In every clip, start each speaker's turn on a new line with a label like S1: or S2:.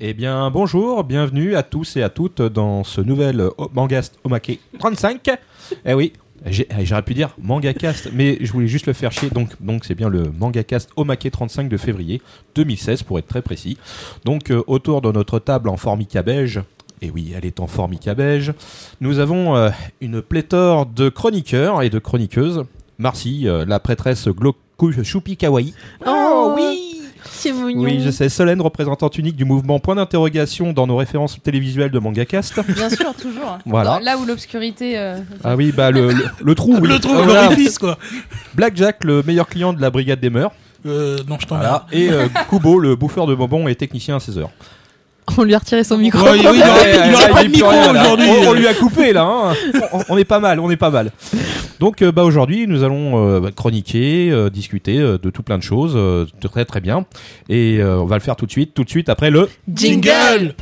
S1: Eh bien, bonjour, bienvenue à tous et à toutes dans ce nouvel euh, Mangast Omake 35. eh oui, j'ai- eh, j'aurais pu dire Mangacast, mais je voulais juste le faire chier. Donc, donc c'est bien le Mangacast Omake 35 de février 2016, pour être très précis. Donc, euh, autour de notre table en formica beige, et oui, elle est en formica beige, nous avons euh, une pléthore de chroniqueurs et de chroniqueuses. Marcy, euh, la prêtresse Gloku Choupi Kawaii.
S2: Oh, oui C'est mignon.
S1: Oui, je sais. Solène, représentante unique du mouvement Point d'interrogation dans nos références télévisuelles de Mangacast.
S3: Bien sûr, toujours.
S1: Voilà.
S3: Dans- Là où l'obscurité. euh,
S1: Ah oui, bah le, le, le trou, oui.
S4: Le trou,
S1: Ah, voilà.
S4: l'orifice, quoi.
S1: Blackjack, le meilleur client de la brigade des mœurs.
S4: Euh, non, je t'en
S1: Voilà. Et euh, Kubo, le bouffeur de bonbons et technicien à 16 heures. Ah,
S2: On lui a retiré son micro.
S4: Ouais, ouais, Il y aurait- il y aurait pas de
S1: plus
S4: micro
S1: rien, là.
S4: aujourd'hui.
S1: On, on lui a coupé là. hein. On, on est pas mal, on est pas mal. Donc euh, bah aujourd'hui, nous allons euh, bah, chroniquer, euh, discuter euh, de tout plein de choses, euh, très très bien. Et euh, on va le faire tout de suite, tout de suite après le.
S4: Jingle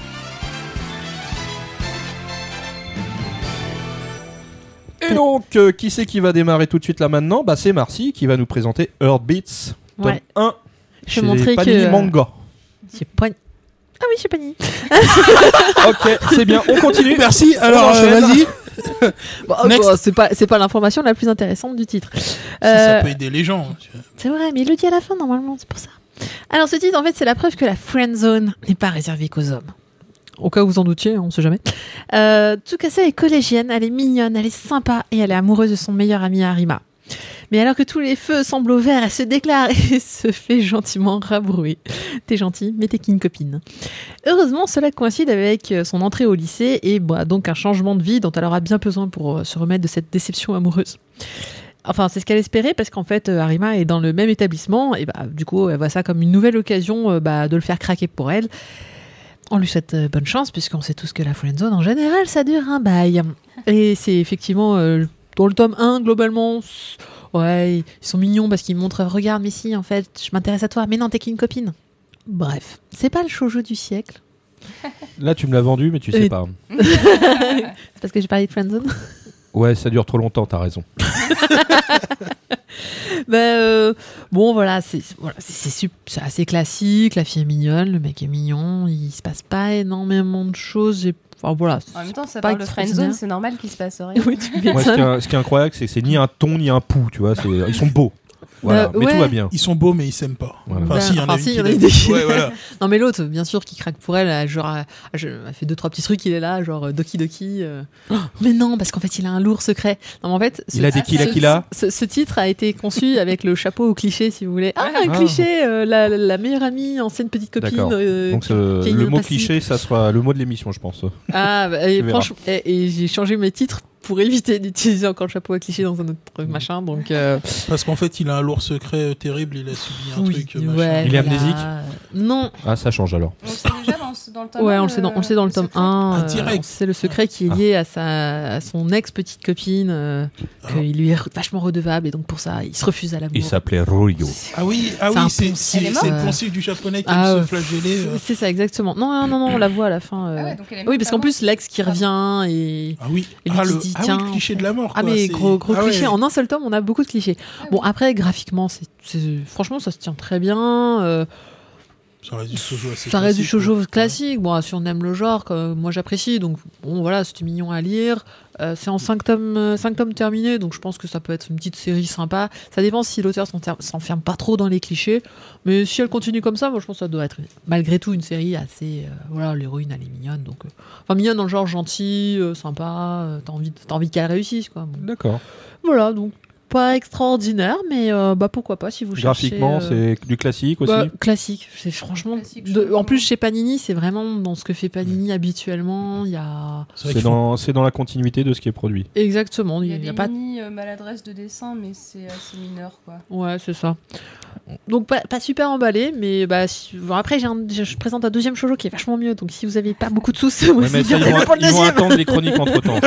S1: Et donc, euh, qui c'est qui va démarrer tout de suite là maintenant Bah c'est Marcy qui va nous présenter Heartbeats tome
S2: Ouais.
S1: 1
S2: Je
S1: chez
S2: vais montrer
S1: Panini
S2: que. euh,
S1: Manga.
S2: J'ai pas- Ah oui, j'ai Panini.
S1: ok, c'est bien, on continue.
S4: Merci,
S1: On
S4: alors euh,
S1: enchaîne.
S4: vas-y.
S2: Bon, oh,
S4: Next.
S2: bon, c'est pas, c'est pas l'information la plus intéressante du titre.
S4: Ça,
S2: Euh,
S4: ça peut aider les gens.
S2: C'est vrai, mais il le dit à la fin normalement, c'est pour ça. Alors ce titre, en fait, c'est la preuve que la friend zone n'est pas réservée qu'aux hommes. Au cas où vous en doutiez, hein, on sait jamais. Euh, Tsukasa est collégienne, elle est mignonne, elle est sympa et elle est amoureuse de son meilleur ami Arima. Mais alors que tous les feux semblent au vert, elle se déclare et se fait gentiment rabrouer. T'es gentil, mais t'es qu'une copine. Heureusement, cela coïncide avec euh, son entrée au lycée et bah, donc un changement de vie dont elle aura bien besoin pour euh, se remettre de cette déception amoureuse. Enfin, c'est ce qu'elle espérait parce qu'en fait, euh, Arima est dans le même établissement et bah, du coup, elle voit ça comme une nouvelle occasion euh, bah, de le faire craquer pour elle. On lui souhaite euh, bonne chance puisqu'on sait tous que la friendzone en général, ça dure un bail. Et c'est effectivement euh, dans le tome 1 globalement. s- Ouais, ils sont mignons parce qu'ils montrent regarde, mais si en fait, je m'intéresse à toi, mais non, t'es qu'une copine. Bref, c'est pas le shoujo du siècle.
S1: Là, tu me l'as vendu, mais tu sais
S2: Et-
S1: pas.
S2: C'est parce que j'ai parlé de friendzone.
S1: Ouais, ça dure trop longtemps, t'as raison.
S2: Ben euh, bon, voilà, c'est voilà, c'est- c'est sup- c'est assez classique. La fille est mignonne, le mec est mignon. Il se passe pas énormément de choses. j'ai- Enfin voilà.
S3: En même temps, ça
S2: Pas
S3: parle de
S2: extraordinaire.
S3: friendzone, c'est normal qu'il se passe rien.
S2: Oui, tu
S1: Ouais, ce,
S2: m'étonnes.
S1: qui est, ce qui est incroyable, c'est que c'est ni un ton ni un pou, tu vois. c'est- Ils sont beaux. Voilà,
S2: Bah,
S1: mais tout
S2: ouais.
S1: va bien.
S4: Ils sont beaux, mais ils s'aiment pas.
S1: Voilà.
S4: Enfin,
S2: Bah,
S4: si, il y en
S2: enfin,
S4: a
S2: si,
S4: une
S2: il y en a
S4: qui
S2: une
S4: l'aime.
S2: qui-
S4: Ouais, voilà.
S2: Non mais l'autre, bien sûr, qui craque pour elle. elle, Genre, elle, elle fait deux trois petits trucs. Il est là, genre euh, Doki Doki. euh, Oh, mais non, parce qu'en fait, il a un lourd secret. Non, mais en fait, ce,
S1: Il a des kila
S2: ce-
S1: kila.
S2: ce- ce titre a été conçu avec le chapeau au cliché, si vous voulez. Ah, un
S1: Ah.
S2: cliché. euh, la, la- la meilleure amie, ancienne petite copine.
S1: D'accord.
S2: euh,
S1: Donc euh,
S2: qui a une
S1: le mot
S2: passivité.
S1: cliché, ça sera le mot de l'émission, je pense.
S2: Ah, bah, et
S1: Tu verras.
S2: franchement, et, et j'ai changé mes titres pour éviter d'utiliser encore le chapeau à cliché dans un autre
S1: Mmh.
S2: machin, donc. euh,
S4: Parce qu'en fait, il a un lourd secret euh, terrible, il a subi un
S2: oui,
S4: truc. euh, machin.
S2: ouais,
S1: Il est
S2: voilà.
S1: amnésique
S2: Non,
S1: Ah, ça change alors.
S3: On le sait déjà dans, ce- dans le tome
S2: ouais,
S3: un, euh,
S2: on le sait dans, on le sait dans le tome
S3: secret.
S1: Ah,
S2: 1.
S4: Indirect.
S2: c'est le secret qui est lié à, sa, à son ex-petite copine, euh,
S1: Ah.
S4: Alors-
S2: qu'il lui est re- vachement redevable, et donc pour ça, il se refuse à l'amour.
S1: Il s'appelait Roryo.
S4: Ah oui, ah
S2: C'est un
S4: oui, c'est
S2: poncif,
S4: c'est-
S3: elle est
S4: c'est le
S2: morte.
S4: poncif du japonais qui
S2: Ah,
S4: aime
S2: ouais.
S4: se flageller. euh.
S2: C'est ça, exactement. Non, non, non, non, on la voit à la fin. euh.
S3: Ah ouais, donc elle est
S2: oui,
S3: même
S2: parce
S3: pas
S2: qu'en
S3: morte.
S2: plus, l'ex qui revient et.
S4: Ah oui,
S2: Et lui
S4: ah,
S2: qui
S4: le,
S2: se dit,
S4: ah oui,
S2: tiens,
S4: le cliché de la mort.
S2: Ah
S4: quoi,
S2: mais
S4: c'est-
S2: gros gros
S4: Ah ouais.
S2: cliché. En un seul tome, on a beaucoup de clichés.
S3: oui.
S2: Bon après graphiquement, c'est c'est- franchement ça se tient très bien. euh,
S4: Ça reste du shoujo assez
S2: ça reste du
S4: classique, quoi.
S2: shoujo classique. Bon si on aime le genre, comme moi j'apprécie. Donc bon voilà, c'était mignon à lire. Euh, c'est en 5 tomes, euh, cinq tomes terminés, donc je pense que ça peut être une petite série sympa. Ça dépend si l'auteur s'enfer- s'enferme pas trop dans les clichés, mais si elle continue comme ça, moi je pense que ça doit être malgré tout une série assez. euh, voilà, l'héroïne elle est mignonne, donc euh, enfin mignonne dans le genre gentil, euh, sympa. euh, t'as envie, t'as envie qu'elle réussisse quoi. Bon.
S1: D'accord.
S2: Voilà, donc pas extraordinaire, mais euh, bah pourquoi pas si vous
S1: Graphiquement,
S2: cherchez. euh,
S1: c'est du classique aussi.
S2: bah, classique. C'est franchement.
S3: Classique,
S2: de- en
S3: franchement.
S2: plus, chez Panini, c'est vraiment dans ce que fait Panini habituellement. Il y a
S4: C'est vrai
S1: c'est
S4: qu'ils font-
S1: dans, c'est dans la continuité de ce qui est produit.
S2: exactement.
S3: Il y a,
S2: il y
S3: des
S2: a pas.
S3: mini euh, maladresses de dessin, mais c'est assez mineur, quoi.
S2: Ouais, c'est ça. Donc pas, pas super emballé, mais bah si- bon, après j'ai un- je je présente un deuxième shoujo qui est vachement mieux. Donc si vous avez pas beaucoup de sous, c'est
S1: Ouais, mais ça, ils vont,
S2: pour le
S1: ils vont
S2: deuxième.
S1: attendre les chroniques entre temps.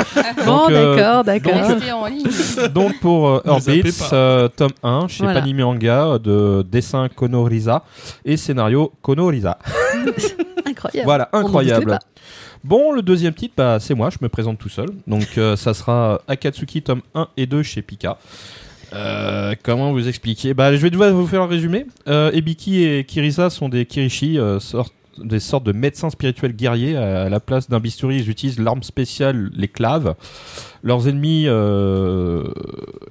S2: Bon,
S1: Donc, euh,
S2: d'accord,
S1: donc,
S2: d'accord.
S1: euh,
S3: C'était en ligne.
S1: Donc pour euh,
S4: Ne zappez
S1: Orbits,
S4: pas.
S1: euh, tome 1 chez
S2: Voilà.
S1: Panini Manga euh, de dessin Kono Risa et scénario Kono Risa.
S2: Incroyable.
S1: Voilà,
S2: en
S1: incroyable.
S2: doutait
S1: Bon, le deuxième titre, bah, c'est moi, je me présente tout seul. Donc euh, ça sera Akatsuki tome 1 et 2 chez Pika. Euh, comment vous expliquer bah, Je vais devoir vous faire un résumé. Euh, Ebiki et Kirisa sont des Kirishi, euh, sortes des sortes de médecins spirituels guerriers. À la place d'un bistouri, ils utilisent l'arme spéciale, les claves. Leurs ennemis, euh,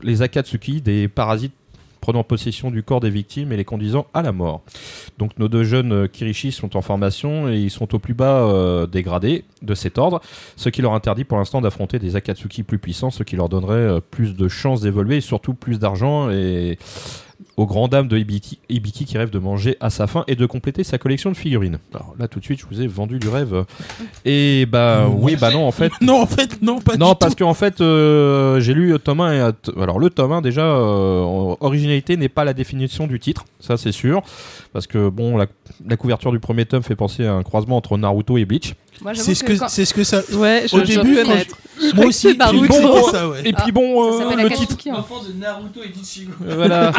S1: les Akatsuki, des parasites prenant possession du corps des victimes et les conduisant à la mort. Donc nos deux jeunes euh, Kirishi sont en formation et ils sont au plus bas euh, des dégradé de cet ordre, ce qui leur interdit pour l'instant d'affronter des Akatsuki plus puissants, ce qui leur donnerait euh, plus de chances d'évoluer et surtout plus d'argent et aux grandes dames de Ibiki, Ibiki qui rêve de manger à sa faim et de compléter sa collection de figurines. Alors là tout de suite je vous ai vendu du rêve. Et bah
S4: Mmh.
S1: oui bah non en fait
S4: Non, en fait, non, pas
S1: non,
S4: du
S1: parce que
S4: tout.
S1: en fait, euh, j'ai lu tome 1 et euh, t- alors le tome 1 déjà euh, en- originalité n'est pas la définition du titre, ça c'est sûr, parce que bon la, la couverture du premier tome fait penser à un croisement entre Naruto et Bleach.
S3: Moi, j'avoue
S4: C'est ce que,
S3: quand-
S4: c'est ce que ça.
S2: Ouais,
S4: Au début, quand
S2: reconnais.
S4: je- moi aussi,
S2: Naruto.
S4: j'ai cru que c'était Ah, ça, ouais.
S1: Et puis bon,
S3: ça
S1: euh,
S3: s'appelle
S1: le titre,
S3: Akatsuki. hein.
S5: L'enfant de Naruto et d'Ichigo.
S1: euh, voilà,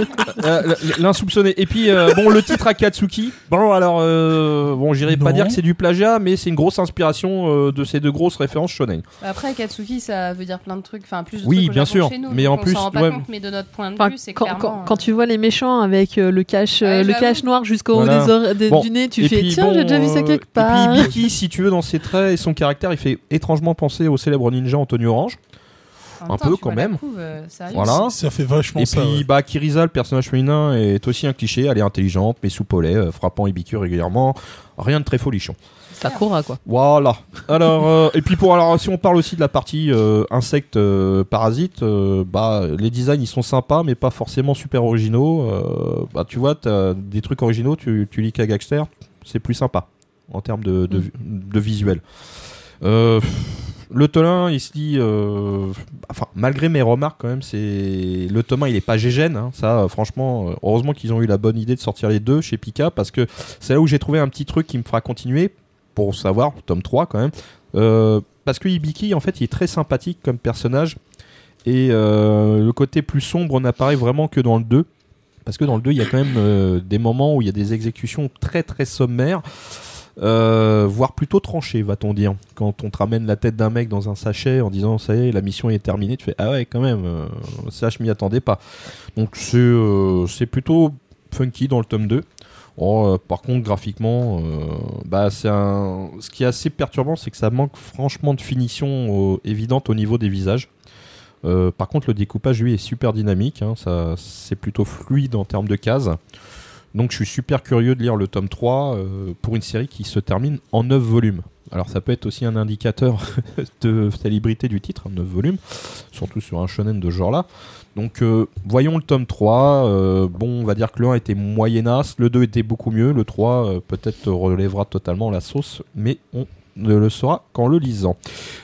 S1: euh, l'insoupçonné. Et puis euh, bon, le titre Akatsuki. Bon alors, euh, bon, j'irai pas
S4: Non.
S1: dire que c'est du plagiat, mais c'est une grosse inspiration euh, de ces deux grosses références shonen.
S3: Après, Katsuki, ça veut dire plein de trucs. Enfin, plus de
S1: Oui,
S3: trucs au
S1: bien
S3: Japon
S1: sûr,
S3: chez nous,
S1: mais
S3: donc
S1: en
S3: on
S1: plus,
S3: s'en rend pas
S1: ouais.
S3: compte, mais de notre point de
S2: Enfin,
S3: vue, c'est
S2: quand,
S3: clairement. euh,
S2: quand- quand tu vois les méchants avec euh, le cache, euh,
S3: Ouais,
S2: le
S3: j'avoue.
S2: cache noir jusqu'au
S1: Voilà.
S2: haut des oreilles- des-
S1: Bon.
S2: du nez, tu
S1: Et
S2: fais
S1: puis,
S2: tiens,
S1: bon,
S2: j'ai déjà vu
S1: euh,
S2: ça quelque part.
S1: Et puis Ibiki, si tu veux, dans ses traits et son caractère, il fait étrangement penser au célèbre ninja Antonio Orange.
S3: En même
S1: un
S3: temps,
S1: peu
S3: tu vois
S1: quand
S3: la
S1: même.
S3: couve, euh, sérieux.
S1: Voilà.
S4: Ça fait vachement
S1: Et
S4: ça.
S1: puis,
S4: ouais.
S1: bah, Kirisa, le personnage féminin, est aussi un cliché. Elle est intelligente, mais sous polais, euh, frappant Ibiki régulièrement. Rien de très folichon.
S2: Ça courra quoi.
S1: Voilà. Alors, euh, et puis pour alors, si on parle aussi de la partie euh, insectes euh, parasites, euh, bah, les designs ils sont sympas, mais pas forcément super originaux. Euh, bah, tu vois, t'as des trucs originaux, tu, tu lis qu'à Gangster, c'est plus sympa en termes de, de,
S2: Mm.
S1: vi- de visuel. Euh, le Tolin, il se dit, euh, enfin, malgré mes remarques quand même, c'est le Tolin, il est pas gégène. hein. ça, euh, franchement, euh, heureusement qu'ils ont eu la bonne idée de sortir les deux chez Pika parce que c'est là où j'ai trouvé un petit truc qui me fera continuer pour savoir, tome 3 quand même. Euh, parce que Ibiki, en fait, il est très sympathique comme personnage. Et euh, le côté plus sombre n'apparaît vraiment que dans le 2. Parce que dans le 2, il y a quand même euh, des moments où il y a des exécutions très très sommaires. euh, voire plutôt tranchées va-t-on dire. Quand on te ramène la tête d'un mec dans un sachet en disant ça y est, la mission est terminée, tu fais ah ouais, quand même, euh, ça je m'y attendais pas. Donc c'est euh, c'est plutôt funky dans le tome 2. Oh, euh, par contre, graphiquement, euh, bah, c'est un... ce qui est assez perturbant, c'est que ça manque franchement de finition euh, évidente au niveau des visages. Euh, par contre, le découpage, lui, est super dynamique. hein, ça, c'est plutôt fluide en termes de cases. Donc, je suis super curieux de lire le tome 3 euh, pour une série qui se termine en 9 volumes. Alors, ça peut être aussi un indicateur de célébrité du titre, en 9 volumes, surtout sur un shonen de ce genre-là. Donc euh, voyons le tome 3. Euh, bon, on va dire que le 1 était moyenasse, le 2 était beaucoup mieux, le 3 euh, peut-être relèvera totalement la sauce, mais on ne le saura qu'en le lisant.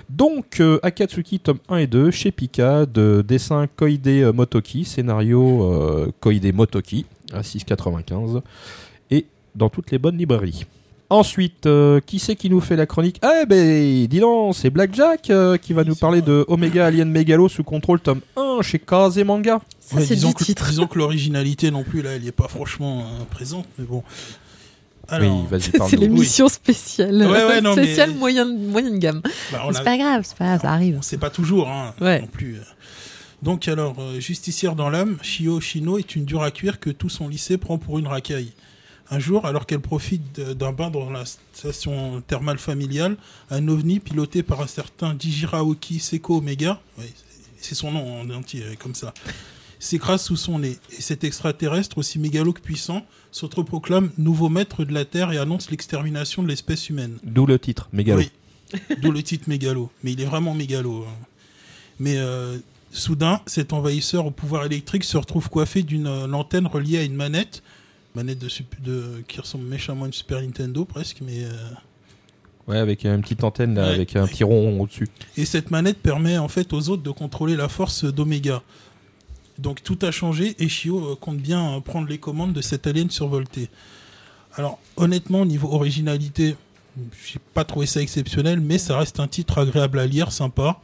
S1: Donc euh, Akatsuki tome 1 et 2 chez Pika de dessin Koide euh, Motoki, scénario euh, Koide Motoki à 6,95 et dans toutes les bonnes librairies. Ensuite, euh, qui c'est qui nous fait la chronique Ah eh ben, dis donc, c'est Blackjack euh, qui va
S4: Oui,
S1: nous
S4: c'est
S1: parler
S4: moi.
S1: de Omega Alien Megalo sous contrôle tome 1 chez Kaze Manga.
S2: Ça,
S4: Ouais,
S2: c'est
S4: disons,
S2: du
S4: que,
S2: titre.
S4: disons que l'originalité non plus, là, elle n'y est pas franchement euh, présente, mais bon. Alors,
S1: oui, vas-y,
S2: C'est
S1: parle-nous.
S2: l'émission spéciale.
S4: Ouais, ouais, non,
S2: spéciale
S4: mais-
S2: moyenne, moyenne gamme.
S4: bah, on
S2: C'est
S4: a-
S2: pas grave, c'est pas grave, ça arrive.
S4: on sait pas toujours hein,
S2: Ouais.
S4: non plus. Donc alors, euh, justicière dans l'âme, Shio Shino est une dure à cuire que tout son lycée prend pour une racaille. Un jour, alors qu'elle profite de- d'un bain dans la station thermale familiale, un ovni piloté par un certain Digiraoki Seko Omega, ouais, c'est son nom en entier euh, comme ça, s'écrase sous son nez. Et cet extraterrestre, aussi mégalo que puissant, s'autoproclame nouveau maître de la Terre et annonce l'extermination de l'espèce humaine.
S1: D'où le titre, Mégalo.
S4: Oui, d'où le titre mégalo. Mais il est vraiment mégalo. hein. Mais euh, soudain, cet envahisseur au pouvoir électrique se retrouve coiffé d'une euh, lanterne reliée à une manette. Manette de, sup- de- qui ressemble méchamment à une Super Nintendo presque, mais. euh,
S1: Ouais, avec euh, une petite antenne, là,
S4: Ouais.
S1: avec un petit rond au-dessus.
S4: Et cette manette permet en fait aux autres de contrôler la force d'Omega. Donc tout a changé et Shio euh, compte bien euh, prendre les commandes de cette alien survoltée. Alors honnêtement, au niveau originalité, j'ai pas trouvé ça exceptionnel, mais ça reste un titre agréable à lire, sympa.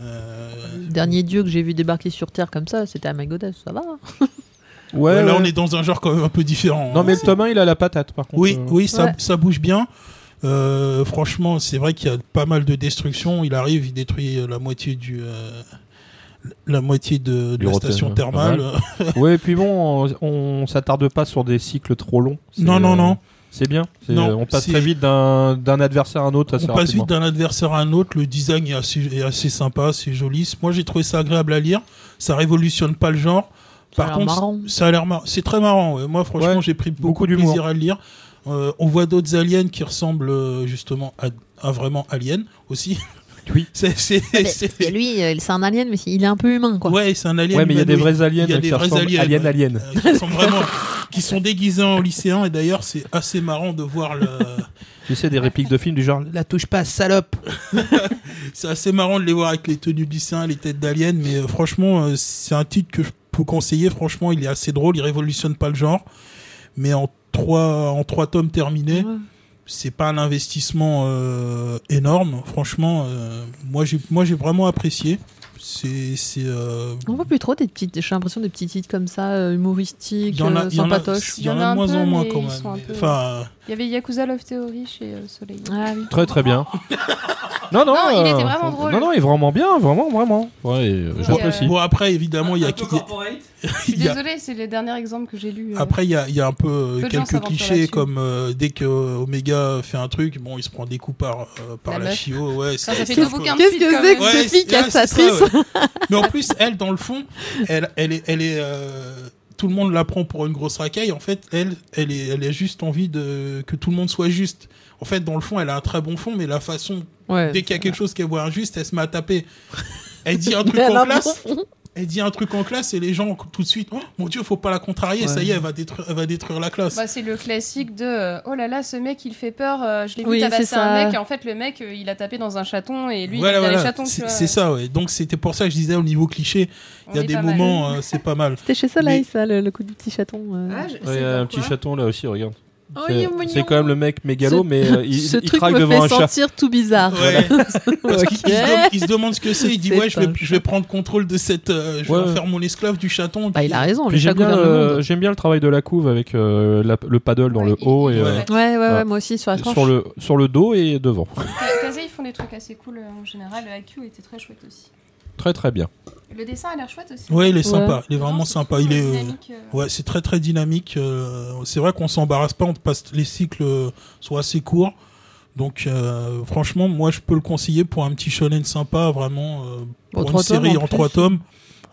S4: Euh,
S2: Le dernier dieu que j'ai vu débarquer sur Terre comme ça, c'était Amagodas, ça va.
S1: Ouais,
S4: là, on est dans un genre quand même un peu différent.
S1: Non,
S4: hein,
S1: mais le
S4: c'est-
S1: tome 1, il a la patate, par contre.
S4: Oui,
S1: euh.
S4: oui, ça,
S2: Ouais.
S4: ça bouge bien. Euh, franchement, c'est vrai qu'il y a pas mal de destruction. Il arrive, il détruit la moitié du, euh, la moitié de, de
S1: Du
S4: la
S1: rotel,
S4: station
S1: ouais.
S4: thermale.
S1: Ouais, et puis bon, on, on s'attarde pas sur des cycles trop longs. C'est,
S4: non, non,
S1: euh,
S4: non.
S1: C'est bien. C'est-
S4: Non,
S1: on passe
S4: c'est-
S1: très vite d'un d'un adversaire à un autre.
S4: On
S1: assez
S4: passe
S1: rapidement.
S4: vite d'un adversaire à un autre. Le design est assez, est assez sympa, c'est joli. Moi, j'ai trouvé ça agréable à lire. Ça révolutionne pas le genre.
S2: Ça a
S4: Par
S2: l'air
S4: contre,
S2: marrant.
S4: ça a l'air marrant. C'est très marrant. ouais. Moi, franchement,
S1: Ouais,
S4: j'ai pris
S1: beaucoup
S4: beaucoup, de
S1: d'humour.
S4: plaisir à le lire. Euh, on voit d'autres aliens qui ressemblent euh, justement à, à vraiment Alien aussi.
S1: Oui.
S4: C'est, c'est-
S2: Ah, Mais
S4: c'est-
S2: c'est- lui, euh, c'est un alien, mais il est un peu humain, quoi.
S4: Ouais, c'est un alien.
S1: Ouais, mais il y a des
S4: humanoïde.
S1: vrais aliens.
S4: Il y a
S1: qui
S4: des vrais
S1: ressemblent-
S4: aliens,
S1: Alien,
S4: ouais.
S1: alien.
S4: Euh, qui sont vraiment, qui sont déguisés en lycéens et d'ailleurs c'est assez marrant de voir le,
S1: Tu sais, des répliques de films du genre La touche pas, salope
S4: c'est assez marrant de les voir avec les tenues de lycéens, les têtes d'aliens, mais euh, franchement euh, c'est un titre que je peux conseiller. Franchement, il est assez drôle, il révolutionne pas le genre, mais en trois en trois tomes terminés,
S2: Ouais.
S4: c'est pas un investissement euh, énorme. Franchement, euh, moi j'ai moi j'ai vraiment apprécié. C'est c'est euh,
S2: On voit plus trop des petites. J'ai l'impression des petits titres comme ça, euh, humoristiques,
S4: il y en a
S2: euh,
S4: il y en a
S2: sympatoches.
S4: il y en
S3: Il y en a
S4: a
S3: un
S4: de moins
S3: peu,
S4: en moins
S3: mais
S4: quand
S3: ils
S4: même.
S3: sont un peu-
S4: Enfin
S3: Il y avait Yakuza Love Theory chez euh, Soleil.
S2: Ah oui.
S1: Très très bien. Non, non,
S3: Non, il était vraiment drôle.
S1: Non, non, il est vraiment bien, vraiment, vraiment. Ouais, et, euh,
S3: Ouais,
S1: j'apprécie.
S4: Bon, après, évidemment, il y a. il y a-
S3: Je suis
S4: il y a-
S3: désolée, c'est les derniers exemples que j'ai lus. euh.
S4: Après, il y a, il y a un peu euh,
S3: Peu de gens
S4: quelques
S3: s'aventurent
S4: clichés,
S3: là-dessus.
S4: comme euh, dès que euh, Omega fait un truc, bon, il se prend des coups par, euh, par la,
S3: La meuf.
S4: chio. Ouais,
S3: Ça, ça fait
S4: c'est-
S3: deux bouquins de
S2: Qu'est-ce
S3: suite,
S2: que
S3: quand
S2: c'est
S3: même.
S2: que ce- Sophie
S4: c'est- ouais, c'est ça,
S2: Cassatrice.
S4: ouais. Mais en plus, elle, dans le fond, elle, elle est. Elle est euh, Tout le monde la prend pour une grosse racaille. En fait, elle, elle, est, elle a juste envie de, que tout le monde soit juste. En fait, dans le fond, elle a un très bon fond, mais la façon,
S2: Ouais.
S4: dès qu'il y a quelque chose qu'elle voit injuste, elle se met à taper. Elle dit un truc
S2: Mais elle a
S4: en
S2: un
S4: classe,
S2: bon fond.
S4: elle dit un truc en classe et les gens tout de suite, oh, mon dieu, faut pas la contrarier, ça y est, elle va détruire, elle va détruire la classe.
S3: Bah, c'est le classique de euh, oh là là ce mec il fait peur euh, je l'ai
S2: Oui,
S3: vu
S2: c'est
S3: tabasser
S2: ça.
S3: un mec et en fait le mec euh, il a tapé dans un chaton et lui
S4: Voilà,
S3: il a
S4: voilà.
S3: les chatons tu
S4: c'est
S3: vois.
S4: c'est ça, ouais. Donc c'était pour ça que je disais au niveau cliché,
S3: On
S4: il y a
S3: est
S4: des
S3: pas mal.
S4: moments, euh, c'est pas mal.
S2: C'était chez Soleil,
S4: Mais-
S2: ça, le, le coup du petit chaton. euh.
S1: Ouais, il y a un petit chaton là aussi, regarde.
S2: Oh, il est
S1: Ah, C'est-
S2: mignon.
S1: c'est quand même le mec mégalo,
S2: Ce-
S1: mais euh, il,
S2: Ce
S1: il
S2: truc
S1: craque
S2: me
S1: devant
S2: fait
S1: un chat.
S2: sentir tout bizarre.
S4: Ouais.
S2: Ah,
S4: Parce qu'il
S2: Ok.
S4: il se, dem- il se demande ce que c'est, il dit
S2: C'est
S4: ouais, je vais,
S2: pas-
S4: je vais prendre contrôle de cette, euh, je vais
S1: Ouais.
S4: en faire mon esclave du chaton.
S2: Bah, il a raison,
S1: Puis
S2: le chat
S1: J'aime bien,
S2: gouverne le
S1: euh,
S2: monde.
S1: j'aime bien le travail de la couve avec euh, la- le paddle dans
S3: Ouais,
S1: le
S3: il-
S1: haut
S3: il-
S1: et
S3: il-
S1: euh,
S3: ouais.
S2: Ouais, ouais, ouais,
S1: Ah.
S2: moi aussi, sur la tranche.
S1: sur, le, sur le dos et devant.
S3: Ca- Casey, ils font des trucs assez cool euh, en général le IQ était très chouette aussi.
S1: Très très bien.
S3: Le dessin a l'air chouette aussi.
S4: Ouais, il est
S2: Ouais.
S4: sympa, il est vraiment
S3: Non, c'est
S4: sympa.
S3: cool,
S4: Il est, euh,
S3: dynamique, euh.
S4: ouais, c'est très très dynamique. euh, c'est vrai qu'on s'embarrasse pas, on passe les cycles euh, sont assez courts. Donc euh, franchement, moi je peux le conseiller pour un petit shonen sympa, vraiment euh,
S2: Bon,
S4: pour une
S2: trois tomes,
S4: série
S2: en
S4: en
S2: plus.
S4: trois tomes.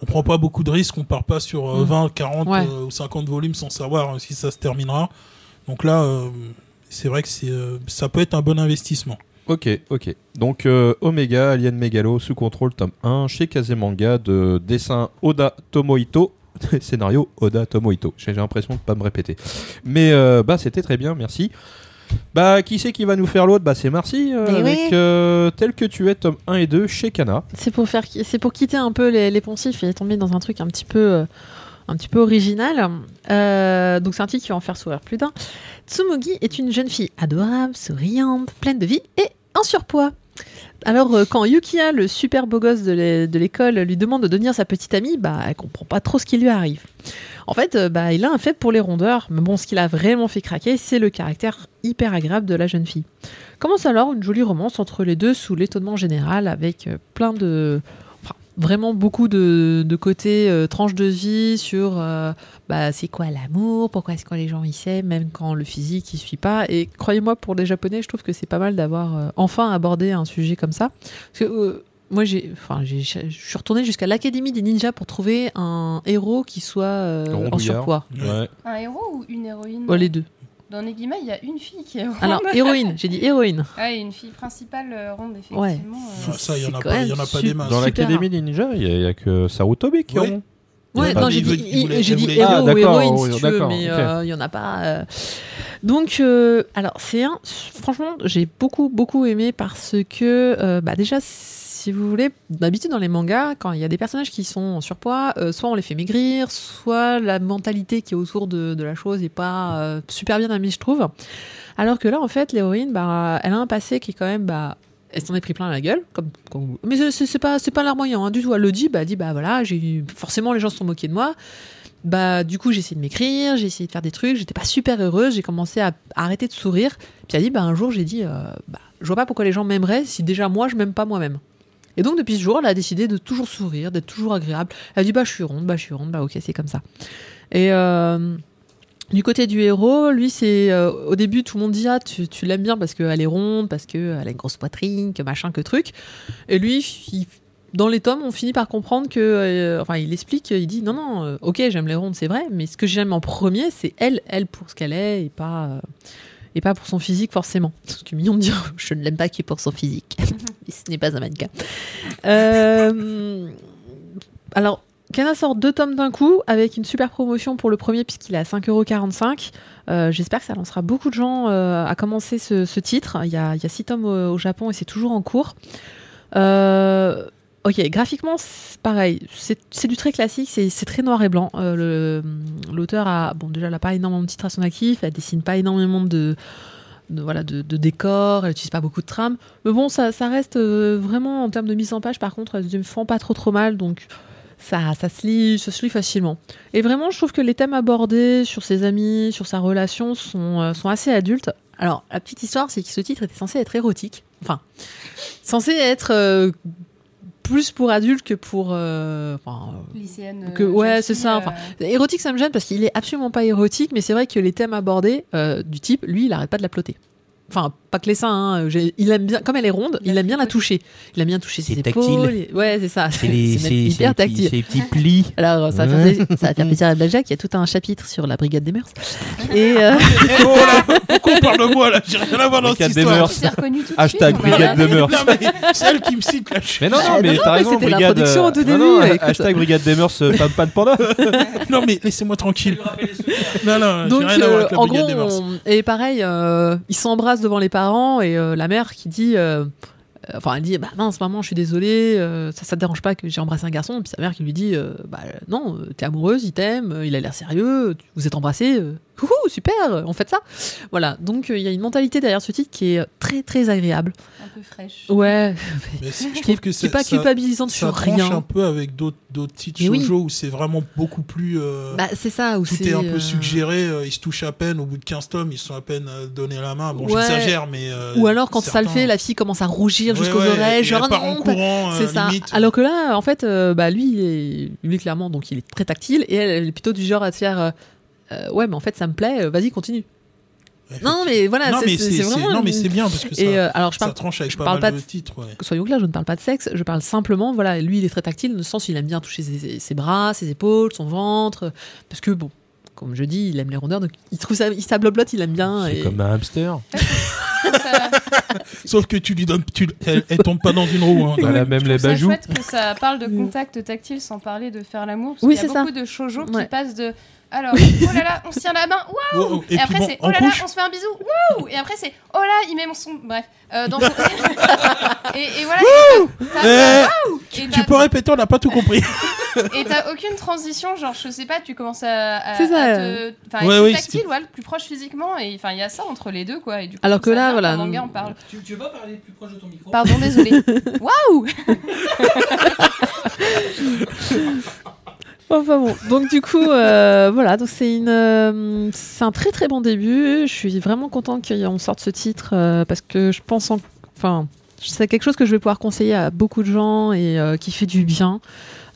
S4: On prend pas beaucoup de risques, on part pas sur euh,
S2: Mm.
S4: 20, 40
S2: Ouais.
S4: euh, ou 50 volumes sans savoir euh, si ça se terminera. Donc là, euh, c'est vrai que c'est, euh, ça peut être un bon investissement.
S1: Ok, ok. Donc euh, Omega, Alien Megalo, sous contrôle, tome 1, chez Kazemanga, de dessin Oda Tomohito, scénario Oda Tomohito. J'ai j'ai l'impression de pas me répéter. Mais euh, bah c'était très bien, merci. Bah qui c'est qui va nous faire l'autre Bah c'est Marcy, euh,
S2: Mais
S1: avec
S2: Eh oui.
S1: euh, Tel que tu es, tome 1 et 2, chez Kana.
S2: C'est pour faire, c'est pour quitter un peu les, les poncifs et tomber dans un truc un petit peu, euh, un petit peu original. Euh, donc c'est un titre qui va en faire sourire plus d'un. Tsumogi est une jeune fille adorable, souriante, pleine de vie et en surpoids. Alors euh, quand Yukia, le super beau gosse de l'é- de l'école, lui demande de devenir sa petite amie, bah elle comprend pas trop ce qui lui arrive. En fait, euh, bah il a un fait pour les rondeurs, mais bon, ce qui l'a vraiment fait craquer, c'est le caractère hyper agréable de la jeune fille. Commence alors une jolie romance entre les deux sous l'étonnement général avec euh, plein de... enfin, vraiment beaucoup de, de côtés euh, tranches de vie sur euh, bah, c'est quoi l'amour, pourquoi est-ce que les gens y s'aiment, même quand le physique ne suit pas. Et croyez-moi, pour les Japonais, je trouve que c'est pas mal d'avoir euh, enfin abordé un sujet comme ça. Parce que euh, moi, j'ai, enfin, j'ai- je suis retournée jusqu'à l'Académie des ninjas pour trouver un héros qui soit euh, en
S1: Rondouillard.
S2: surpoids.
S1: Ouais.
S3: Un héros ou une héroïne
S2: Oh, les deux.
S3: Dans Negima il y a une fille qui est ronde.
S4: Oh
S2: Alors, héroïne, j'ai dit héroïne.
S3: Ah, et une fille principale euh, ronde effectivement. euh,
S4: Ah, ça, il y en
S2: c'est
S4: a
S2: quand
S4: pas, il
S2: même
S4: y en a pas des masses.
S1: Dans
S2: Super.
S1: l'Académie des Ninjas, il y, a- il y a que Sarutobi qui est
S4: Ouais.
S1: rond.
S2: Ouais,
S1: Bah,
S2: non,
S1: mais
S2: j'ai
S4: il
S2: dit,
S4: veut- il
S2: il-
S4: voulait-
S2: j'ai
S4: elle
S2: dit
S4: voulait-
S2: héros
S1: Ah,
S2: ou
S1: d'accord,
S2: héroïne,
S1: oui,
S2: si tu veux,
S1: d'accord,
S2: mais
S1: ok.
S2: euh, il y en a pas. euh. Donc, euh, alors, c'est un. Franchement, j'ai beaucoup, beaucoup aimé parce que, euh, bah, déjà, si vous voulez, d'habitude dans les mangas, quand il y a des personnages qui sont en surpoids, euh, soit on les fait maigrir, soit la mentalité qui est autour de, de la chose est pas euh, super bien amie, je trouve. Alors que là, en fait, l'héroïne, bah, elle a un passé qui est quand même, bah, elle s'en est pris plein la gueule, comme, comme- mais c'est- c'est c'est pas c'est pas larmoyant hein, du tout. Elle le dit, bah elle dit bah voilà, j'ai eu- forcément les gens se sont moqués de moi. Bah du coup j'ai essayé de m'écrire, j'ai essayé de faire des trucs, j'étais pas super heureuse, j'ai commencé à, à arrêter de sourire. Puis elle dit bah un jour j'ai dit euh, bah je vois pas pourquoi les gens m'aimeraient si déjà moi je m'aime pas moi-même. Et donc depuis ce jour elle a décidé de toujours sourire, d'être toujours agréable. Elle dit bah je suis ronde, bah je suis ronde, bah ok c'est comme ça. Et euh, Du côté du héros, lui, c'est euh, au début tout le monde dit ah tu, tu l'aimes bien parce qu'elle est ronde, parce qu'elle a une grosse poitrine, que machin, que truc. Et lui, il- dans les tomes, on finit par comprendre que, euh, enfin, il explique, il dit non non, euh, ok j'aime les rondes, c'est vrai, mais ce que j'aime en premier, c'est elle, elle pour ce qu'elle est et pas euh, et pas pour son physique forcément. Parce que mignon de dire je ne l'aime pas qui est pour son physique, Mais ce n'est pas un mannequin. Euh, alors Kana sort deux tomes d'un coup avec une super promotion pour le premier puisqu'il est à 5,45€. Euh, J'espère que ça lancera beaucoup de gens euh, à commencer ce, ce titre. Il y, a, il y a six tomes au, au Japon et c'est toujours en cours. Euh, ok, graphiquement, c'est pareil. C'est c'est du très classique, c'est c'est très noir et blanc. Euh, le- L'auteur a, bon, déjà, elle n'a pas énormément de titres à son actif, elle dessine pas énormément de, de- voilà, de, de décors, elle n'utilise pas beaucoup de trames. Mais bon, ça, ça reste euh, vraiment en termes de mise en page, par contre, elle ne font pas trop trop mal donc ça, ça se lit, ça se lit facilement. Et vraiment, je trouve que les thèmes abordés sur ses amis, sur sa relation, sont, euh, sont assez adultes. Alors, la petite histoire, c'est que ce titre était censé être érotique. Enfin, censé être euh, plus pour adultes que pour. euh, enfin,
S3: Lycéenne.
S2: Que-
S3: euh,
S2: ouais,
S3: jeune
S2: c'est
S3: fille,
S2: ça,
S3: euh,
S2: enfin, Érotique, ça me gêne parce qu'il est absolument pas érotique, mais c'est vrai que les thèmes abordés euh, du type, lui, il arrête pas de la plotter. Enfin, pas que les seins. hein, j'ai- Il aime bien, comme elle est ronde,
S3: Il
S2: il
S3: aime
S2: aime bien la
S3: beaucoup.
S2: toucher. Il aime bien toucher
S5: C'est
S2: ses
S5: tactile.
S2: épaules. et- Ouais, c'est ça.
S5: C'est les,
S2: même
S5: c'est- c'est les
S2: hyper
S5: petits-
S2: tactile.
S5: c'est les petits plis.
S2: Alors, ça va, faire
S5: Ouais.
S2: plaisir, ça va faire plaisir à Blackjack. Il y a tout un chapitre sur la brigade des mœurs. Et euh,
S4: Oh là, pourquoi on parle de moi là J'ai rien à voir dans
S1: Brigade
S4: cette
S1: des
S4: histoire.
S1: mœurs.
S3: Tu t'es reconnue tout de
S1: Hashtag
S3: suite, on a
S1: brigade
S3: regardé.
S1: de mœurs.
S4: Non, mais celle qui me cite là, je suis-
S1: Mais non, non,
S2: non,
S1: mais
S2: Ah, non,
S1: t'as
S2: mais
S1: raison,
S2: c'était la
S1: brigade.
S2: production au tout
S1: non, non,
S2: début, écoute.
S1: hashtag brigade des mœurs, euh, pas, pas de panda.
S4: Non, mais laissez-moi tranquille. Non, non,
S2: donc,
S4: Ah, j'ai rien à voir
S2: euh,
S4: avec la
S2: en
S4: brigade
S2: gros,
S4: des mœurs.
S2: on- et pareil, euh, ils s'embrassent devant les parents et euh, la mère qui dit, euh, euh, enfin, elle dit, bah mince, maman, je suis désolée, euh, ça, ça te dérange pas que j'ai embrassé un garçon. Puis sa mère qui lui dit, euh, bah non, euh, t'es amoureuse, il t'aime, euh, il a l'air sérieux, tu- vous êtes embrassés, euh, wouhou, super, euh, on fait ça. Voilà. Donc, euh, il y a une mentalité derrière ce titre qui est euh, très très agréable.
S3: Un peu fraîche.
S2: Ouais.
S4: Mais c'est- je
S2: Qui
S4: trouve
S2: est,
S4: que
S2: qui est
S4: c'est
S2: pas
S4: ça,
S2: culpabilisante
S4: ça
S2: sur
S4: tranche
S2: rien.
S4: un peu avec d'autres d'autres titres
S2: Mais oui.
S4: shoujo où c'est vraiment beaucoup plus. euh,
S2: Bah, c'est ça, où
S4: tout
S2: c'est.
S4: est un
S2: euh,
S4: peu suggéré, euh, ils se touchent à peine, au bout de 15 tomes, ils se sont à peine euh, donné la main. Bon,
S2: Ouais.
S4: j'exagère, mais. euh,
S2: Ou alors, quand ça le
S4: certains-
S2: fait, la fille commence à rougir
S4: Ouais,
S2: jusqu'aux
S4: ouais, et
S2: oreilles, genre
S4: elle part en
S2: non, bah,
S4: courant, euh,
S2: c'est ça.
S4: limite.
S2: Alors que là, en fait, euh, bah, lui, il est, lui, clairement, donc il est très tactile, et elle, elle est plutôt du genre à se faire. euh, euh, ouais, mais en fait, ça me plaît, euh, vas-y, continue. Non, mais voilà,
S4: Non,
S2: c'est-
S4: mais
S2: c'est c'est vraiment.
S4: Non, mais
S2: une-
S4: c'est bien parce que ça,
S2: Et euh, alors, je
S4: ça
S2: parle.
S4: tranche avec
S2: je
S4: pas
S2: parle pas
S4: mal
S2: de-
S4: de titres. ouais.
S2: Soyons clairs, je ne parle pas de sexe, je parle simplement, voilà, lui il est très tactile, dans le sens où il aime bien toucher ses, ses bras, ses épaules, son ventre, parce que bon, comme je dis, il aime les rondeurs, donc il trouve ça, il s'abloblote, il aime bien.
S1: C'est
S2: et-
S1: comme un hamster.
S3: Ça-
S4: Sauf que tu lui donnes. Tu, elle, elle tombe pas dans une roue. hein, dans-
S1: Voilà, Bah, même les
S3: Bah, Je
S1: bajoux.
S3: trouve ça chouette que ça parle de contact tactile sans parler de faire l'amour. Parce
S2: Mm. Oui,
S3: qu'il y a
S2: c'est ça.
S3: beaucoup de shoujo
S2: Ouais.
S3: qui passent de alors, oh là là, on se tient la main, waouh
S4: Wow, wow.
S3: Et,
S4: puis
S3: après
S4: bon,
S3: c'est oh
S4: en
S3: là là,
S4: couche,
S3: on se fait un bisou, waouh Et après c'est oh là, il met mon son. Bref, euh, dans et, et voilà. et t'as- t'as- waouh Et
S4: Eh, tu
S3: t'as-
S4: peux répéter, on n'a pas tout compris.
S3: Et t'as aucune transition, genre je sais pas, tu commences à, à,
S2: C'est ça.
S3: à te, enfin,
S4: Ouais,
S3: être
S4: oui,
S3: tactile, ouais, le plus proche physiquement, et enfin il y a ça entre les deux quoi. Et du coup,
S2: Alors que
S3: ça
S2: là,
S3: vient
S2: voilà,
S3: qu'en
S2: non.
S3: manga, on parle.
S6: Tu, tu veux pas parler plus proche de ton micro
S3: Pardon, désolé. Waouh
S2: Enfin bon, donc du coup, euh, voilà, donc c'est une, euh, c'est un très très bon début. Je suis vraiment contente qu'on sorte ce titre euh, parce que je pense, en- enfin, c'est quelque chose que je vais pouvoir conseiller à beaucoup de gens et euh, qui fait du bien.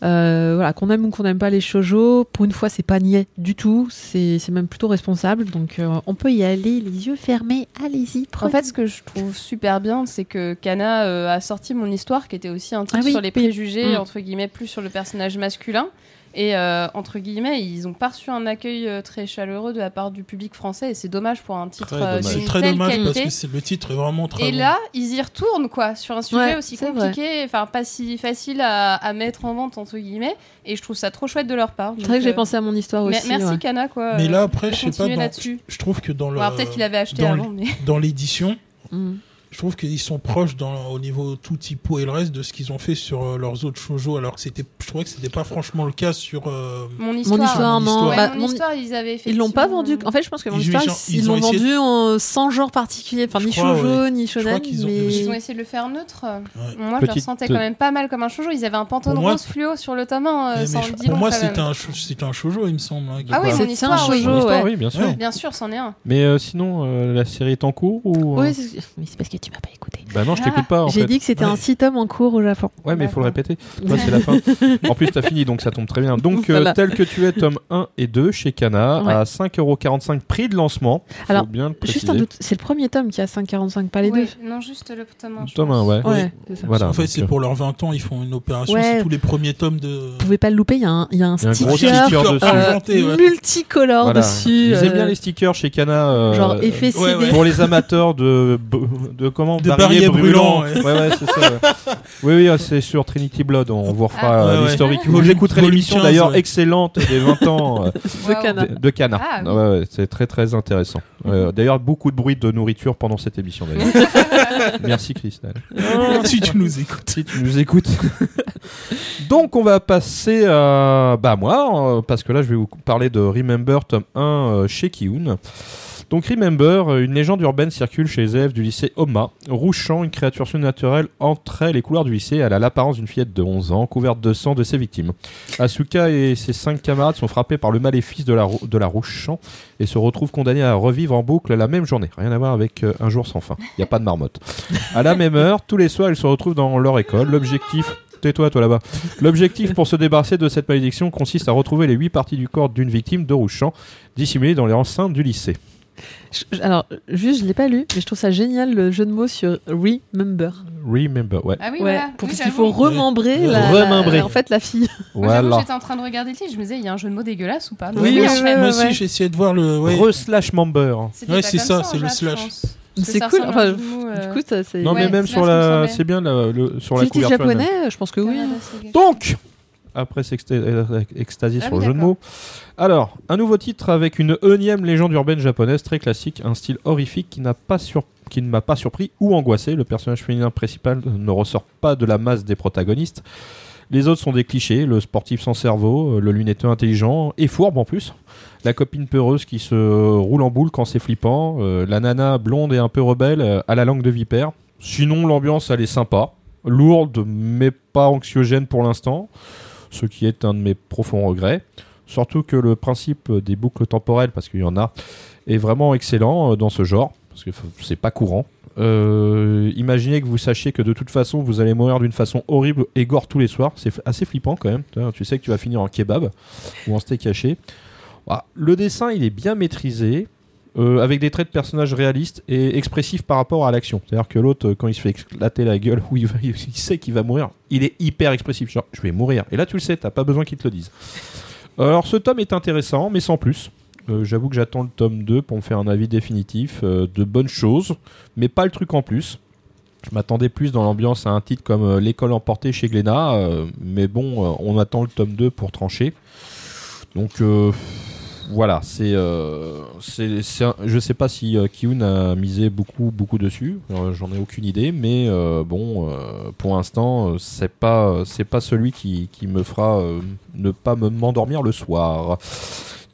S2: Euh, voilà, qu'on aime ou qu'on n'aime pas les shoujo, pour une fois, c'est pas niais du tout. C'est c'est même plutôt responsable, donc euh, on peut y aller les yeux fermés. Allez-y.
S3: En
S2: prenez.
S3: fait, ce que je trouve super bien, c'est que Kana euh, a sorti mon histoire, qui était aussi un titre
S2: Ah oui,
S3: sur les
S2: oui.
S3: préjugés,
S2: Mm.
S3: entre guillemets, plus sur le personnage masculin. Et euh, entre guillemets, ils ont pas reçu un accueil euh, très chaleureux de la part du public français, et c'est dommage pour un titre
S1: Très dommage.
S3: euh, d'une
S4: C'est très
S3: telle
S4: dommage parce
S3: qualité.
S4: que c'est- le titre est vraiment très.
S3: Et
S4: bon.
S3: là, ils y retournent, quoi, sur un sujet
S2: Ouais,
S3: aussi
S2: c'est
S3: compliqué, enfin, pas si facile à, à mettre en vente, entre guillemets, et je trouve ça trop chouette de leur part.
S2: c'est
S3: donc,
S2: vrai que j'ai
S3: euh,
S2: pensé à mon histoire
S3: me-
S2: aussi.
S3: Merci,
S2: ouais.
S3: Kana, quoi.
S4: Mais
S3: euh,
S4: là, après,
S3: de
S4: je sais pas.
S3: continuer
S4: dans-
S3: là-dessus.
S4: Je trouve que dans le.
S3: Bon, alors, peut-être qu'il avait acheté
S4: dans
S3: avant, mais.
S4: Dans l'édition,
S2: Mm.
S4: je trouve qu'ils sont proches dans, au niveau tout typo et le reste de ce qu'ils ont fait sur euh, leurs autres shoujo, alors que c'était, je trouvais que c'était pas franchement le cas sur. euh,
S3: Mon
S2: Mon
S3: histoire. hein.
S2: histoire, non.
S3: Ouais,
S2: Bah,
S3: mon,
S2: mon-
S3: histoire, ils avaient fait.
S2: Ils l'ont pas vendu. En fait, je pense que mon
S4: Ils-
S2: histoire,
S4: ils ont-
S2: ils
S4: ils
S2: ils
S4: ont
S2: l'ont
S4: essayé
S2: vendu en- sans genre particulier. Enfin,
S4: Je
S2: ni
S4: crois,
S2: shoujo, ni shonen.
S4: crois qu'ils ont-
S2: mais...
S3: Ils ont essayé de le faire neutre. Moi, je le
S1: Petite-
S3: ressentais quand même pas mal comme un shoujo. Ils avaient un pantalon
S4: Pour moi-
S3: rose fluo sur le tome 1, euh,
S4: mais
S3: sans
S4: je-
S3: le dire.
S4: pour moi,
S3: quand
S4: c'était
S3: même.
S4: un, shou- c'était un shoujo, il me semble. hein,
S3: Ah oui,
S4: quelque
S3: mon
S2: C'est un
S3: histoire, oui.
S2: shoujo.
S1: Histoire,
S2: ouais.
S1: Oui, bien sûr.
S4: Ouais.
S3: Bien sûr, c'en est un.
S1: Mais euh, sinon, euh, la série est en cours ou euh,
S2: Oui, c'est- mais c'est parce que et tu m'as pas écouté.
S1: Bah non, je t'écoute pas. En
S2: J'ai
S1: fait.
S2: dit que c'était un site homme en cours au Japon.
S1: Ouais, mais il faut le répéter. Toi, c'est la fin. En plus, t'as fini, donc ça tombe très bien. Donc, euh,
S2: Voilà.
S1: tel que tu es, tome 1 et 2 chez Kana,
S2: Ouais.
S1: à 5,45€ prix de lancement. Faut
S2: Alors,
S1: bien le
S2: Juste un
S1: préciser.
S2: doute, c'est le premier tome qui a 5,45, pas les
S3: Ouais,
S2: deux.
S3: Non, juste le tome un, je
S1: Tome
S3: pense.
S1: 1, Ah ouais.
S2: Ouais, c'est ça.
S1: Voilà.
S4: en fait,
S1: donc,
S4: c'est
S1: euh,
S4: pour leurs 20 ans, ils font une opération.
S2: Ouais.
S4: C'est tous les premiers tomes de.
S2: Vous pouvez pas le louper, il y a un, il y a un
S1: Il y a un
S2: sticker,
S1: gros sticker dessus.
S2: euh,
S4: Argenté, ouais.
S2: multicolore
S1: voilà.
S2: dessus.
S1: Ils aiment
S2: euh,
S1: bien les stickers chez Kana. euh,
S2: Genre effet CD.
S4: ouais, ouais.
S1: Pour les amateurs de b- de comment
S4: De
S1: Barillet
S4: barillet brûlant,
S1: ouais ouais, c'est ça. ouais. Oui oui, euh, c'est sur Trinity Blood, on vous refera
S4: Ah,
S1: euh,
S4: ouais, ouais.
S1: l'historique.
S4: Volume-
S1: J'écouterai
S4: volume
S1: l'émission
S4: 15,
S1: d'ailleurs
S4: ouais.
S1: excellente des 20 ans euh,
S2: de
S3: Wow.
S2: Kana.
S1: de, de Kana.
S3: Ah, oui. Mhm.
S1: Ouais, ouais, c'est très très intéressant. Euh, d'ailleurs beaucoup de bruit de nourriture pendant cette émission d'ailleurs. Merci Christelle.
S4: si tu nous écoutes.
S1: Si tu nous écoutes. Donc on va passer à bah moi euh, parce que là je vais vous parler de Remember tome 1 euh, chez Kiun. Donc Remember, euh, une légende urbaine circule chez les élèves du lycée Oma. Rouchant, une créature surnaturelle entrait les couloirs du lycée. Elle a l'apparence d'une fillette de 11 ans, couverte de sang de ses victimes. Asuka et ses cinq camarades sont frappés par le maléfice de la, rou- de la Rouchant et se retrouvent condamnés à revivre en boucle la même journée. Rien à voir avec euh, un jour sans fin. Il n'y a pas de marmotte. À la même heure, tous les soirs, ils se retrouvent dans leur école. L'objectif. Tais-toi, toi là-bas. L'objectif pour se débarrasser de cette malédiction consiste à retrouver les huit parties du corps d'une victime de Rouchan dissimulées dans les enceintes du lycée.
S2: Je- je- Alors, juste, je l'ai pas lu, mais je trouve ça génial le jeu de mots sur remember.
S1: Remember, ouais.
S3: Ah oui,
S2: Ouais,
S3: voilà.
S2: pour parce
S3: Oui,
S2: qu'il faut
S3: j'avoue.
S2: remembrer la,
S1: Remembrer.
S2: la- en fait la fille.
S3: Moi, j'avoue,
S1: Voilà.
S3: J'étais en train de regarder le titre, je me disais, il y a un jeu de mots dégueulasse ou pas
S2: Oui,
S4: moi
S2: oui,
S4: aussi,
S2: ouais,
S4: moi
S2: ouais,
S4: aussi,
S2: ouais.
S4: j'ai essayé de voir le. ouais.
S1: Re-slash member.
S3: C'était
S4: Ouais,
S3: pas
S4: c'est
S3: comme
S4: ça,
S3: en
S4: c'est le
S3: Jap, je
S4: slash.
S3: pense. Parce que
S2: C'est
S3: ça
S2: cool,
S3: ressemble à un
S2: enfin,
S3: jeu de mots,
S2: Du
S3: euh,
S2: coup, ça c'est.
S1: Non, mais
S3: Ouais,
S1: même
S3: c'est
S1: sur
S3: là, ça me
S1: la.
S3: semblait.
S1: C'est bien la- le- sur la
S2: Si c'est
S1: couverture. elle-même.
S2: japonais, euh, je pense que oui.
S3: Canada, c'est-
S1: Donc, après s'extasier euh, extasier
S3: Ah
S1: sur
S3: oui,
S1: le jeu de
S3: d'accord.
S1: mots. Alors, un nouveau titre avec une énième légende urbaine japonaise très classique, un style horrifique qui n'a pas sur- qui ne m'a pas surpris ou angoissé. Le personnage féminin principal ne ressort pas de la masse des protagonistes. Les autres sont des clichés, le sportif sans cerveau, euh, le lunetteux intelligent et fourbe en plus, la copine peureuse qui se roule en boule quand c'est flippant, euh, la nana blonde et un peu rebelle euh, à la langue de vipère. Sinon, l'ambiance, elle est sympa, lourde mais pas anxiogène pour l'instant ce qui est un de mes profonds regrets. Surtout que le principe des boucles temporelles, parce qu'il y en a, est vraiment excellent euh, dans ce genre, parce que f- c'est pas courant. Euh, imaginez que vous sachiez que de toute façon vous allez mourir d'une façon horrible et gore tous les soirs, c'est f- assez flippant quand même. Tu vois, Tu sais que tu vas finir en kebab ou en steak haché. Voilà. Le dessin il est bien maîtrisé, euh, avec des traits de personnages réalistes et expressifs par rapport à l'action. C'est-à-dire que l'autre, euh, quand il se fait éclater la gueule, ou il, va- il sait qu'il va mourir, il est hyper expressif. Genre, je vais mourir. Et là, tu le sais, t'as pas besoin qu'ils te le disent. Alors, ce tome est intéressant, mais sans plus. Euh, J'avoue que j'attends le tome 2 pour me faire un avis définitif euh, de bonnes choses, mais pas le truc en plus. Je m'attendais plus dans l'ambiance à un titre comme euh, L'école emportée chez Glénat, euh, mais bon, euh, on attend le tome 2 pour trancher. Donc, euh, voilà, c'est, euh, c'est, c'est un- je sais pas si euh, Kiun a misé beaucoup, beaucoup dessus. euh, j'en ai aucune idée, mais euh, bon, euh, pour l'instant, euh, c'est pas, euh, c'est pas celui qui, qui me fera euh, ne pas me m'endormir le soir.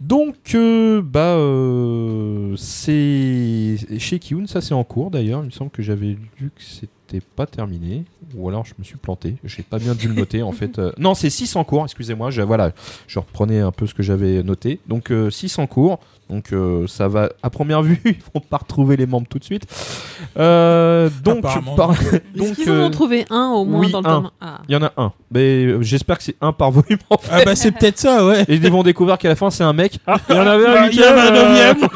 S1: Donc, euh, bah, euh, c'est chez Kiun, ça c'est en cours d'ailleurs. Il me semble que j'avais lu que c'était pas terminé, ou alors je me suis planté. J'ai pas bien dû le noter en fait. Euh, non, c'est 6 en cours. Excusez-moi. Je, voilà, je reprenais un peu ce que j'avais noté. Donc 6 en cours. Donc euh, ça va à première vue, ils vont pas retrouver les membres tout de suite. Euh, donc
S4: Apparemment.
S1: par-
S2: Est-ce
S1: donc
S2: qu'ils en
S1: euh,
S2: ont trouvé un au moins
S1: oui,
S2: dans le
S1: un.
S2: tome Ah.
S1: il y en a un. Mais euh, j'espère que c'est un par volume. en fait.
S4: Ah bah c'est peut-être ça, ouais.
S1: Et ils vont découvrir qu'à la fin c'est un mec. Ah, il y en avait un
S4: Bah, il y en
S1: huitième,
S4: a un
S1: euh,
S4: neuvième.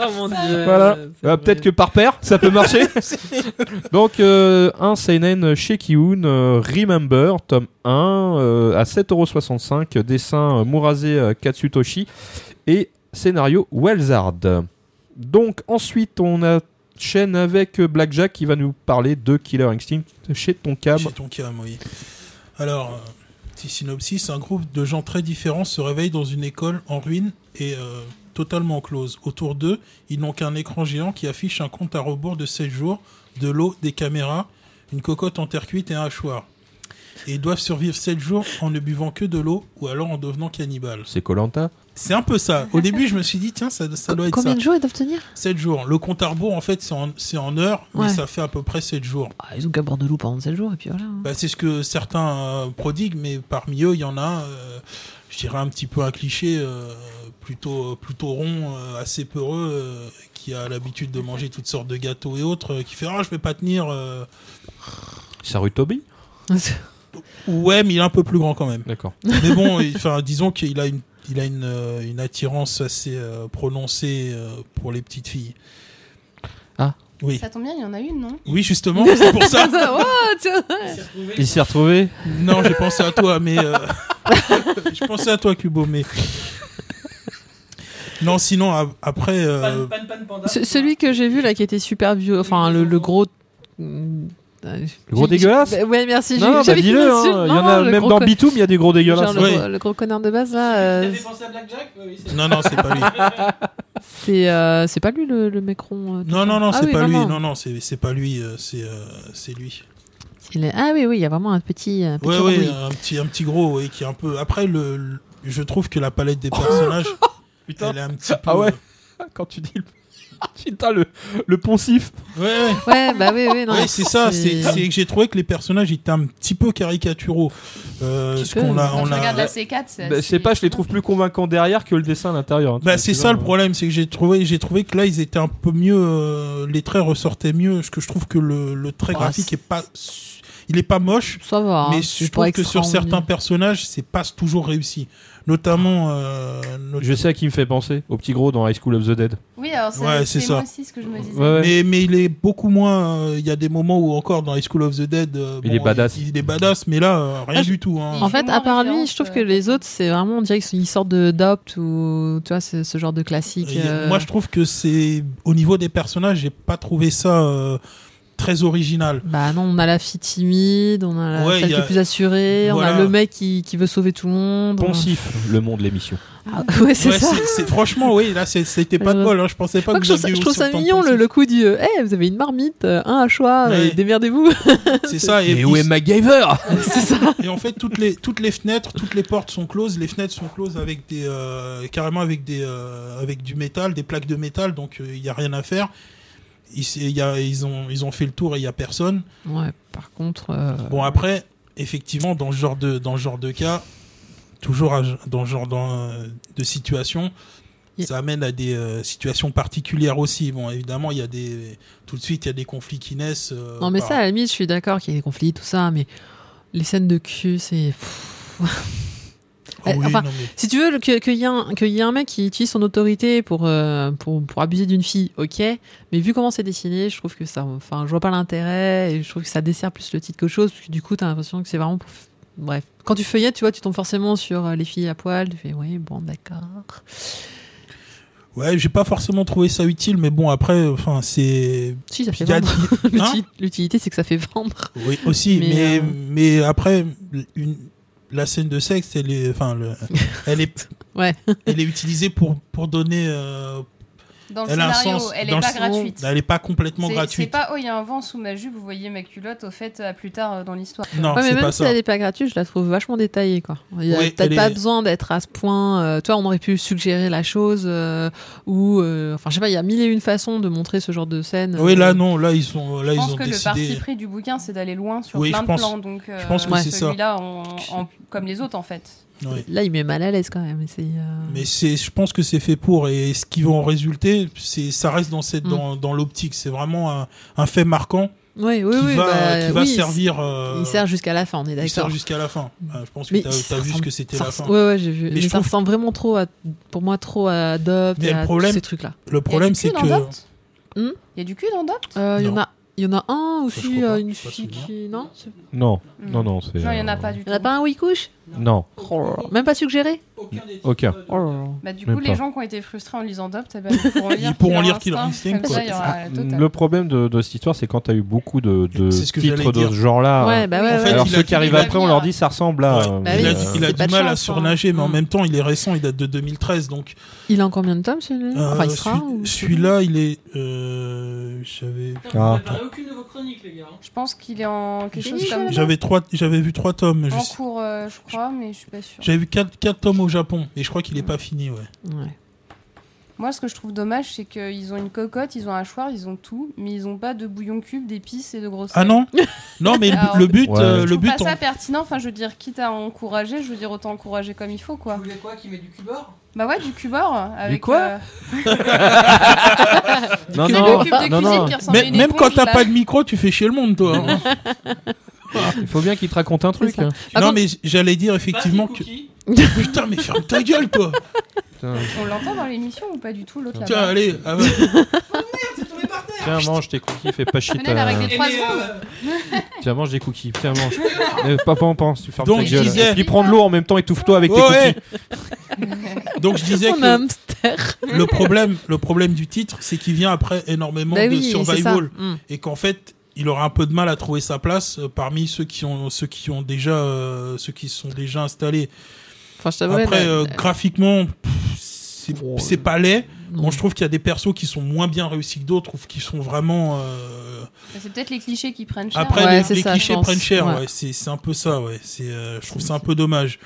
S2: Oh mon
S6: euh,
S2: dieu.
S1: Voilà. Bah, Peut-être que par paire, ça peut marcher. Donc, euh, un seinen chez Kiun, euh, Remember, tome 1, euh, à 7,65€, dessin euh, Murase euh, Katsutoshi et scénario Wellsard. Donc, ensuite, on enchaîne avec euh, Blackjack qui va nous parler de Killer Instinct chez Tonkam.
S4: Chez Tonkam, oui. Alors, euh, petit synopsis, un groupe de gens très différents se réveille dans une école en ruine et euh, totalement close. Autour d'eux, ils n'ont qu'un écran géant qui affiche un compte à rebours de 16 jours, de l'eau, des caméras, une cocotte en terre cuite et un hachoir. Et ils doivent survivre 7 jours en ne buvant que de l'eau ou alors en devenant cannibales.
S1: C'est Colanta.
S4: C'est un peu ça. Au début, je me suis dit, tiens, ça, ça doit être
S2: Combien
S4: ça.
S2: de jours ils doivent tenir
S4: 7 jours. Le compte à rebours, en fait, c'est en, c'est en heures,
S2: Ouais.
S4: mais ça fait à peu près 7 jours.
S2: Ah, Ils ont qu'à boire de l'eau
S4: hein.
S2: pendant 7 jours et puis voilà.
S4: Bah, c'est ce que certains euh, prodiguent, mais parmi eux, il y en a un, euh, je dirais, un petit peu un cliché euh, plutôt, plutôt rond, euh, assez peureux, euh, qui a l'habitude de manger toutes sortes de gâteaux et autres, euh, qui fait Ah, je vais pas tenir. euh.
S1: Sarutobi
S2: Ah,
S4: Ouais, mais il est un peu plus grand quand même.
S1: D'accord.
S4: Mais bon, il- enfin, disons qu'il a une, il a une, euh, une attirance assez euh, prononcée euh, pour les petites filles.
S1: Ah.
S4: Oui.
S3: Ça tombe bien, il y en a une, non
S4: Oui, justement, c'est pour ça.
S2: Oh, tiens.
S1: Il s'est retrouvé
S4: Non, j'ai pensé à toi, mais. euh, je pensais à toi, Cubo, mais. Non, sinon, a- après. euh,
S6: Pan, pan, pan, panda.
S2: Ce- Celui que j'ai vu là qui était super vieux, enfin le, le gros. Le
S1: gros dégueulasse
S2: Ouais, merci.
S1: Non, non, bah,
S2: j'avais fini
S1: dis-le. hein.
S2: là-dessus.
S1: Il y
S2: Non,
S1: en a
S2: non, le
S1: même
S2: gros
S1: dans
S2: con-
S1: Bitoum, il y a des gros
S2: Genre
S1: dégueulasses.
S2: le,
S4: Ouais.
S2: gros, le gros connard de base là,
S6: Il a
S2: euh,
S6: fait penser à Blackjack Oui, oui, c'est
S4: Non, Ah. non, c'est pas lui.
S2: c'est euh, c'est pas lui le, le mec rond. euh, tout
S4: Non,
S2: ça.
S4: non, non,
S2: Ah
S4: c'est
S2: oui,
S4: pas lui. Non, non, c'est c'est pas lui. euh, C'est euh, c'est lui.
S2: Il est- Ah oui, oui, il y a vraiment un petit. Un petit
S4: Ouais, ouais,
S2: rondouille.
S4: un petit, un petit gros, ouais, qui est un peu. Après, le, le- je trouve que la palette des personnages,
S1: Putain,
S4: elle est un petit peu.
S1: Ah ouais. quand tu dis le. Putain, le, le poncif.
S4: Ouais, ouais.
S2: Ouais, bah oui, oui, non.
S4: Ouais, c'est ça, c'est
S2: c'est-
S4: c'est que j'ai trouvé que les personnages étaient un petit peu caricaturaux. Euh,
S2: Petit
S4: ce
S2: peu,
S4: qu'on a,
S3: Quand
S4: on
S3: tu regardes la
S4: a...
S3: C4, c'est.
S1: Bah, je sais pas, je les trouve plus convaincants derrière que le dessin à l'intérieur. hein.
S4: Bah, c'est ça le problème, c'est que j'ai trouvé, j'ai trouvé que là ils étaient un peu mieux, euh, les traits ressortaient mieux. Ce que je trouve que le, le trait
S2: Ah,
S4: graphique
S2: c'est-
S4: est pas, su- il est pas moche,
S2: Ça va. hein,
S4: mais
S2: c'est
S4: je
S2: pas
S4: trouve que sur certains
S2: extraordinaire.
S4: personnages c'est pas toujours réussi. Notamment, euh, not-
S1: Je sais à qui me fait penser, au petit gros dans High School of the Dead.
S3: Oui, alors c'est
S4: Ouais, c'est
S3: c'est
S4: ça.
S3: moi aussi ce que je me disais.
S1: Ouais, ouais.
S4: mais, mais il est beaucoup moins. euh, Il y a des moments où encore dans High School of the Dead, euh,
S1: Il est badass.
S4: Il, est badass, mais là euh, rien
S2: Ah, je-
S4: du tout. hein.
S3: il-
S2: En fait,
S3: Moins
S2: à part lui,
S3: référence,
S2: je trouve
S3: euh,
S2: que les autres, c'est vraiment, on dirait qu'ils sortent de Dopt ou, tu vois, ce, ce genre de classique.
S4: Et,
S2: euh,
S4: Moi, je trouve que c'est au niveau des personnages, j'ai pas trouvé ça euh, très original.
S2: Bah non, on a la fille timide, on a la
S4: Ouais,
S2: celle
S4: y a-
S2: qui est plus assurée, on
S4: Voilà.
S2: a le mec qui, qui veut sauver tout le monde.
S1: Poncif, le monde, l'émission.
S2: Ah, ouais, c'est
S4: Ouais,
S2: ça.
S4: c'est- c'est- franchement, oui, là, c'est- c'était pas de
S2: Ouais.
S4: bol. hein. Je pensais pas
S2: Moi, que
S4: que
S2: je
S4: vous
S2: trouve ça,
S4: aviez
S2: je trouve
S4: autant
S2: ça
S4: de
S2: mignon
S4: pensées.
S2: le, le coup du euh, Eh, vous avez une marmite, euh, un à choix,
S4: Ouais.
S2: euh, démerdez-vous.
S4: C'est ça. Et,
S1: Mais où est
S4: ils-
S1: MacGyver
S2: c'est ça.
S4: et en fait, toutes les toutes les fenêtres, toutes les portes sont closes. Les fenêtres sont closes avec des euh, carrément avec des euh, avec du métal, des plaques de métal. Donc euh, il y a rien à faire. Ils, il y a- ils ont ils ont fait le tour et il y a personne.
S2: Ouais, par contre. euh,
S4: Bon après, effectivement, dans ce genre de dans ce genre de cas, toujours à- dans ce genre dans, euh, de situation,
S2: Y-
S4: ça amène à des euh, situations particulières aussi. Bon, évidemment, il y a des tout de suite il y a des conflits qui naissent. euh,
S2: Non, mais
S4: par-
S2: ça, à la limite, je suis d'accord qu'il y ait des conflits, tout ça, mais les scènes de cul, c'est.
S4: Ah oui,
S2: euh, enfin,
S4: non, mais-
S2: Si tu veux le- que- qu'il y, ait un- qu'il y ait un mec qui utilise son autorité pour, euh, pour, pour abuser d'une fille, ok, mais vu comment c'est dessiné, je trouve que ça. Enfin, je vois pas l'intérêt et je trouve que ça dessert plus le titre que chose, parce que du coup, t'as l'impression que c'est vraiment pour. Bref. Quand tu feuillettes, tu vois, tu tombes forcément sur euh, les filles à poil, tu fais, oui, bon, d'accord.
S4: Ouais, j'ai pas forcément trouvé ça utile, mais bon, après, enfin, c'est.
S2: Si, ça fait
S4: il y a-
S2: vendre.
S4: Hein
S2: L'uti- L'utilité, c'est que ça fait vendre.
S4: oui, aussi, mais,
S2: Mais,
S4: mais,
S2: euh,
S4: après, une, la scène de sexe, elle est, enfin, le- elle est,
S2: Ouais.
S4: elle est utilisée pour, pour donner. euh,
S3: Dans le
S4: elle a un
S3: scénario,
S4: sens.
S3: elle
S4: dans
S3: est
S4: le
S3: pas
S4: sens-
S3: gratuite.
S4: Elle est pas complètement
S3: C'est- C'est
S4: gratuite.
S3: pas, oh, il y a un vent sous ma jupe, vous voyez ma culotte, au fait, à plus tard euh, dans l'histoire.
S4: Non,
S2: ouais, mais
S4: c'est
S2: même
S4: pas
S2: si
S4: ça.
S2: elle est pas gratuite, je la trouve vachement détaillée, quoi. Il y a
S4: Oui, elle
S2: peut-être pas
S4: est-
S2: besoin d'être à ce point. euh, tu vois, on aurait pu suggérer la chose, euh, ou. euh, Enfin, je sais pas, il y a mille et une façons de montrer ce genre de scène.
S4: Oui,
S2: euh,
S4: là, non, là, ils sont, là,
S3: Je
S4: ils
S3: pense
S4: ont
S3: que le
S4: décidé.
S3: parti pris du bouquin, c'est d'aller loin sur
S4: Oui,
S3: plein
S4: je
S3: de
S4: pense-
S3: plans. Donc, je
S4: pense que c'est ça.
S3: Celui-là, en- en- comme les autres, en fait.
S4: Ouais.
S2: euh, Là, il met mal à l'aise quand même. C'est, euh,
S4: Mais c'est, je pense que c'est fait pour et ce qui va en résulter, c'est, ça reste dans cette,
S2: Mm.
S4: dans, dans l'optique. C'est vraiment un, un fait marquant
S2: Oui, oui,
S4: qui
S2: oui.
S4: va,
S2: bah,
S4: qui va
S2: oui,
S4: servir.
S2: il-
S4: euh,
S2: Il sert jusqu'à la fin, on est
S4: Il sert
S2: d'accord.
S4: jusqu'à la fin. Ah, je pense que
S2: Mais
S4: t'as
S2: ça
S4: as vu ce
S2: ressemble-
S4: que c'était
S2: ça
S4: la fin.
S2: ressemble- Ouais, ouais, j'ai vu.
S4: Mais
S2: Mais,
S4: je
S2: ça
S4: trouve-
S2: ressemble vraiment trop à, pour moi, trop à Dopt
S4: Mais
S2: et
S4: le
S2: à
S4: problème-
S2: ces trucs-là.
S4: Le problème, c'est que.
S3: Il y a du cul dans Dopt
S2: Hmm
S3: Il y a du cul dans Dopt
S2: Euh, Il y
S4: Non.
S2: en a, il y en a un
S4: Ça, je
S2: aussi,
S4: crois
S2: euh,
S4: pas,
S2: une
S4: je sais pas
S2: fille
S4: souvenir.
S2: qui, non
S1: Non,
S3: Hmm.
S1: non, non, c'est.
S3: Non, il n'y en
S1: euh,
S3: a pas du
S2: Il
S3: tout.
S2: n'y en a pas un où il couche
S1: Non.
S2: Même pas suggéré
S6: Aucun des
S1: Aucun.
S6: titres de-
S3: Bah, du
S1: Même
S3: coup,
S1: pas.
S3: les gens qui ont été frustrés en lisant Dopt, eh ben, ils pourront lire,
S4: pourront lire
S3: Killer
S4: Killer Instinct,
S3: Comme
S4: quoi.
S3: ça, il y aura la totale.
S1: Le problème de, de cette histoire, c'est quand t'as eu beaucoup de, de
S4: C'est ce que j'allais
S1: titres de
S4: dire.
S1: ce genre-là.
S2: Ouais,
S1: hein.
S2: bah
S3: Oui,
S2: ouais,
S3: en
S2: ouais.
S1: Alors
S4: il a
S1: ceux
S4: dit-
S1: qui arrivent
S3: il a
S1: après,
S3: dit- hein.
S1: on leur dit ça ressemble à.
S4: Ouais.
S1: euh,
S2: Bah
S4: il a,
S2: oui,
S1: euh,
S4: il a
S2: c'est
S4: du
S2: pas
S4: mal
S2: de
S4: à
S2: chance,
S4: surnager, mais en
S2: hein.
S4: même temps, il est récent, il date de 2013. Donc,
S2: Il a en combien de tomes celui-là
S4: euh,
S2: Mm. Enfin, il sera
S4: celui-
S2: ou-
S4: celui-là, il est. euh, j'avais-
S6: Putain,
S1: Ah.
S6: Vous préparez aucune de vos chroniques, les gars. hein.
S3: Je pense qu'il est en quelque chose
S2: Génial.
S3: comme
S4: J'avais trois, j'avais vu trois tomes. je
S3: en
S4: sais-
S3: cours, euh, je crois, mais je suis pas sûre.
S4: euh, J'avais vu quatre, quatre tomes au Japon, et je crois qu'il est pas fini. Ouais.
S2: Ouais.
S3: Moi, ce que je trouve dommage, c'est qu'ils ont une cocotte, ils ont un hachoir, ils ont tout, mais ils ont pas de bouillon cube, d'épices et de grosses.
S4: Ah non Non, mais le-
S3: Alors,
S4: le but,
S1: Ouais.
S4: euh,
S3: Je
S4: le
S3: trouve
S4: but,
S3: pas
S4: on-
S3: ça pertinent. Enfin, je veux dire, quitte à encourager, je veux dire autant encourager comme il faut,
S6: Vous
S3: quoi.
S6: voulez quoi Qui met du cubeur
S3: Bah ouais, du cubor avec.
S1: quoi
S3: euh,
S1: Non,
S3: c'est
S1: non,
S3: le cube de
S1: non,
S3: cuisine
S1: non.
S3: qui ressemble à
S4: Mais-
S3: une
S4: même quand
S3: éponge,
S4: t'as
S3: là.
S4: pas de micro, tu fais chier le monde, toi. hein.
S1: Il faut bien qu'il te raconte un truc.
S2: ça.
S1: hein.
S2: Ah
S4: non,
S2: bon
S4: mais j'allais dire effectivement
S6: Pas
S4: que.
S6: des cookies.
S4: Putain, mais ferme ta gueule, toi
S1: Putain,
S3: On l'entend dans l'émission ou pas du tout l'autre
S4: Tiens,
S3: là-bas
S4: allez, ah ouais.
S6: Merde, c'est Ah, tombé par terre
S1: Tiens, mange tes cookies, fais pas chier.
S3: Tenez, la
S1: ta-
S3: règle des
S6: Et
S3: Trois
S6: les,
S3: secondes.
S6: euh,
S1: Tiens, mange des cookies. Tiens, mange. Euh, Papa en pense, tu fermes
S4: Donc,
S1: ta
S4: je
S1: gueule.
S4: disais-
S1: Et puis prends de l'eau en même temps et touffe-toi avec tes
S4: Ouais.
S1: cookies.
S4: Donc je disais
S2: On a
S4: que
S2: un hamster.
S4: le problème, le problème du titre, c'est qu'il vient après énormément
S2: Bah
S4: de
S2: oui, c'est ça.
S4: survival
S2: Mm.
S4: et qu'en fait, il aura un peu de mal à trouver sa place euh, parmi ceux qui ont ceux qui ont déjà euh, ceux qui sont déjà installés.
S2: Enfin, je t'avouerais,
S4: Après,
S2: là-
S4: euh, graphiquement, pff, c'est
S2: Bon,
S4: c'est pas laid.
S2: non.
S4: Bon, je trouve qu'il y a des persos qui sont moins bien réussis que d'autres, ou qui sont vraiment. euh,
S3: C'est peut-être les clichés qui prennent cher.
S4: Après,
S2: Ouais,
S4: les,
S2: c'est
S4: les
S2: ça, je
S4: clichés
S2: pense.
S4: prennent cher.
S2: Ouais.
S4: ouais, c'est c'est un peu ça. Ouais, c'est euh, je trouve ça un peu dommage.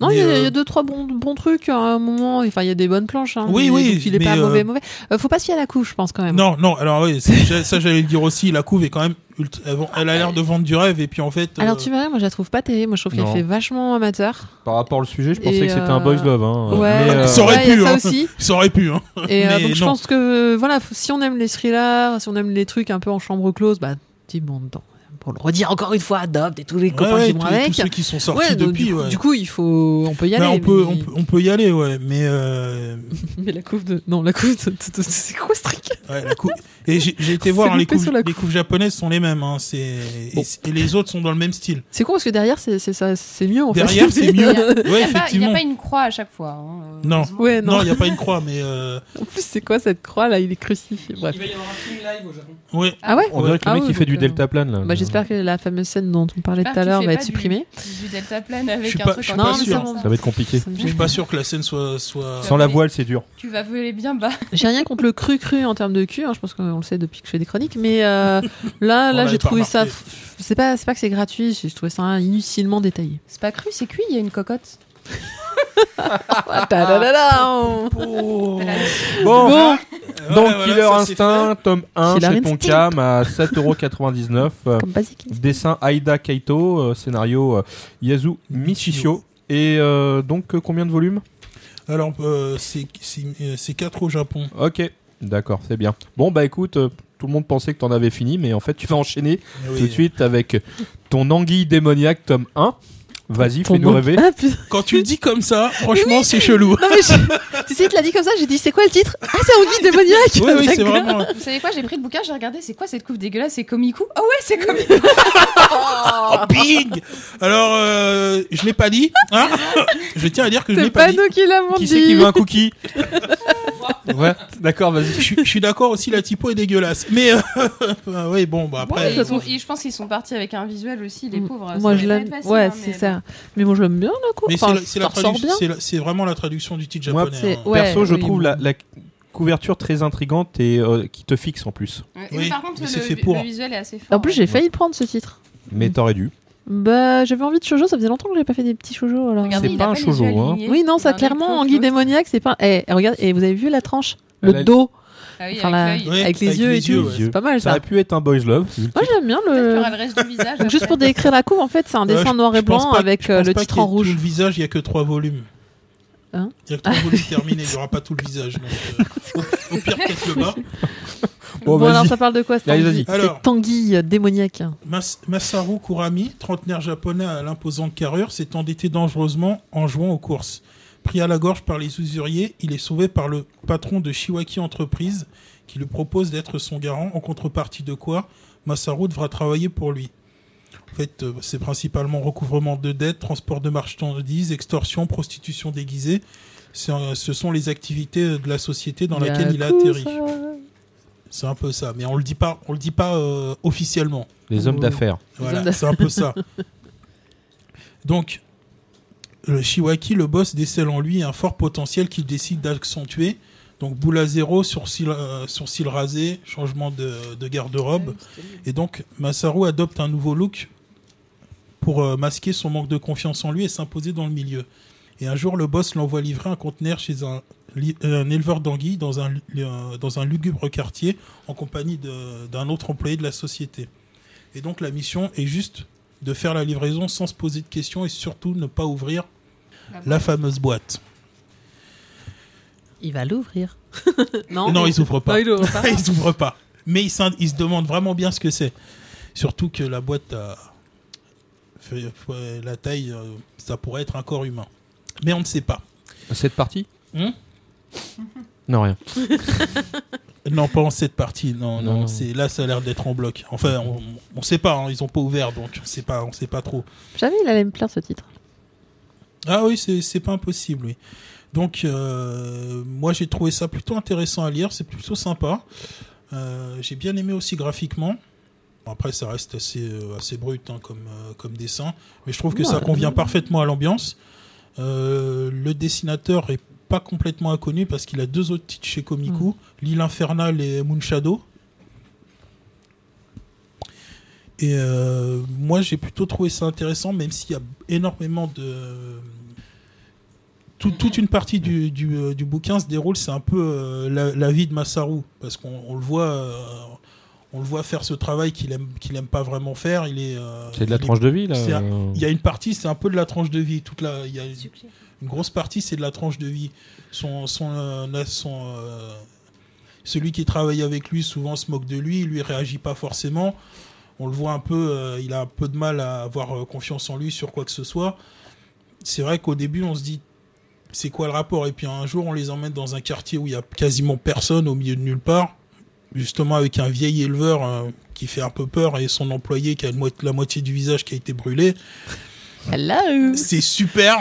S2: Non, il
S4: Mais,
S2: y, a- il y
S4: euh,
S2: a deux trois bons, bons trucs à un moment. Enfin, il y a des bonnes planches. Hein,
S4: Oui,
S2: mais-
S4: oui,
S2: donc il est
S4: mais,
S2: pas
S4: euh,
S2: mauvais, mauvais. Euh, faut pas se fier à la couche, je pense quand même.
S4: Non, non, alors oui, c'est- j'ai- ça j'allais le dire aussi, la couve est quand même ultra- elle- elle a l'air de vendre du rêve et puis en fait
S2: Alors
S4: euh,
S2: tu verras, moi je la trouve pas terrible. Moi je trouve qu'elle
S1: Non.
S2: fait vachement amateur.
S1: Par rapport au sujet, je
S2: Et,
S1: pensais que c'était un
S2: euh,
S1: boys love. Hein.
S2: ouais,
S1: Mais, euh,
S4: Ça aurait
S2: ouais, il y a
S4: pu,
S2: ça
S4: hein.
S2: aussi.
S4: ça aurait pu hein.
S2: Et euh,
S4: Mais
S2: donc je
S4: non.
S2: pense que euh, voilà, faut- si on aime les thrillers, si on aime les trucs un peu en chambre close, bah t'y bon dedans. Pour le redire encore une fois, Adopt et tous les copains
S4: Ouais, ouais,
S2: qui vont
S4: tous,
S2: avec.
S4: tous ceux qui sont sortis
S2: Ouais, donc,
S4: depuis
S2: du, coup,
S4: ouais.
S2: du coup, il faut, on peut y
S4: Bah,
S2: aller.
S4: on peut
S2: mais-
S4: on, peut- on peut y aller ouais, mais euh,
S2: Mais la couve de, non, la couve de, de- de- c'est quoi ce truc
S4: ouais, la couve et j'ai j'ai été
S2: On
S4: voir
S2: s'est
S4: hein, les
S2: loupé
S4: couves
S2: sur la
S4: les couves japonaises sont les mêmes hein, c'est et-
S2: Bon.
S4: et, les autres sont dans le même style.
S2: C'est con parce que derrière, c'est c'est ça, c'est mieux en
S4: Derrière
S2: fait.
S4: c'est mieux.
S2: bah,
S3: Il
S4: Ouais,
S3: n'y a,
S4: effectivement.
S3: pas une croix à chaque fois. hein, euh,
S4: Non.
S3: heureusement.
S2: Ouais, non.
S4: Non, il n'y a pas une croix mais euh,
S2: En plus, c'est quoi cette croix là Il est crucifié. Bref.
S6: Il va y avoir un film live au Japon.
S4: ouais.
S2: Ah ouais
S1: On dirait que le
S2: Ah
S1: mec
S2: oui,
S1: qui fait
S2: donc,
S1: du
S2: euh,
S1: deltaplane là.
S2: Bah, j'espère que la fameuse scène dont on parlait
S3: J'espère
S2: tout à
S3: qu'il
S2: l'heure
S3: fait
S2: va
S3: pas
S2: être
S3: du-
S2: supprimée.
S3: Du delta plane
S4: Je suis
S3: avec
S4: pas-
S3: un truc
S4: je
S3: en
S4: suis pas
S3: caoutchouc,
S4: sûr.
S3: ça.
S1: Ça va être compliqué.
S2: Ça me
S4: Je suis
S2: gêne.
S4: pas sûr que la scène soit soit
S1: Sans la voile, c'est dur.
S3: Tu vas voler bien bas.
S2: J'ai rien contre le cru cru en termes de cul, hein, je pense qu'on le sait depuis que je fais des chroniques, mais euh, là,
S4: On
S2: là
S4: l'avait
S2: j'ai
S4: pas
S2: trouvé ça.
S4: remarqué.
S2: C'est pas, c'est pas que c'est gratuit, j'ai trouvé ça inutilement détaillé.
S3: C'est pas cru, c'est cuit, il y a une cocotte.
S2: Ah, tadadada
S4: Oh.
S1: Bon,
S2: Bon,
S4: Voilà,
S1: donc
S4: voilà,
S1: Killer
S4: ça, c'est
S1: Instinct, tome 1
S2: Killer
S1: chez Tonkam à 7,99€. euh,
S2: comme basique.
S1: dessin Aida Kaito, euh, scénario euh, Yasu Michishio. Et euh, donc, euh, combien de volumes
S4: fait. Alors euh, c'est c'est euh, c'est quatre au Japon.
S1: Ok, d'accord, c'est bien. Bon, bah écoute, euh, tout le monde pensait que t'en avais fini, mais en fait, tu vas enchaîner
S4: Eh oui.
S1: tout de suite avec ton Anguille démoniaque, tome 1. Vas-y,
S2: Ton
S1: fais-nous
S2: nom-
S1: rêver.
S2: Ah, putain.
S4: Quand tu le dis comme ça, franchement, c'est chelou.
S2: Non, mais je- tu sais, il te l'a dit comme ça, j'ai dit c'est quoi le titre Ah, c'est Anguille démoniaque
S4: Oui, oui, c'est
S2: D'accord.
S4: vraiment.
S3: Vous savez quoi J'ai pris le bouquin, j'ai regardé, c'est quoi cette coupe dégueulasse C'est Komiku Ah ouais, c'est Komiku
S4: Oh, big Alors, euh, je l'ai pas dit. hein je tiens à dire que je l'ai
S2: C'est
S4: pas,
S2: pas
S4: dit.
S2: nous qui l'avons
S1: Qui
S2: dit
S1: c'est qui veut un cookie Ouais, d'accord,
S4: Je,
S1: vas-y.
S4: suis- je suis d'accord aussi, la typo est dégueulasse. Mais euh, bah oui, bon, bah
S3: Et
S4: après.
S3: ils ont- et Je pense qu'ils sont partis avec un visuel aussi, les pauvres.
S2: Mm. Moi
S3: Ça
S2: je
S3: va pas
S2: l'aime.
S3: être facile,
S2: Ouais,
S3: hein,
S2: c'est
S3: mais bon.
S2: ça. Mais moi je l'aime bien la coupe.
S4: Mais
S2: Enfin,
S4: c'est la- c'est
S2: ça
S4: la
S2: ressort
S4: tradu-
S2: bien.
S4: c'est la- c'est vraiment la traduction du titre
S1: Moi,
S4: japonais.
S2: c'est-
S4: hein.
S2: Ouais,
S1: Perso, je
S2: oui,
S1: trouve
S2: bon.
S1: la, la couverture très intrigante et euh, qui te fixe en plus.
S3: Euh,
S4: Oui,
S3: mais par contre,
S4: mais
S3: le,
S4: c'est fait pour.
S3: le visuel est assez fort.
S2: En plus, j'ai failli prendre ce titre.
S1: Mais t'aurais dû.
S2: Bah, j'avais envie de shoujo, ça faisait longtemps que j'avais pas fait des petits shoujo alors.
S3: Regardez,
S1: C'est
S3: il
S1: pas
S3: a
S1: un
S3: les
S1: shoujo,
S3: yeux
S1: hein.
S3: alignés.
S2: Oui, non, ça
S3: Regardez,
S2: clairement,
S3: l'autre,
S2: Anguille
S3: l'autre.
S2: démoniaque, c'est pas. Eh, regarde, et vous avez vu la tranche Le
S1: Elle a-
S2: dos,
S3: Ah oui,
S2: Enfin, la-
S3: avec l'œil.
S4: Ouais,
S2: avec les
S4: avec
S2: yeux
S4: les
S2: et
S4: yeux,
S2: tout.
S4: ouais.
S2: C'est pas mal
S1: Ça
S2: ça.
S1: aurait pu être un boys love.
S2: Moi j'aime bien
S3: Peut-être qu'il y
S2: le.
S3: aura le reste du visage. euh,
S2: Donc, juste
S3: après.
S2: pour décrire la coupe, en fait, c'est un
S4: Euh,
S2: dessin
S4: je-
S2: noir et
S4: je pense
S2: blanc
S4: pas-
S2: avec
S4: je
S2: euh,
S4: pense
S2: le
S4: pas
S2: titre
S4: qu'il y
S2: en
S4: ait Tout
S2: rouge.
S4: le visage, il n'y a que trois volumes.
S2: Hein
S4: il y a que trois volumes terminés, il n'y aura pas tout le visage. donc, euh, au, au pire, peut-être le bas.
S1: Bon,
S2: Bon,
S1: Oh, vas-y.
S2: alors ça parle de quoi cette
S1: Allez,
S2: anguille
S4: vas-y. Alors.
S2: Cette anguille euh, démoniaque.
S4: Mas- Masaru Kurami, trentenaire japonais à l'imposante carrure, s'est endetté dangereusement en jouant aux courses. Pris à la gorge par les usuriers, il est sauvé par le patron de Shiwaki Entreprise qui lui propose d'être son garant, en contrepartie de quoi Masaru devra travailler pour lui. En fait, euh, c'est principalement recouvrement de dettes, transport de marchandises, extorsion, prostitution déguisée. C'est un- ce sont les activités euh, de la société dans laquelle il a atterri. C'est un peu ça, mais on le dit pas, on le dit pas euh, officiellement.
S1: Les hommes
S2: Ouais.
S1: d'affaires.
S2: hommes
S4: Voilà,
S2: d'affaires.
S4: c'est un peu ça. Donc, le Shiwaki, le boss, décèle en lui un fort potentiel qu'il décide d'accentuer. Donc, boule à zéro, sourcil, euh, sourcil rasé, changement de, de garde-robe. Et donc, Masaru adopte un nouveau look pour euh, masquer son manque de confiance en lui et s'imposer dans le milieu. Et un jour, le boss l'envoie livrer un conteneur chez un, li- euh, un éleveur d'anguilles dans un, lu- euh, dans un lugubre quartier en compagnie de- d'un autre employé de la société. Et donc la mission est juste de faire la livraison sans se poser de questions et surtout ne pas ouvrir la fameuse boîte.
S2: Il va l'ouvrir. non,
S4: Non, ils n'ouvrent pas.
S2: il l'ouvre pas.
S4: ils n'ouvrent pas. Mais ils, s'in- ils se demandent vraiment bien ce que c'est. Surtout que la boîte a fait- ouais, la taille, euh, ça pourrait être un corps humain. Mais on ne sait pas.
S1: Cette partie
S4: Hmm
S1: Non, rien.
S4: Non, pas en cette partie. Non, non.
S1: Non.
S4: c'est là, ça a l'air d'être en bloc. Enfin, on, on sait pas. hein, ils ont pas ouvert, donc on sait pas. On sait pas trop.
S2: Jamais il allait me plaire ce titre.
S4: Ah oui, c'est c'est pas impossible, oui. Donc, euh, moi, j'ai trouvé ça plutôt intéressant à lire. C'est plutôt sympa. Euh, j'ai bien aimé aussi graphiquement. Bon, après, ça reste assez, euh, assez brut hein, comme, euh, comme dessin. Mais je trouve que ça
S2: Ouais.
S4: convient parfaitement à l'ambiance. Euh, le dessinateur est pas complètement inconnu parce qu'il a deux autres titres chez Komiku L'île infernale et Moon Shadow. Et euh, moi, j'ai plutôt trouvé ça intéressant, même s'il y a énormément de. Tout- toute une partie du, du, euh, du bouquin se déroule, c'est un peu euh, la, la vie de Masaru, parce qu'on on le voit. euh, on le voit faire ce travail qu'il aime, qu'il aime pas vraiment faire. Il est. euh,
S1: C'est de la
S4: il est-
S1: tranche de vie, là
S4: c'est un-
S1: euh,
S4: Il y a une partie, c'est un peu de la tranche de vie. Toute la, il y a une, une grosse partie, c'est de la tranche de vie. Son, son, euh, son, euh, celui qui travaille avec lui souvent se moque de lui, lui réagit pas forcément. On le voit un peu, euh, il a un peu de mal à avoir euh, confiance en lui sur quoi que ce soit. C'est vrai qu'au début, on se dit c'est quoi le rapport Et puis un jour, on les emmène dans un quartier où il y a quasiment personne, au milieu de nulle part, justement avec un vieil éleveur euh, qui fait un peu peur et son employé qui a le mo- la moitié du visage qui a été brûlé.
S2: Hello
S4: C'est super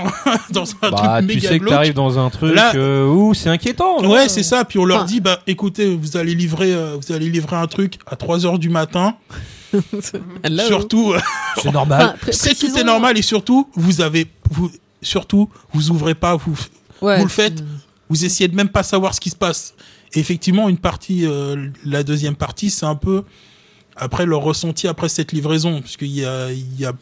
S4: dans
S1: Bah,
S4: un truc
S1: tu
S4: méga
S1: sais que
S4: glauque.
S1: t'arrives dans un truc
S4: Là-
S1: euh, où c'est inquiétant. là.
S4: Ouais, c'est ça. Puis on leur
S2: Oh. Enfin-
S4: dit, bah, écoutez, vous allez livrer, euh, vous allez livrer un truc à 3 heures du matin.
S2: Hello
S4: Surtout, euh,
S1: C'est normal.
S4: Bah, c'est tout est normal et surtout, vous avez, vous, surtout, vous ouvrez pas, vous, vous le faites.
S2: Mm.
S4: vous essayez de même pas savoir ce qui se passe. Et effectivement, une partie, euh, la deuxième partie, c'est un peu après leur ressenti après cette livraison, parce qu'il y a, il y a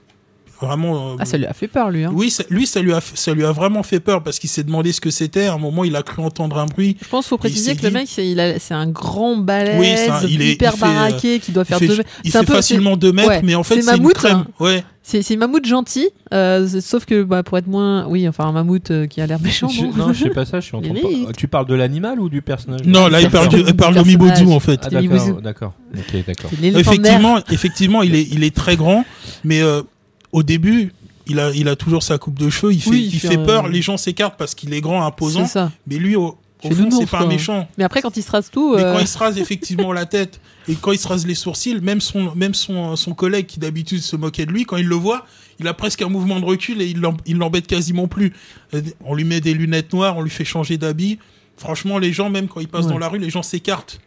S4: vraiment. euh,
S2: Ah, ça lui a fait peur, lui. Hein.
S4: oui, ça- lui, ça lui a, ça lui a vraiment fait peur parce qu'il s'est demandé ce que c'était. À un moment, il a cru entendre un bruit.
S2: Je pense qu'il faut préciser
S4: s'est
S2: que le
S4: dit-
S2: mec, c'est il a- c'est un grand balèze,
S4: Oui, c'est un- il est-
S2: hyper
S4: il fait, euh,
S2: baraqué, qui doit
S4: Il
S2: faire
S4: fait,
S2: deux.
S4: il
S2: c'est un
S4: fait
S2: peu-
S4: facilement deux mètres,
S2: ouais,
S4: mais en fait,
S2: c'est
S4: c'est une
S2: mammouth,
S4: crème.
S2: hein.
S4: Ouais.
S2: C'est c'est mammouth gentil, euh, c'est- sauf que bah, pour être moins. Oui, enfin, un mammouth euh, qui a l'air méchant.
S1: Je-
S2: non
S1: non, je sais pas ça, je suis en train de
S2: Limite.
S1: par- Tu parles de l'animal ou du personnage
S4: Non, là, il parle, du- il parle de
S2: Personnage.
S4: Mibozu, en fait.
S1: Ah,
S2: Mibozu.
S1: d'accord, d'accord. Ok, d'accord.
S2: C'est l'éléphant de mer.
S4: Effectivement, effectivement, il est, il est très grand, mais euh, au début, il a, il a toujours sa coupe de cheveux. Il fait,
S2: Oui,
S4: il
S2: il fait
S4: fait
S2: un-
S4: peur. Les gens s'écartent parce qu'il est grand, imposant.
S2: C'est ça.
S4: Mais lui, au, au
S2: C'est
S4: fond,
S2: nounours,
S4: c'est pas un
S2: quoi.
S4: méchant.
S2: Mais après, quand il se rase tout.
S4: Mais
S2: euh,
S4: quand il se rase effectivement la tête et quand il se rase les sourcils, même son, même son, son collègue qui d'habitude se moquait de lui, quand il le voit, il a presque un mouvement de recul et il l'em- il l'embête quasiment plus. Euh, On lui met des lunettes noires, on lui fait changer d'habit. Franchement, les gens, même quand ils passent
S2: Ouais.
S4: dans la rue, les gens s'écartent.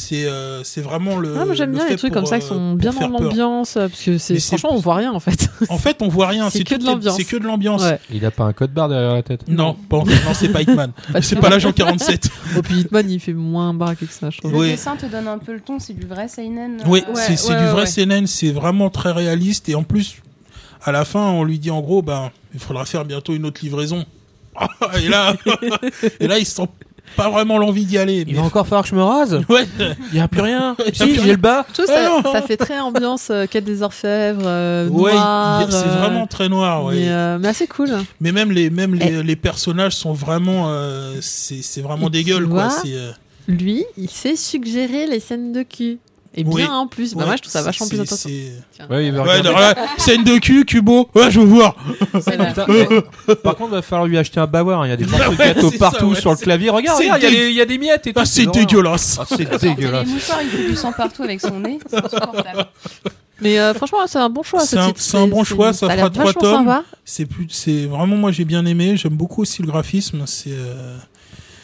S4: C'est euh, c'est vraiment le.
S2: Ah, moi j'aime
S4: le
S2: bien les
S4: fait
S2: trucs
S4: pour,
S2: comme ça qui
S4: euh,
S2: sont
S4: pour
S2: bien
S4: faire
S2: dans
S4: peur.
S2: l'ambiance, euh, parce que c'est
S4: Mais c'est-
S2: franchement on voit rien en fait.
S4: En fait, on voit rien.
S2: C'est que
S4: tout
S2: de l'ambiance.
S4: C'est que de l'ambiance.
S2: Ouais.
S1: Il a pas un code barre derrière la tête
S4: Non, bon, non, c'est pas Hitman.
S2: Parce
S4: c'est
S2: que-
S4: pas l'agent 47.
S2: Oh, puis Hitman il fait moins baraqué que ça, je trouve.
S3: Le
S4: Oui.
S3: dessin te donne un peu le ton, c'est du vrai seinen. euh,
S4: Oui,
S3: euh,
S4: c'est c'est
S2: ouais,
S4: du
S2: ouais,
S4: vrai
S2: ouais.
S4: CNN, c'est vraiment très réaliste. Et en plus, à la fin, on lui dit en gros, ben, il faudra faire bientôt une autre livraison. et là, et là, ils sentent pas vraiment l'envie d'y aller. mais-
S1: encore falloir que je me rase
S4: Ouais,
S1: Il y a plus rien
S4: Si, plus j'ai rien. le
S1: bas
S2: Je trouve
S4: Ah
S2: ça,
S4: non.
S2: ça fait très ambiance euh, quête des orfèvres, euh,
S4: ouais,
S2: noir,
S4: il- c'est
S2: euh,
S4: vraiment très noir. ouais.
S2: Mais, euh, mais assez cool.
S4: Mais même les, même les, les personnages sont vraiment, euh, c'est c'est vraiment
S2: Et
S4: des
S2: tu
S4: gueules quoi.
S2: vois,
S4: c'est, euh,
S2: Lui, il sait suggérer les scènes de cul. Et bien
S4: Oui.
S2: en plus. Bah
S4: ouais,
S2: moi je trouve ça
S4: c'est-
S2: vachement plus
S4: c'est-
S2: intéressant.
S4: c'est-
S1: Ouais, il va
S4: Ouais,
S1: regarder.
S4: non, ouais, scène de cul, Cubo. Ouais, je veux voir.
S3: c'est la-
S1: Putain, mais- Par contre, va falloir lui acheter un bavoir. hein. Il y a des morceaux de
S4: Ouais,
S1: gâteau
S4: c'est ça,
S1: partout
S4: ouais,
S1: sur le
S4: c'est-
S1: clavier. Regarde,
S4: c'est
S1: regarde, il y a
S4: dégueu.
S1: les- il y a des miettes et tout.
S4: Ah, c'est
S2: hein.
S1: l'horreur.
S4: dégueulasse.
S1: Ah, c'est
S3: Les
S1: dégueulasse.
S3: mouchoirs, il fait du sang partout avec son nez, c'est insupportable.
S2: Mais euh, franchement c'est un bon choix.
S4: C'est
S2: ce
S4: un-
S2: titre.
S4: c'est un bon
S2: c'est-
S4: choix, ça
S2: a
S4: fera
S2: l'air
S4: trois
S2: vachement
S4: tomes.
S2: sympa.
S4: C'est plus, c'est vraiment moi j'ai bien aimé. J'aime beaucoup aussi le graphisme. C'est euh,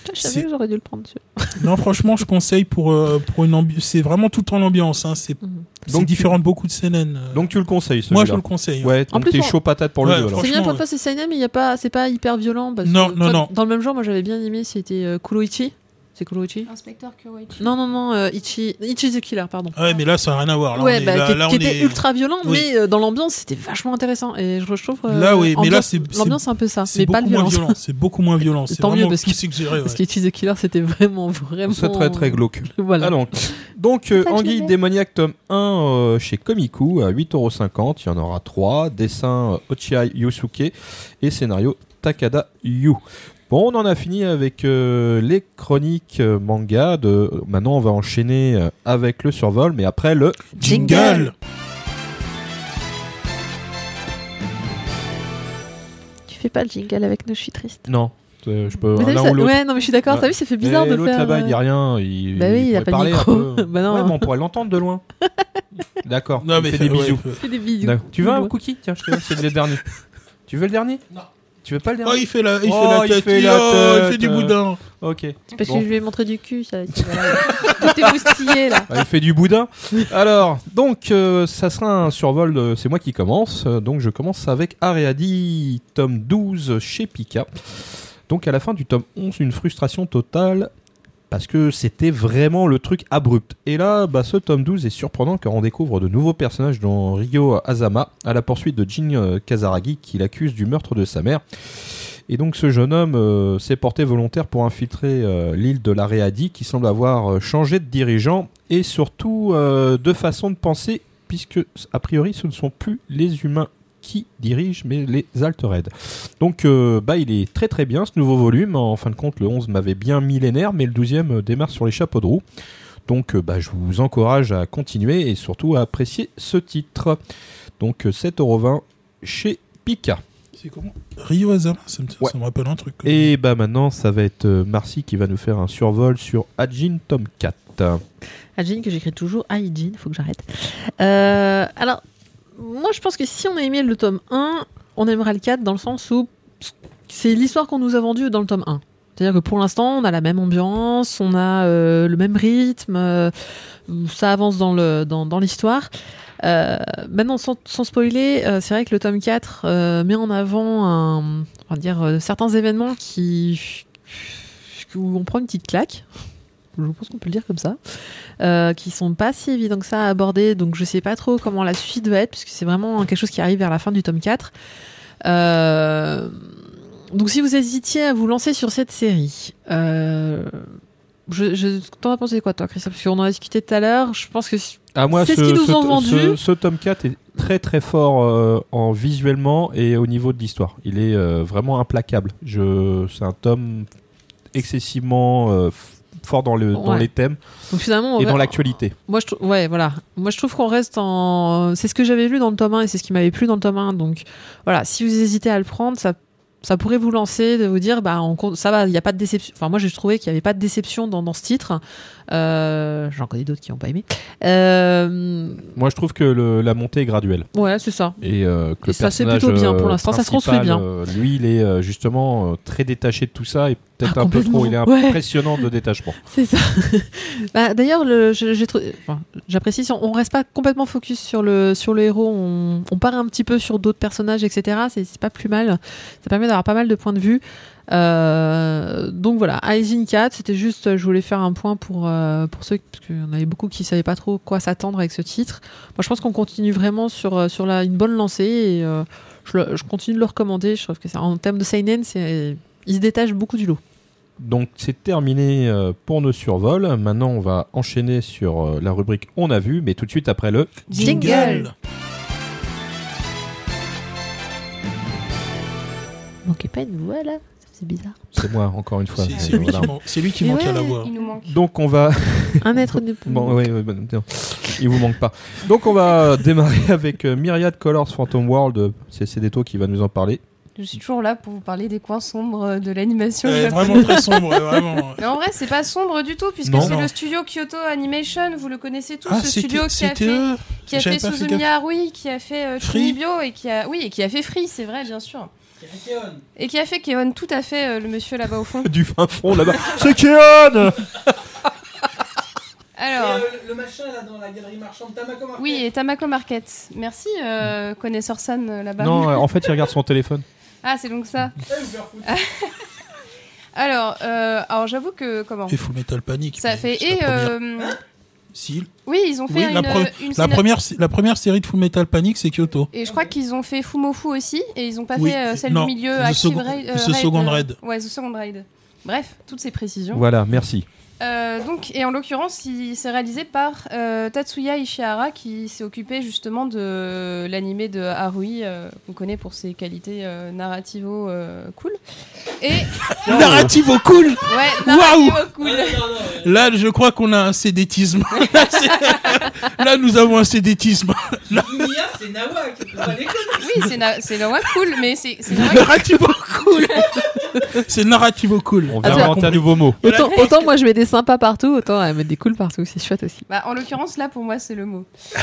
S2: Putain, Je
S4: C'est-
S2: savais que j'aurais dû le prendre. celui-là.
S4: non franchement je conseille pour euh, pour une ambiance. C'est vraiment tout en ambiance. Hein. C'est
S2: Mhm.
S4: c'est
S1: Donc,
S4: différent de beaucoup de CNN. euh.
S1: Donc tu le conseilles celui-là
S4: moi je le conseille. hein.
S1: Ouais,
S2: En
S1: donc
S2: plus,
S1: t'es
S2: on-
S1: chaud patate pour
S4: Ouais,
S1: le jeu alors.
S2: C'est bien
S4: Franchement,
S2: pour toi c'est seinen mais il y a pas c'est pas hyper violent parce
S4: Non,
S2: que
S4: non,
S2: toi,
S4: non.
S2: dans le même genre moi j'avais bien aimé c'était euh, Kuroichi. C'est Kuroichi
S3: Inspecteur Kuroichi.
S2: Non, non, non, euh, Ichi... Ichi the Killer, pardon.
S4: Ah ouais, mais là, ça n'a rien à voir. Là,
S2: ouais,
S4: on est-
S2: bah,
S4: là-
S2: qui, est-
S4: là,
S2: qui
S4: on
S2: était
S4: est-
S2: ultra violent,
S4: oui.
S2: mais euh, dans l'ambiance, c'était vachement intéressant. Et je retrouve. euh,
S4: Là, oui, mais là,
S2: ambiance-
S4: c'est- c'est-
S2: L'ambiance, c'est un peu ça,
S4: C'est
S2: mais pas
S4: beaucoup
S2: de
S4: moins
S2: violence.
S4: violent. C'est beaucoup moins violent. C'est
S2: Tant mieux,
S4: vraiment
S2: parce
S4: tout
S2: que-
S4: suggéré. ouais.
S2: Parce qu'Ichi the Killer, c'était vraiment, vraiment.
S1: C'est très très glauque.
S2: Voilà.
S1: Ah non. Donc, euh,
S3: ça que je
S1: Anguille
S3: l'ai.
S1: Démoniaque tome 1 euh, chez Komiku à 8,50€. Il y en aura 3. Dessin euh, Ochiai Yusuke et scénario Takada Yu. Bon, on en a fini avec euh, les chroniques euh, manga. De... Maintenant, on va enchaîner euh, avec le survol, mais après le.
S4: Jingle
S2: Tu fais pas le jingle avec nous, je suis triste.
S1: Non, euh, je peux.
S2: Mais t'as vu,
S1: L'un
S2: ça-
S1: ou l'autre.
S2: Ouais, non, mais je suis d'accord. T'as vu, ça fait bizarre
S1: Eh,
S2: de
S1: l'autre
S2: faire.
S1: là-bas, il
S2: euh,
S1: dit rien. Il,
S2: Bah oui, il a
S1: pourrait
S2: pas
S1: parler
S2: de
S1: un
S2: micro.
S1: peu.
S2: Bah non.
S1: Ouais, mais on pourrait l'entendre de loin. D'accord.
S4: Non,
S1: il
S4: mais
S1: fait des
S4: ouais,
S1: bisous.
S4: ouais.
S2: fais des bisous.
S1: D'accord. Tu veux
S2: Des
S1: un
S2: doigts.
S1: cookie Tiens, je te laisse, c'est le dernier. Tu veux le dernier
S6: Non.
S1: Tu veux pas le
S4: Oh,
S1: dernier
S4: il fait la, il
S1: Oh,
S4: fait la tête.
S1: il fait la
S4: oh, il fait
S1: tête,
S4: du
S1: euh.
S4: boudin.
S1: Ok.
S2: C'est Parce
S1: Bon.
S2: que je lui ai montré du cul, ça. Voilà. Tout est moustillé, là.
S1: Ah, il fait du boudin. Alors, donc, euh, ça sera un survol. de- C'est moi qui commence. Euh, Donc, je commence avec Areadi, tome 12 chez Pika. Donc, à la fin du tome 11, une frustration totale. Parce que c'était vraiment le truc abrupt. Et là, bah, ce tome 12 est surprenant car on découvre de nouveaux personnages dont Ryo Azama à la poursuite de Jin euh, Kazaragi qui l'accuse du meurtre de sa mère. Et donc ce jeune homme euh, s'est porté volontaire pour infiltrer euh, l'île de l'Aréadie qui semble avoir euh, changé de dirigeant et surtout euh, de façon de penser puisque a priori ce ne sont plus les humains qui dirigent mais les Altered. Donc euh, bah, il est très très bien ce nouveau volume. En fin de compte le 11 m'avait bien millénaire mais le 12e euh, démarre sur les chapeaux de roue. Donc euh, bah, je vous encourage à continuer et surtout à apprécier ce titre. Donc euh, 7,20€ chez Pika.
S4: C'est comment Rio Azama, ça me,
S1: Ouais.
S4: ça me rappelle un truc.
S1: Et bah maintenant, ça va être euh, Marcy qui va nous faire un survol sur Ajin Tom 4.
S2: Ajin que j'écris toujours Ajin, faut que j'arrête. Euh, alors, moi je pense que si on a aimé le tome 1, on aimera le 4 dans le sens où c'est l'histoire qu'on nous a vendue dans le tome 1. C'est-à-dire que pour l'instant, on a la même ambiance, on a euh, le même rythme, euh, ça avance dans le dans, dans l'histoire. Euh, maintenant, sans, sans spoiler, euh, c'est vrai que le tome 4 euh, met en avant un, on va dire, euh, certains événements qui où on prend une petite claque. Je pense qu'on peut le dire comme ça euh, qui sont pas si évidents que ça à aborder. Donc je sais pas trop comment la suite va être, puisque c'est vraiment quelque chose qui arrive vers la fin du tome 4. Euh, donc si vous hésitiez à vous lancer sur cette série, euh, je, je, t'en as pensé quoi toi, Christophe Parce qu'on en a discuté tout à l'heure. Je pense que si-
S1: Ah, moi,
S2: C'est ce qu'ils nous ont
S1: to-
S2: vendu.
S1: ce- ce tome 4 est très très fort euh, en visuellement et au niveau de l'histoire. Il est euh, vraiment implacable. Je... C'est un tome excessivement euh, f- fort dans, le, dans
S2: Ouais.
S1: les thèmes
S2: donc finalement, on
S1: et
S2: va-
S1: dans l'actualité.
S2: Moi je, trou- ouais, voilà. Moi, je trouve qu'on reste en. C'est ce que j'avais lu dans le tome 1 et c'est ce qui m'avait plu dans le tome 1. Donc, voilà, si vous hésitez à le prendre, ça, ça pourrait vous lancer, de vous dire, bah, on, compte- ça va, il n'y a pas de déception. Enfin, moi, j'ai trouvé qu'il n'y avait pas de déception dans, dans ce titre. Euh, J'en connais d'autres qui n'ont pas aimé. Euh,
S1: Moi, je trouve que le- la montée est graduelle.
S2: ouais, c'est ça.
S1: Et, euh, que le
S2: Et ça, c'est
S1: personnage,
S2: plutôt bien
S1: euh,
S2: pour l'instant, ça se construit
S1: principal,
S2: bien.
S1: euh, lui, il est euh, justement euh, très détaché de tout ça et peut-être
S2: Ah,
S1: un peu
S2: complètement.
S1: trop. Il est
S2: Ouais.
S1: impressionnant de détachement.
S2: C'est ça. Bah, D'ailleurs, le- je- j'ai trouvé- enfin, j'apprécie. si On, on reste pas complètement focus sur le sur le héros. On, on part un petit peu sur d'autres personnages, etc. C'est c'est pas plus mal. Ça permet d'avoir pas mal de points de vue. Euh, donc voilà, Aisin 4, c'était juste, euh, je voulais faire un point pour, euh, pour ceux, parce qu'il y en avait beaucoup qui savaient pas trop quoi s'attendre avec ce titre. Moi je pense qu'on continue vraiment sur, euh, sur la, une bonne lancée et euh, je, le- je continue de le recommander. Je trouve que ça, en termes de Seinen, c'est- il se détache beaucoup du lot.
S1: Donc c'est terminé euh, pour nos survols. Maintenant on va enchaîner sur euh, la rubrique On a vu, mais tout de suite après le.
S2: Jingle. Manquez pas une voix là, c'est bizarre.
S1: C'est moi encore une fois. Euh,
S4: C'est c'est lui,
S1: Voilà.
S4: qui man- c'est lui qui
S2: Mais
S4: manque à
S2: ouais,
S4: la voix.
S3: Il nous manque.
S1: Donc on va.
S2: Un être de
S1: Bon, ouais, ouais, bah, tiens. il vous manque pas. Donc on va démarrer avec euh, Myriad Colors Phantom World. C'est Cédéto qui va nous en parler.
S3: Je suis toujours là pour vous parler des coins sombres de l'animation.
S4: Ouais,
S3: japonaise.
S4: Euh, vraiment très sombre, ouais, vraiment.
S3: Mais en vrai, c'est pas sombre du tout, puisque
S1: Non.
S3: c'est
S4: Non.
S3: le studio Kyoto Animation, vous le connaissez tous,
S4: Ah,
S3: ce studio
S4: c'était
S3: qui a
S4: c'était euh,
S3: fait,
S4: eux
S3: qui a
S4: J'avais
S3: fait
S4: pas fait
S3: Suzumiya Harui, qui a fait euh,
S4: Free.
S3: Chunibyo, et qui a, oui, et qui a fait Free, c'est vrai, bien sûr.
S6: Kéon.
S3: Et qui a fait Keon, tout à fait, euh, le monsieur là-bas au fond.
S1: Du fin fond là-bas. C'est Keon
S6: Et,
S3: Alors,
S6: euh, le- Le machin là dans la galerie marchande, Tamako Market.
S3: oui, et Tamako Market. Merci, euh, connaisseur
S1: Bah
S3: San, là-bas.
S1: Non, euh, en fait il regarde son téléphone.
S3: Ah, c'est donc ça.
S6: Eh, vous pouvez refoutre.
S3: Alors, euh, alors j'avoue que comment
S4: Et Full Metal Panic.
S3: ça
S4: mais
S3: fait
S4: c'est
S3: et
S4: la première.
S3: euh,
S4: Si,
S3: oui ils ont
S4: Oui,
S3: fait
S4: la
S3: une, euh,
S4: pre-
S3: une
S4: la
S3: ciné-
S4: première, la première série de Full Metal Panic, c'est Kyoto.
S3: et je crois qu'ils ont fait Fumofu aussi et ils ont pas
S4: Oui,
S3: fait euh, celle
S4: non,
S3: du milieu
S4: The
S3: Active
S4: Second-
S3: Raid, euh,
S4: The Second
S3: euh,
S4: Raid.
S3: ouais The Second Raid bref toutes ces précisions
S1: Voilà, merci.
S3: Euh, donc, et en l'occurrence, il- c'est réalisé par euh, Tatsuya Ishihara qui s'est occupé justement de l'animé de Harui, euh, qu'on connaît pour ses qualités euh, narrativo euh, cool. Et Oh.
S4: Narrative au cool
S3: ouais,
S4: Ah,
S3: narrativo cool.
S6: euh,
S4: Là, je crois qu'on a un sédétisme. Là, c'est- Là, nous avons un sédétisme.
S6: Mia, c'est Nawak. faut pas déconner.
S3: Oui, c'est na- c'est Nawa cool, mais c'est c'est Nawa
S4: Narrative au cool C'est narrative au cool.
S1: On
S4: Ah,
S1: vient
S4: t'as
S1: inventer un
S4: compris.
S1: nouveau mot.
S2: Autant, autant moi je mets des sympas partout, autant elle met des cool partout, c'est chouette aussi.
S3: Bah, en l'occurrence, là, pour moi, c'est le mot. Euh,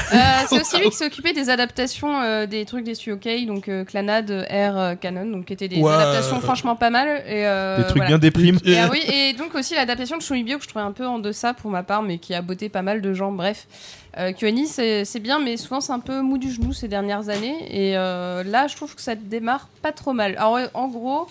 S3: c'est aussi lui qui s'est occupé des adaptations euh, des trucs des studios K, donc euh, Clanade, Air, euh, Canon, donc qui étaient des
S4: Ouais.
S3: adaptations franchement pas mal. Et, euh,
S1: Des trucs
S3: voilà.
S1: bien déprimes.
S3: Et, ah oui, et donc aussi l'adaptation de Shunibyo que je trouvais un peu en deçà pour ma part, mais qui a botté pas mal de gens. Bref, euh, Kyoani, c'est c'est bien, mais souvent c'est un peu mou du genou ces dernières années. Et euh, là, je trouve que ça démarre pas trop mal. Alors, ouais, en gros,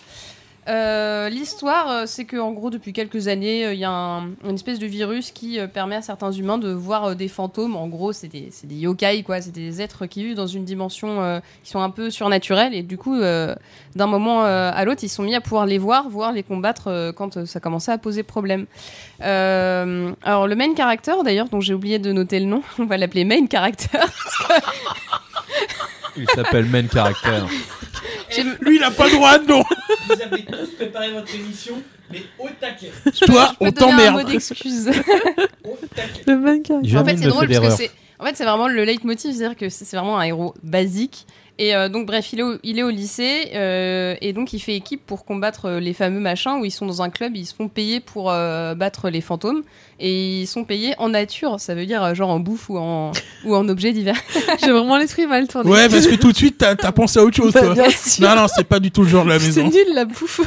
S3: euh, l'histoire, euh, c'est que en gros, depuis quelques années, euh, il y a un- une espèce de virus qui euh, permet à certains humains de voir euh, des fantômes. En gros, c'est des, c'est des yokai, quoi. C'est des êtres qui vivent dans une dimension euh, qui sont un peu surnaturelle. Et du coup, euh, d'un moment euh, à l'autre, ils sont mis à pouvoir les voir, voir les combattre euh, quand euh, ça commençait à poser problème. Euh, alors, le main character, d'ailleurs, dont j'ai oublié de noter le nom, on va l'appeler main character.
S1: Il s'appelle Main Character.
S3: J'ai-
S4: Lui, il a pas le droit, non
S6: Vous avez tous préparé votre émission, mais au taquet.
S4: Toi,
S3: Je
S4: on
S3: peux donner un mot
S4: t'emmerde
S3: d'excuse.
S6: Au taquet.
S2: Le mannequin.
S1: J'ai-
S3: en
S1: Germaine
S3: fait, c'est
S1: le
S3: drôle parce que
S1: Federer.
S3: c'est. En fait, c'est vraiment le leitmotiv, c'est-à-dire que c'est c'est vraiment un héros basique. Et euh, donc, bref, il est au, il est au lycée euh, et donc il fait équipe pour combattre euh, les fameux machins où ils sont dans un club, ils se font payer pour euh, battre les fantômes et ils sont payés en nature, ça veut dire euh, genre en bouffe ou en, ou en objet divers.
S2: J'ai vraiment l'esprit mal tourné.
S4: Ouais, parce que tout de suite, t'as t'as pensé à autre chose,
S2: Bah,
S4: toi.
S2: bien sûr.
S4: Non, non, c'est pas du tout le genre de la
S2: C'est
S4: maison.
S2: nul la bouffe.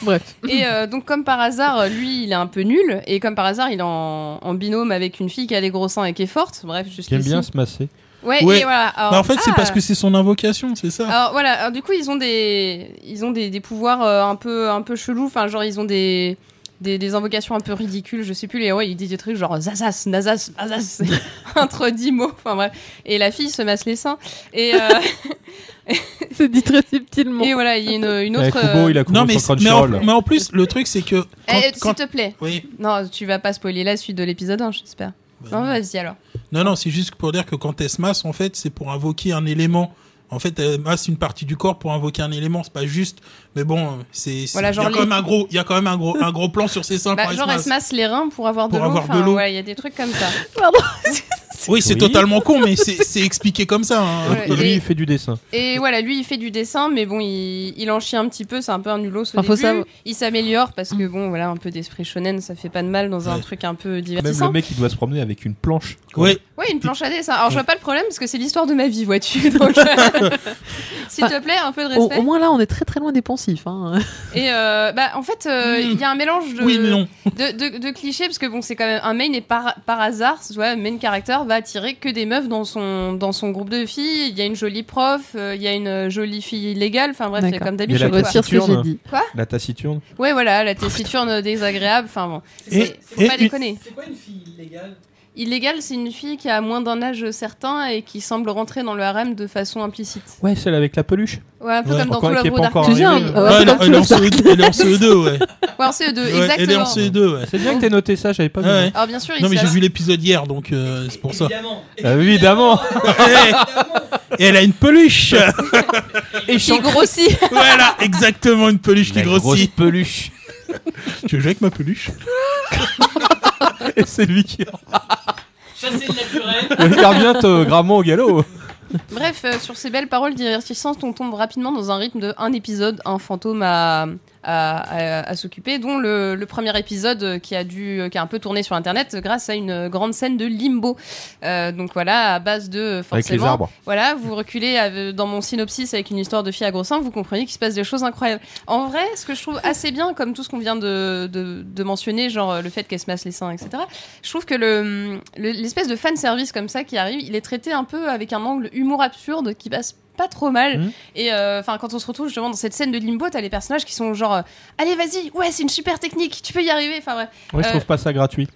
S2: Bref.
S3: Et euh, donc, comme par hasard, lui, il est un peu nul et comme par hasard, il est en, en binôme avec une fille qui a des gros seins et qui est forte. Bref,
S1: Qui aime
S3: jusqu'ici.
S1: bien se masser.
S3: Ouais,
S4: Ouais.
S3: et voilà. Alors-
S4: Bah, en fait, c'est
S3: Ah.
S4: parce que c'est son invocation, c'est ça.
S3: Alors voilà, alors, du coup ils ont des ils ont des, des pouvoirs euh, un peu un peu chelous, enfin genre ils ont des des, des invocations un peu ridicules, je sais plus les ouais, ils disent des trucs genre zazas, nazas, azas entre dix mots, enfin bref. Et la fille se masse les seins et, euh,
S2: C'est dit très subtilement.
S3: et voilà, il y a une, une
S1: Eh,
S3: autre
S1: Kubo,
S3: euh,
S1: il a
S4: Non, mais,
S1: coupé son
S4: mais, en,
S1: Crunchyroll.
S4: mais en plus, le truc, c'est que. Quand,
S3: eh,
S4: quand-
S3: s'il te plaît.
S4: Oui.
S3: Non, tu vas pas spoiler la suite de l'épisode 1, j'espère.
S4: Bah,
S3: Non, vas-y alors.
S4: Non, non, c'est juste pour dire que quand elle se masse, en fait, c'est pour invoquer un élément. En fait, elle masse une partie du corps pour invoquer un élément. C'est pas juste. Mais bon, c'est. c'est-
S3: Voilà,
S4: il y a
S3: genre
S4: quand
S3: les-
S4: même un gros, il y a quand même un gros, un gros plan sur ses seins.
S3: Bah,
S4: quand elle se
S3: genre elle
S4: masse.
S3: se masse les reins pour avoir de
S4: Pour
S3: l'eau,
S4: avoir de
S3: enfin
S4: l'eau.
S3: ouais, il y a des trucs comme ça.
S4: Oui, c'est
S1: Oui.
S4: totalement con, mais c'est c'est expliqué comme ça. hein.
S3: Ouais.
S1: Et lui,
S3: Et-
S1: il fait du dessin.
S3: Et voilà, lui, il fait du dessin, mais bon, il, il en chie un petit peu, c'est un peu un nulos au
S2: Enfin, faut
S3: début.
S2: savoir- Mm.
S3: Il s'améliore parce que bon, voilà, un peu d'esprit shonen, ça fait pas de mal dans un
S4: Ouais.
S3: truc un peu
S1: Même le
S3: divertissant.
S1: mec, il doit se promener avec une planche.
S4: Ouais.
S3: Ouais, une planche à dessin. Alors, je vois pas le problème parce que c'est l'histoire de ma vie, vois-tu. Donc, euh, s'il
S4: Ah.
S3: te plaît, un peu de
S4: Oh,
S2: Au,
S3: respect.
S2: au moins là, on est très très loin des pensifs. hein.
S3: Et euh, bah, en fait, euh, il y a un mélange de,
S4: Mm. Oui, mais non.
S3: de, de- de clichés parce que bon, c'est quand même un main et par, par hasard, tu vois, main character va attirer que des meufs dans son, dans son groupe de filles. Il y a une jolie prof, euh, il y a une jolie fille illégale. Enfin, bref, c'est
S2: D'accord.
S3: comme
S1: Il y
S2: Je
S1: a
S3: d'habitude.
S1: la
S3: quoi.
S2: retire ce que
S4: hein.
S2: j'ai
S1: taciturne.
S2: dit.
S1: La taciturne.
S3: Ouais, voilà, la tessiture désagréable. Enfin bon,
S4: Et-
S3: faut
S4: et
S3: pas
S4: une-
S3: déconner.
S6: C'est quoi une fille illégale
S3: Illégale, c'est une fille qui a moins d'un âge certain et qui semble rentrer dans le harem de façon implicite.
S1: Ouais, celle avec la peluche.
S3: Ouais, un peu
S4: Ouais.
S3: comme dans
S1: Encore,
S3: tout
S1: qui est
S3: l'œuvre
S1: pas
S3: d'art.
S1: encore
S2: Tu sais,
S1: arrivée.
S2: un-
S4: Ouais,
S2: euh,
S4: elle,
S2: comme
S4: Ah, elle est en
S2: tout le
S4: CE2, elle est en CE2, ouais.
S3: Ouais, en CE2,
S4: Ouais, Elle est en
S3: exactement.
S4: CE2, ouais.
S1: C'est bien que t'aies noté ça, j'avais pas vu.
S4: Ouais.
S3: Alors bien sûr, il
S4: Non, mais j'ai
S3: s'avère-
S4: vu l'épisode hier, donc euh, c'est pour ça. Bah,
S1: Évidemment.
S6: Évidemment.
S4: Et elle a une peluche
S1: Et
S3: il grossit.
S4: Voilà, exactement, une peluche qui
S1: La grosse
S4: grossit.
S1: peluche.
S4: Tu veux jouer avec ma peluche
S1: Et c'est lui qui
S6: Chasser le naturel.
S1: revient euh, gravement au galop.
S3: Bref, euh, sur ces belles paroles divertissantes, on tombe rapidement dans un rythme de un épisode, un fantôme à, à, à- à s'occuper, dont le, le premier épisode euh, qui a dû, euh, qui a un peu tourné sur Internet euh, grâce à une euh, grande scène de limbo. Euh, donc voilà, à base de euh,
S1: Avec les
S3: forcément
S1: arbres.
S3: Voilà, vous reculez à- dans mon synopsis avec une histoire de fille à gros seins, vous comprenez qu'il se passe des choses incroyables. En vrai, ce que je trouve assez bien, comme tout ce qu'on vient de, de, de mentionner, genre euh, le fait qu'elle se masse les seins, etc., je trouve que le- le- l'espèce de fan service comme ça qui arrive, il est traité un peu avec un angle humour absurde qui passe pas trop mal.
S1: Mhm.
S3: Et euh, enfin, quand on se retrouve justement dans cette scène de limbo, t'as les personnages qui sont genre, euh, allez, vas-y, ouais, c'est une super technique, tu peux y arriver. Enfin, bref.
S1: Moi, je
S3: Euh,
S1: trouve pas ça gratuit.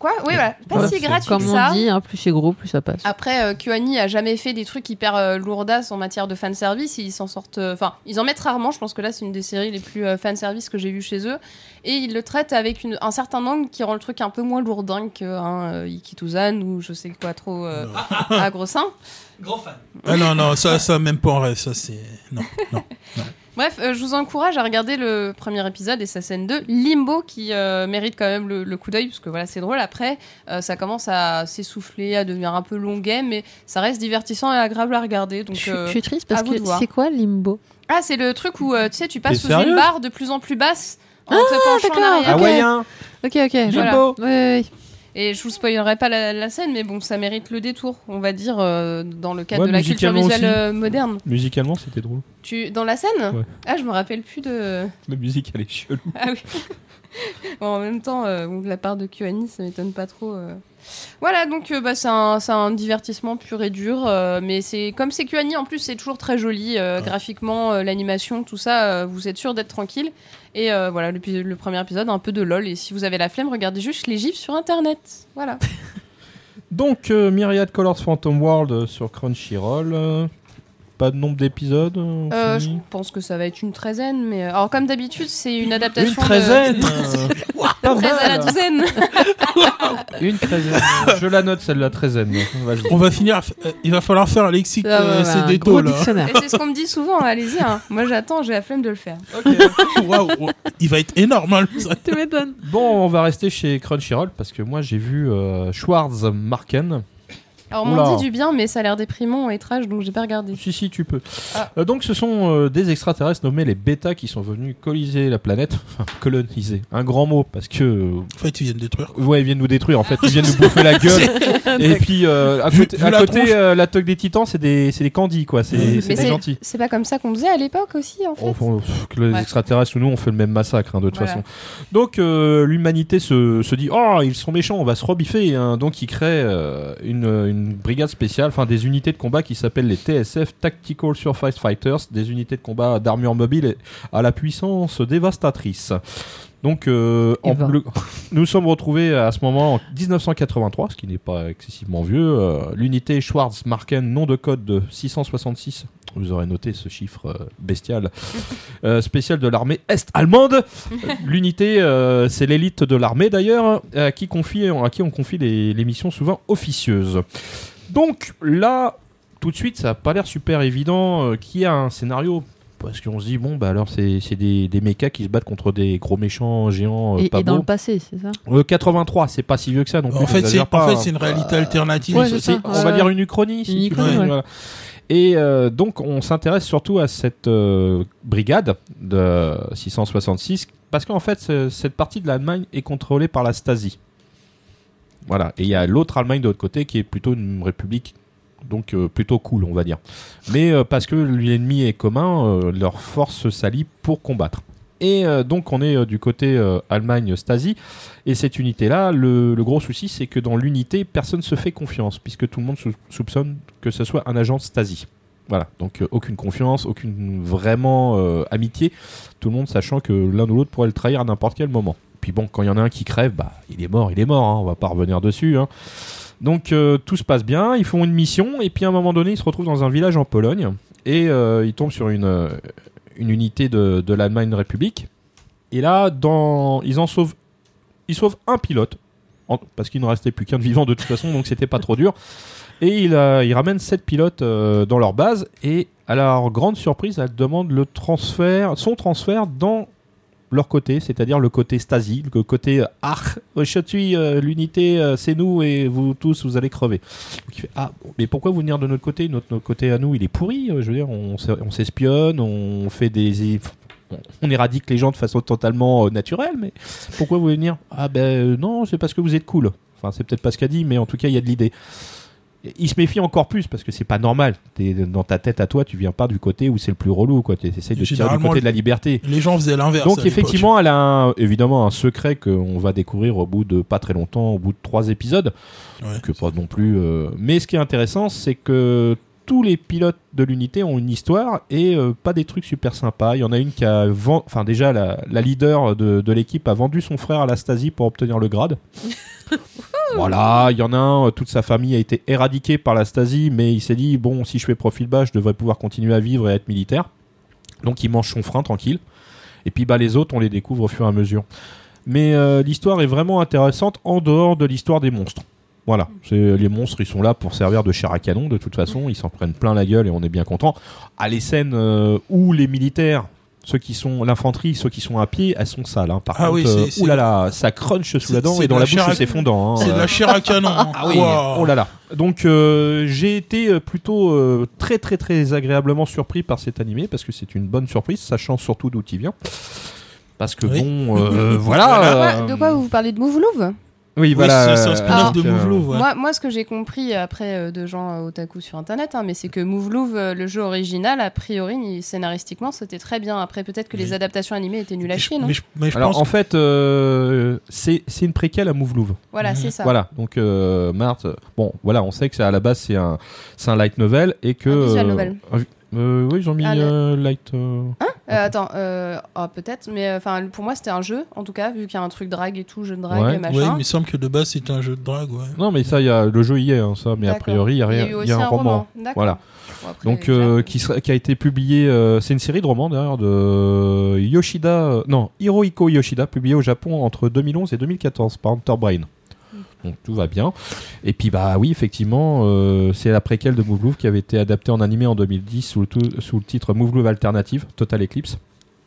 S3: Quoi Oui, voilà. Pas
S1: Ouais,
S3: si
S1: c'est-
S3: gratuit
S2: Comme
S3: que
S2: on
S3: ça.
S2: dit, hein, plus c'est gros, plus ça passe.
S3: Après, euh, Kyoani a jamais fait des trucs hyper euh, lourdasses en matière de fanservice. Ils s'en sortent. euh, Enfin, ils en mettent rarement. Je pense que là, c'est une des séries les plus fan fanservice que j'ai vues chez eux. Et ils le traitent avec une- un certain angle qui rend le truc un peu moins lourdingue que hein, euh, Ikituzan ou je sais quoi trop euh, à gros sein.
S6: Grand fan.
S4: Ah non, non, ça, ça même pas en rêve, ça c'est. Non, non.
S3: Bref, euh, je vous encourage à regarder le premier épisode et sa scène 2, Limbo, qui euh, mérite quand même le, le coup d'œil, parce que voilà, c'est drôle. Après, euh, ça commence à s'essouffler, à devenir un peu longuet, mais ça reste divertissant et agréable à regarder. Donc,
S2: je, suis-
S3: euh,
S2: je suis triste parce
S3: à vous
S2: que
S3: de voir.
S2: c'est quoi Limbo
S3: Ah, c'est le truc où euh, tu sais, tu passes
S1: T'es
S3: sous
S1: sérieux
S3: une barre de plus en plus basse en te penchant en
S2: d'accord.
S3: arrière.
S2: Ah ouais.
S1: Hawaïen
S2: Ok, ok.
S3: Voilà.
S1: Jumbo
S2: Ouais, ouais, ouais.
S3: Et je vous spoilerai pas la, la scène, mais bon, ça mérite le détour, on va dire, euh, dans le cadre
S1: Ouais,
S3: de la culture
S1: musicalement
S3: visuelle
S1: aussi.
S3: euh, moderne.
S1: Musicalement, c'était drôle.
S3: Tu, dans la scène
S1: Ouais.
S3: Ah, je me rappelle plus de.
S1: La musique, elle est chelou.
S3: Ah oui. Bon, en même temps, euh, bon, de la part de QAnon, ça m'étonne pas trop. euh. Voilà, donc euh, bah, c'est un, c'est un divertissement pur et dur. euh, mais c'est comme c'est QAnon, en plus, c'est toujours très joli euh,
S4: Ouais.
S3: graphiquement, euh, l'animation, tout ça. euh, vous êtes sûr d'être tranquille. Et euh, voilà, le, le premier épisode, un peu de lol. Et si vous avez la flemme, regardez juste les gifs sur internet. Voilà.
S1: Donc, euh, Myriad Colors Phantom World euh, sur Crunchyroll. euh, pas de nombre d'épisodes euh, on
S3: Euh, je
S1: finit
S3: pense que ça va être une treizaine. mais euh, Alors, comme d'habitude, c'est une adaptation.
S1: Une
S3: de-
S1: treizaine Pas
S3: Treize à la
S1: mal.
S3: douzaine
S1: Une treizaine. Je la note, celle-là, treizaine. Vas-y.
S4: On va finir. à f- euh, Il va falloir faire un lexique
S2: Ah, ouais,
S4: euh,
S2: ouais, un
S4: CDTO,
S2: gros
S4: là.
S2: dictionnaire.
S3: Et c'est ce qu'on me dit souvent, allez-y. hein. Moi, j'attends, j'ai la flemme de le faire.
S4: Waouh, waouh. il va être énorme. hein, le-
S2: Tu m'étonnes.
S1: Bon, on va rester chez Crunchyroll parce que moi j'ai vu euh, Schwarz Marken.
S3: Alors, on
S1: Oula.
S3: m'en dit du bien, mais ça a l'air déprimant et trash, donc j'ai pas regardé.
S1: Si, si, tu peux.
S3: Ah.
S1: Euh, donc, ce sont euh, des extraterrestres nommés les bêtas qui sont venus coloniser la planète. Enfin, coloniser. Un grand mot parce que. euh,
S4: En fait, ils viennent détruire.
S1: ouais, ils viennent nous détruire en fait. Ils viennent nous bouffer la gueule. Et puis, euh, à
S4: Vu-
S1: côté,
S4: vu
S1: à
S4: la
S1: côté,
S4: tronche.
S1: euh, la toque des titans, c'est des, c'est des candies quoi. C'est
S4: Mais
S1: c'est
S3: Mais
S1: des gentils.
S3: c'est pas comme ça qu'on faisait à l'époque aussi, en fait.
S1: Oh, bon, pff, que les
S3: Ouais.
S1: extraterrestres ou nous, on fait le même massacre hein, de toute
S3: Voilà.
S1: façon. Donc euh, l'humanité se, se dit oh ils sont méchants, on va se rebiffer. hein. Donc ils créent euh, une, une brigade spéciale, enfin des unités de combat qui s'appellent les TSF Tactical Surface Fighters, des unités de combat d'armure mobile et- à la puissance dévastatrice. Donc euh, en
S2: Eva.
S1: bleu- nous sommes retrouvés à ce moment en 1983, ce qui n'est pas excessivement vieux. euh, L'unité Schwarz-Marken, nom de code de 666 vous aurez noté ce chiffre euh, bestial euh, spécial de l'armée est-allemande. L'unité, euh, c'est l'élite de l'armée d'ailleurs, à qui, confie, à qui on confie les, les missions souvent officieuses. Donc là, tout de suite, ça n'a pas l'air super évident euh, qu'il y a un scénario. Parce qu'on se dit, bon, bah alors c'est c'est des, des mécas qui se battent contre des gros méchants géants euh,
S4: Oh,
S2: Et,
S1: pas
S2: et dans
S1: beaux.
S2: le passé, c'est ça
S1: Euh, 83, c'est pas si vieux que ça non plus.
S4: En fait, c'est
S1: j'exagère
S4: en
S1: pas,
S4: fait,
S1: hein.
S4: c'est une réalité alternative.
S2: Ouais,
S1: C'est-
S2: c'est ça.
S1: c'est- on va
S2: Ouais.
S1: dire une uchronie. si
S2: Une
S1: tu veux.
S4: uchronie, ouais.
S1: Voilà. Et euh, donc, on s'intéresse surtout à cette euh, brigade de 666 parce qu'en fait, ce- cette partie de l'Allemagne est contrôlée par la Stasi. Voilà. Et il y a l'autre Allemagne de l'autre côté qui est plutôt une république, donc euh, plutôt cool, on va dire. Mais euh, parce que l'ennemi est commun, euh, leurs forces s'allient pour combattre. Et euh, donc, on est euh, du côté euh, Allemagne-Stasi. Et cette unité-là, le, le gros souci, c'est que dans l'unité, personne ne se fait confiance, puisque tout le monde sou- soupçonne que ce soit un agent Stasi. Voilà, donc euh, aucune confiance, aucune vraiment euh, amitié, tout le monde sachant que l'un ou l'autre pourrait le trahir à n'importe quel moment. Puis bon, quand il y en a un qui crève, bah, il est mort, il est mort, hein, on va pas revenir dessus. hein. Donc euh, tout se passe bien, ils font une mission, et puis à un moment donné, ils se retrouvent dans un village en Pologne, et euh, ils tombent sur une, euh, une unité de, de l'Allemagne République. Et là, dans, ils en sauvent il sauve un pilote, en- parce qu'il ne restait plus qu'un de vivant de toute façon, donc c'était pas trop dur. Et il, euh, il ramène sept pilotes euh, dans leur base, et à leur grande surprise, elle demande le transfert, son transfert dans leur côté, c'est-à-dire le côté Stasi, le côté euh, Ah, je suis euh, l'unité, euh, c'est nous, et vous tous, vous allez crever. Donc il fait Ah, bon, mais pourquoi vous venir de notre côté notre, notre côté à nous, il est pourri, euh, je veux dire, on s'e- on s'espionne, on fait des. on- On éradique les gens de façon totalement euh, naturelle, mais pourquoi vous voulez venir Ah ben euh, non, c'est parce que vous êtes cool. Enfin, c'est peut-être pas ce qu'a dit, mais en tout cas, il y a de l'idée. Et Il se méfie encore plus parce que c'est pas normal. T'es dans ta tête à toi, tu viens pas du côté où c'est le plus relou, quoi. T'essayes de tirer du
S4: Généralement,
S1: côté de la liberté.
S4: Les gens faisaient l'inverse. à
S1: Donc
S4: l'époque.
S1: effectivement, elle a un- évidemment un secret qu'on va découvrir au bout de pas très longtemps, au bout de trois épisodes,
S4: Ouais.
S1: que pas non plus. euh, Mais ce qui est intéressant, c'est que tous les pilotes de l'unité ont une histoire et euh, pas des trucs super sympas. Il y en a une qui a vend- enfin déjà la, la leader de, de l'équipe a vendu son frère à la Stasi pour obtenir le grade. voilà, il y en a un, euh, toute sa famille a été éradiquée par la Stasi, mais il s'est dit bon, si je fais profil bas, je devrais pouvoir continuer à vivre et à être militaire. Donc il mange son frein tranquille. Et puis bah les autres, on les découvre au fur et à mesure. Mais euh, l'histoire est vraiment intéressante en dehors de l'histoire des monstres. Voilà, c'est- les monstres ils sont là pour servir de chair à canon de toute façon, ils s'en prennent plein la gueule et on est bien content. À les scènes euh, où les militaires, ceux qui sont l'infanterie, ceux qui sont à pied, elles sont sales. hein. Par
S4: Ah
S1: contre,
S4: oui, c'est-
S1: euh,
S4: c'est-
S1: oulala, ça crunch sous la
S4: c'est-
S1: dent
S4: c'est
S1: et dans
S4: de
S1: la
S4: la
S1: bouche
S4: chair à-
S1: c'est fondant. hein.
S4: C'est de la chair à canon. hein.
S1: Ah oui,
S4: Waouh.
S1: oh là là. Donc euh, j'ai été euh, plutôt euh, très très très agréablement surpris par cet animé parce que c'est une bonne surprise, sachant surtout d'où il vient. Parce que
S4: Oui.
S1: bon, euh, voilà.
S4: Ah
S3: De quoi, de quoi vous parlez de Move Love
S1: Oui,
S4: Oui,
S1: voilà.
S4: c'est- c'est un spin-off
S3: alors-
S4: de
S1: euh,
S4: Mouvelou. ouais.
S3: Moi, moi, ce que j'ai compris après euh, de gens euh, otaku sur internet, hein, mais c'est que Mouvelouve, euh, le jeu original, a priori, ni- scénaristiquement, c'était très bien. Après, peut-être que les
S4: Oui.
S3: adaptations animées étaient nulles à
S4: Mais je-
S3: chier, non
S4: mais je- mais je
S1: Alors
S4: pense
S1: en fait, euh, c'est c'est une préquelle à Mouvelouve.
S3: Voilà,
S4: Mhm.
S3: c'est ça.
S1: Voilà, donc euh, Marthe, euh, bon, voilà, on sait que c'est à la base c'est un, c'est un light novel et que.
S3: Un visual
S1: euh,
S3: novel.
S1: un vi- euh, oui, ils ont mis
S3: Ah, le-
S1: euh, light. euh,
S3: Euh, attends, euh, oh, peut-être, mais enfin, pour moi, c'était un jeu, en tout cas, vu qu'il y a un truc drague et tout, jeu de drague,
S1: Ouais.
S3: et
S4: Oui,
S3: machin.
S4: il me semble que de base c'est un jeu de drague. Ouais.
S1: Non, mais ça, il y a, le jeu y est, hein, ça, mais a
S3: D'accord.
S1: priori, il y a, rien,
S3: eu
S1: il y
S3: aussi
S1: a un, roman.
S3: D'accord.
S1: Voilà.
S3: Bon, après,
S1: Donc,
S3: j'ai-
S1: euh, qui, sera- qui a été publié, euh, c'est une série de romans d'ailleurs de Yoshida, euh, non, Hirohiko Yoshida, publié au Japon entre 2011 et 2014 par Hunter Brain. Donc tout va bien. Et puis bah oui, effectivement, euh, c'est la préquelle de Move Love qui avait été adaptée en animé en 2010 sous le, tou- sous le titre Move Love Alternative, Total Eclipse.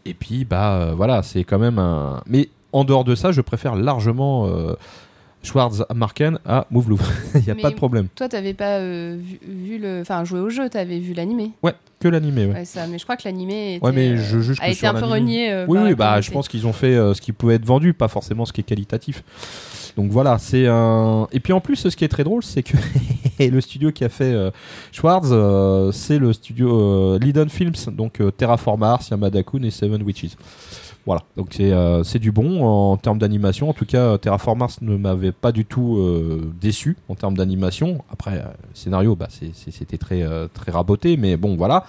S1: Et puis bah euh, voilà, c'est quand même un... Mais en dehors de ça, je préfère largement euh, Schwarzmarken à Move Love. Il n'y a
S3: Mais-
S1: pas de problème.
S3: Toi, t'avais pas euh, vu, vu le. Enfin, joué au jeu, t'avais vu l'animé.
S1: Ouais, que l'animé, ouais.
S3: Ouais, ça, mais je crois que l'animé. était,
S1: Ouais, mais
S3: euh,
S1: je juge
S3: a
S1: que
S3: été
S1: sur
S3: un peu
S1: l'animé-
S3: renié. euh,
S1: Oui,
S3: par la
S1: oui, bah, je
S3: communauté.
S1: pense qu'ils ont fait euh, ce qui pouvait être vendu, pas forcément ce qui est qualitatif. Donc voilà, c'est un. Et puis en plus, ce qui est très drôle, c'est que le studio qui a fait euh, Schwartz, euh, c'est le studio euh, Liden Films, donc euh, Terraform Mars, Yamada Kun et Seven Witches. Voilà, donc c'est euh, c'est du bon en termes d'animation. En tout cas, euh, Terraform Mars ne m'avait pas du tout euh, déçu en termes d'animation. Après, euh, le scénario, bah, c'est- c'est- c'était très, euh, très raboté, mais bon, voilà.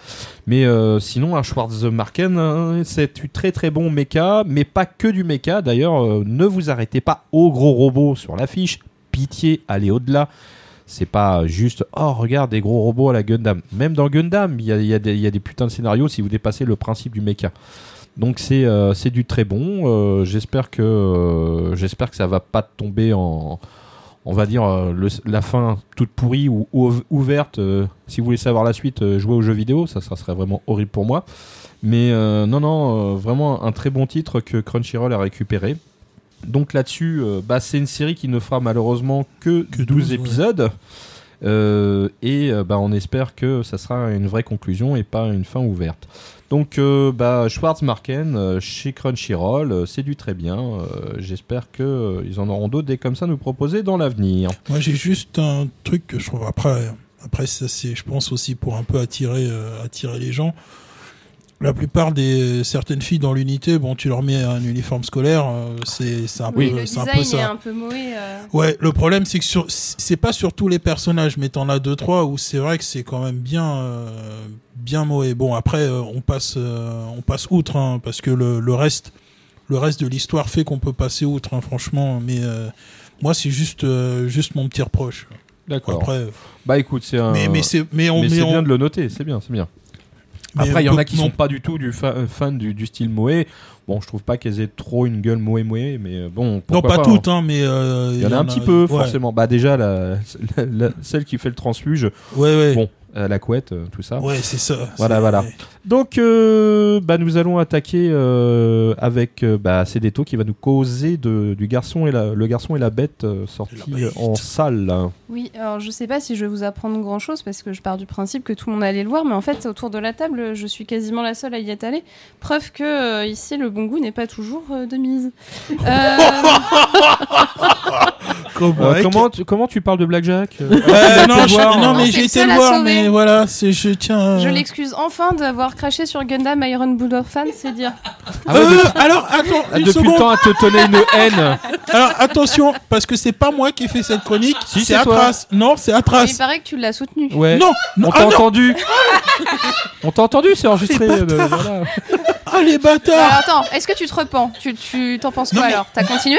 S1: Mais euh, sinon, un Schwarzmarken, hein, c'est du très très bon mecha, mais pas que du mecha. D'ailleurs, euh, ne vous arrêtez pas au gros robot sur l'affiche. Pitié, allez au-delà. C'est pas juste, oh regarde des gros robots à la Gundam. Même dans Gundam, il y a, il y a des- il y a des putains de scénarios si vous dépassez le principe du mecha. Donc c'est euh, c'est du très bon. Euh, J'espère que, euh, j'espère que ça va pas tomber en, on va dire euh, le- la fin toute pourrie ou, ou- ouverte. euh, si vous voulez savoir la suite, euh, jouez aux jeux vidéo, ça, ça serait vraiment horrible pour moi. Mais euh, non, non, euh, vraiment un très bon titre que Crunchyroll a récupéré. Donc là-dessus, euh, bah, c'est une série qui ne fera malheureusement que,
S4: Que
S1: 12,
S4: 12, ouais.
S1: épisodes. Euh, et euh, bah, on espère que ça sera une vraie conclusion et pas une fin ouverte. Donc euh, bah, Schwarzmarken euh, chez Crunchyroll, euh, c'est du très bien. Euh, J'espère qu'ils en auront d'autres des comme ça à nous proposer dans l'avenir.
S4: Moi j'ai juste un truc que je trouve après. Après ça c'est je pense aussi pour un peu attirer euh, attirer les gens. La plupart des certaines filles dans l'unité, bon tu leur mets un uniforme scolaire, euh, c'est c'est un
S3: Oui,
S4: peu
S3: le
S4: c'est un peu
S3: design est
S4: ça.
S3: un peu mauvais. euh.
S4: Ouais, le problème c'est que sur c'est pas sur tous les personnages, mais t'en as deux trois où c'est vrai que c'est quand même bien euh, bien mauvais. Bon après euh, on passe euh, on passe outre hein, parce que le, le reste le reste de l'histoire fait qu'on peut passer outre hein, franchement. Mais euh, moi c'est juste euh, juste mon petit reproche. Après, euh,
S1: Bah écoute, c'est un.
S4: mais mais c'est mais on
S1: mais
S4: mais
S1: c'est
S4: on-
S1: bien de le noter, c'est bien, c'est bien.
S4: mais
S1: Après, il y en a
S4: on peut-
S1: qui
S4: non,
S1: sont pas du tout du fa- euh, fans du, du style Moe. Bon, je trouve pas qu'elles aient trop une gueule Moe Moe, mais euh, bon.
S4: non
S1: pourquoi
S4: pas,
S1: pas hein.
S4: toutes hein, mais euh,
S1: Il y en a un petit peu,
S4: ouais.
S1: forcément. Bah déjà, la, la- la- celle qui fait le transfuge,
S4: Ouais ouais.
S1: bon, euh, la couette, euh, tout ça.
S4: Ouais, c'est ça.
S1: Voilà,
S4: C'est-
S1: voilà. Donc, euh, bah, nous allons attaquer euh, avec euh, bah, Cédéto qui va nous causer de, du garçon et la, le garçon et la bête euh, sorti
S4: La bête.
S1: en salle.
S3: Oui, alors je sais pas si je vais vous apprendre grand chose parce que je pars du principe que tout le monde allait le voir, mais en fait, autour de la table, je suis quasiment la seule à y être allée. Preuve que euh, ici, le bon goût n'est pas toujours euh, de mise. Euh,
S4: Comment,
S1: Euh, comment, tu, comment tu parles de Blackjack euh
S4: Euh, non, je-
S1: voir,
S4: non,
S1: hein.
S4: mais
S3: C'est
S4: j'ai
S3: le
S4: été
S3: seul
S4: le
S3: à
S4: voir,
S3: sauver.
S4: mais voilà, c'est je tiens.
S3: Je
S4: euh,
S3: l'excuse enfin d'avoir craché sur Gundam Iron Blood Orphan, c'est dire.
S1: Ah ouais,
S4: Euh,
S1: depuis-
S4: alors, attends,
S1: ah, Depuis
S4: une
S1: le
S4: seconde.
S1: temps à te tonner une haine.
S4: Alors, attention, parce que c'est pas moi qui ai fait cette chronique,
S1: Si,
S4: c'est
S1: c'est toi. bah,
S4: Atras. Non, c'est
S3: Mais
S4: Atras.
S3: il paraît que tu l'as soutenu.
S1: Ah, Ouais.
S4: Non, non,
S1: On
S4: ah,
S1: t'a
S4: non,
S1: entendu. On t'a entendu, c'est enregistré. euh, voilà.
S4: ah, les
S3: Alors,
S4: bâtards.
S3: attends, est-ce que tu te repens Tu tu- t'en penses
S4: Non,
S3: quoi
S4: mais-
S3: alors T'as continué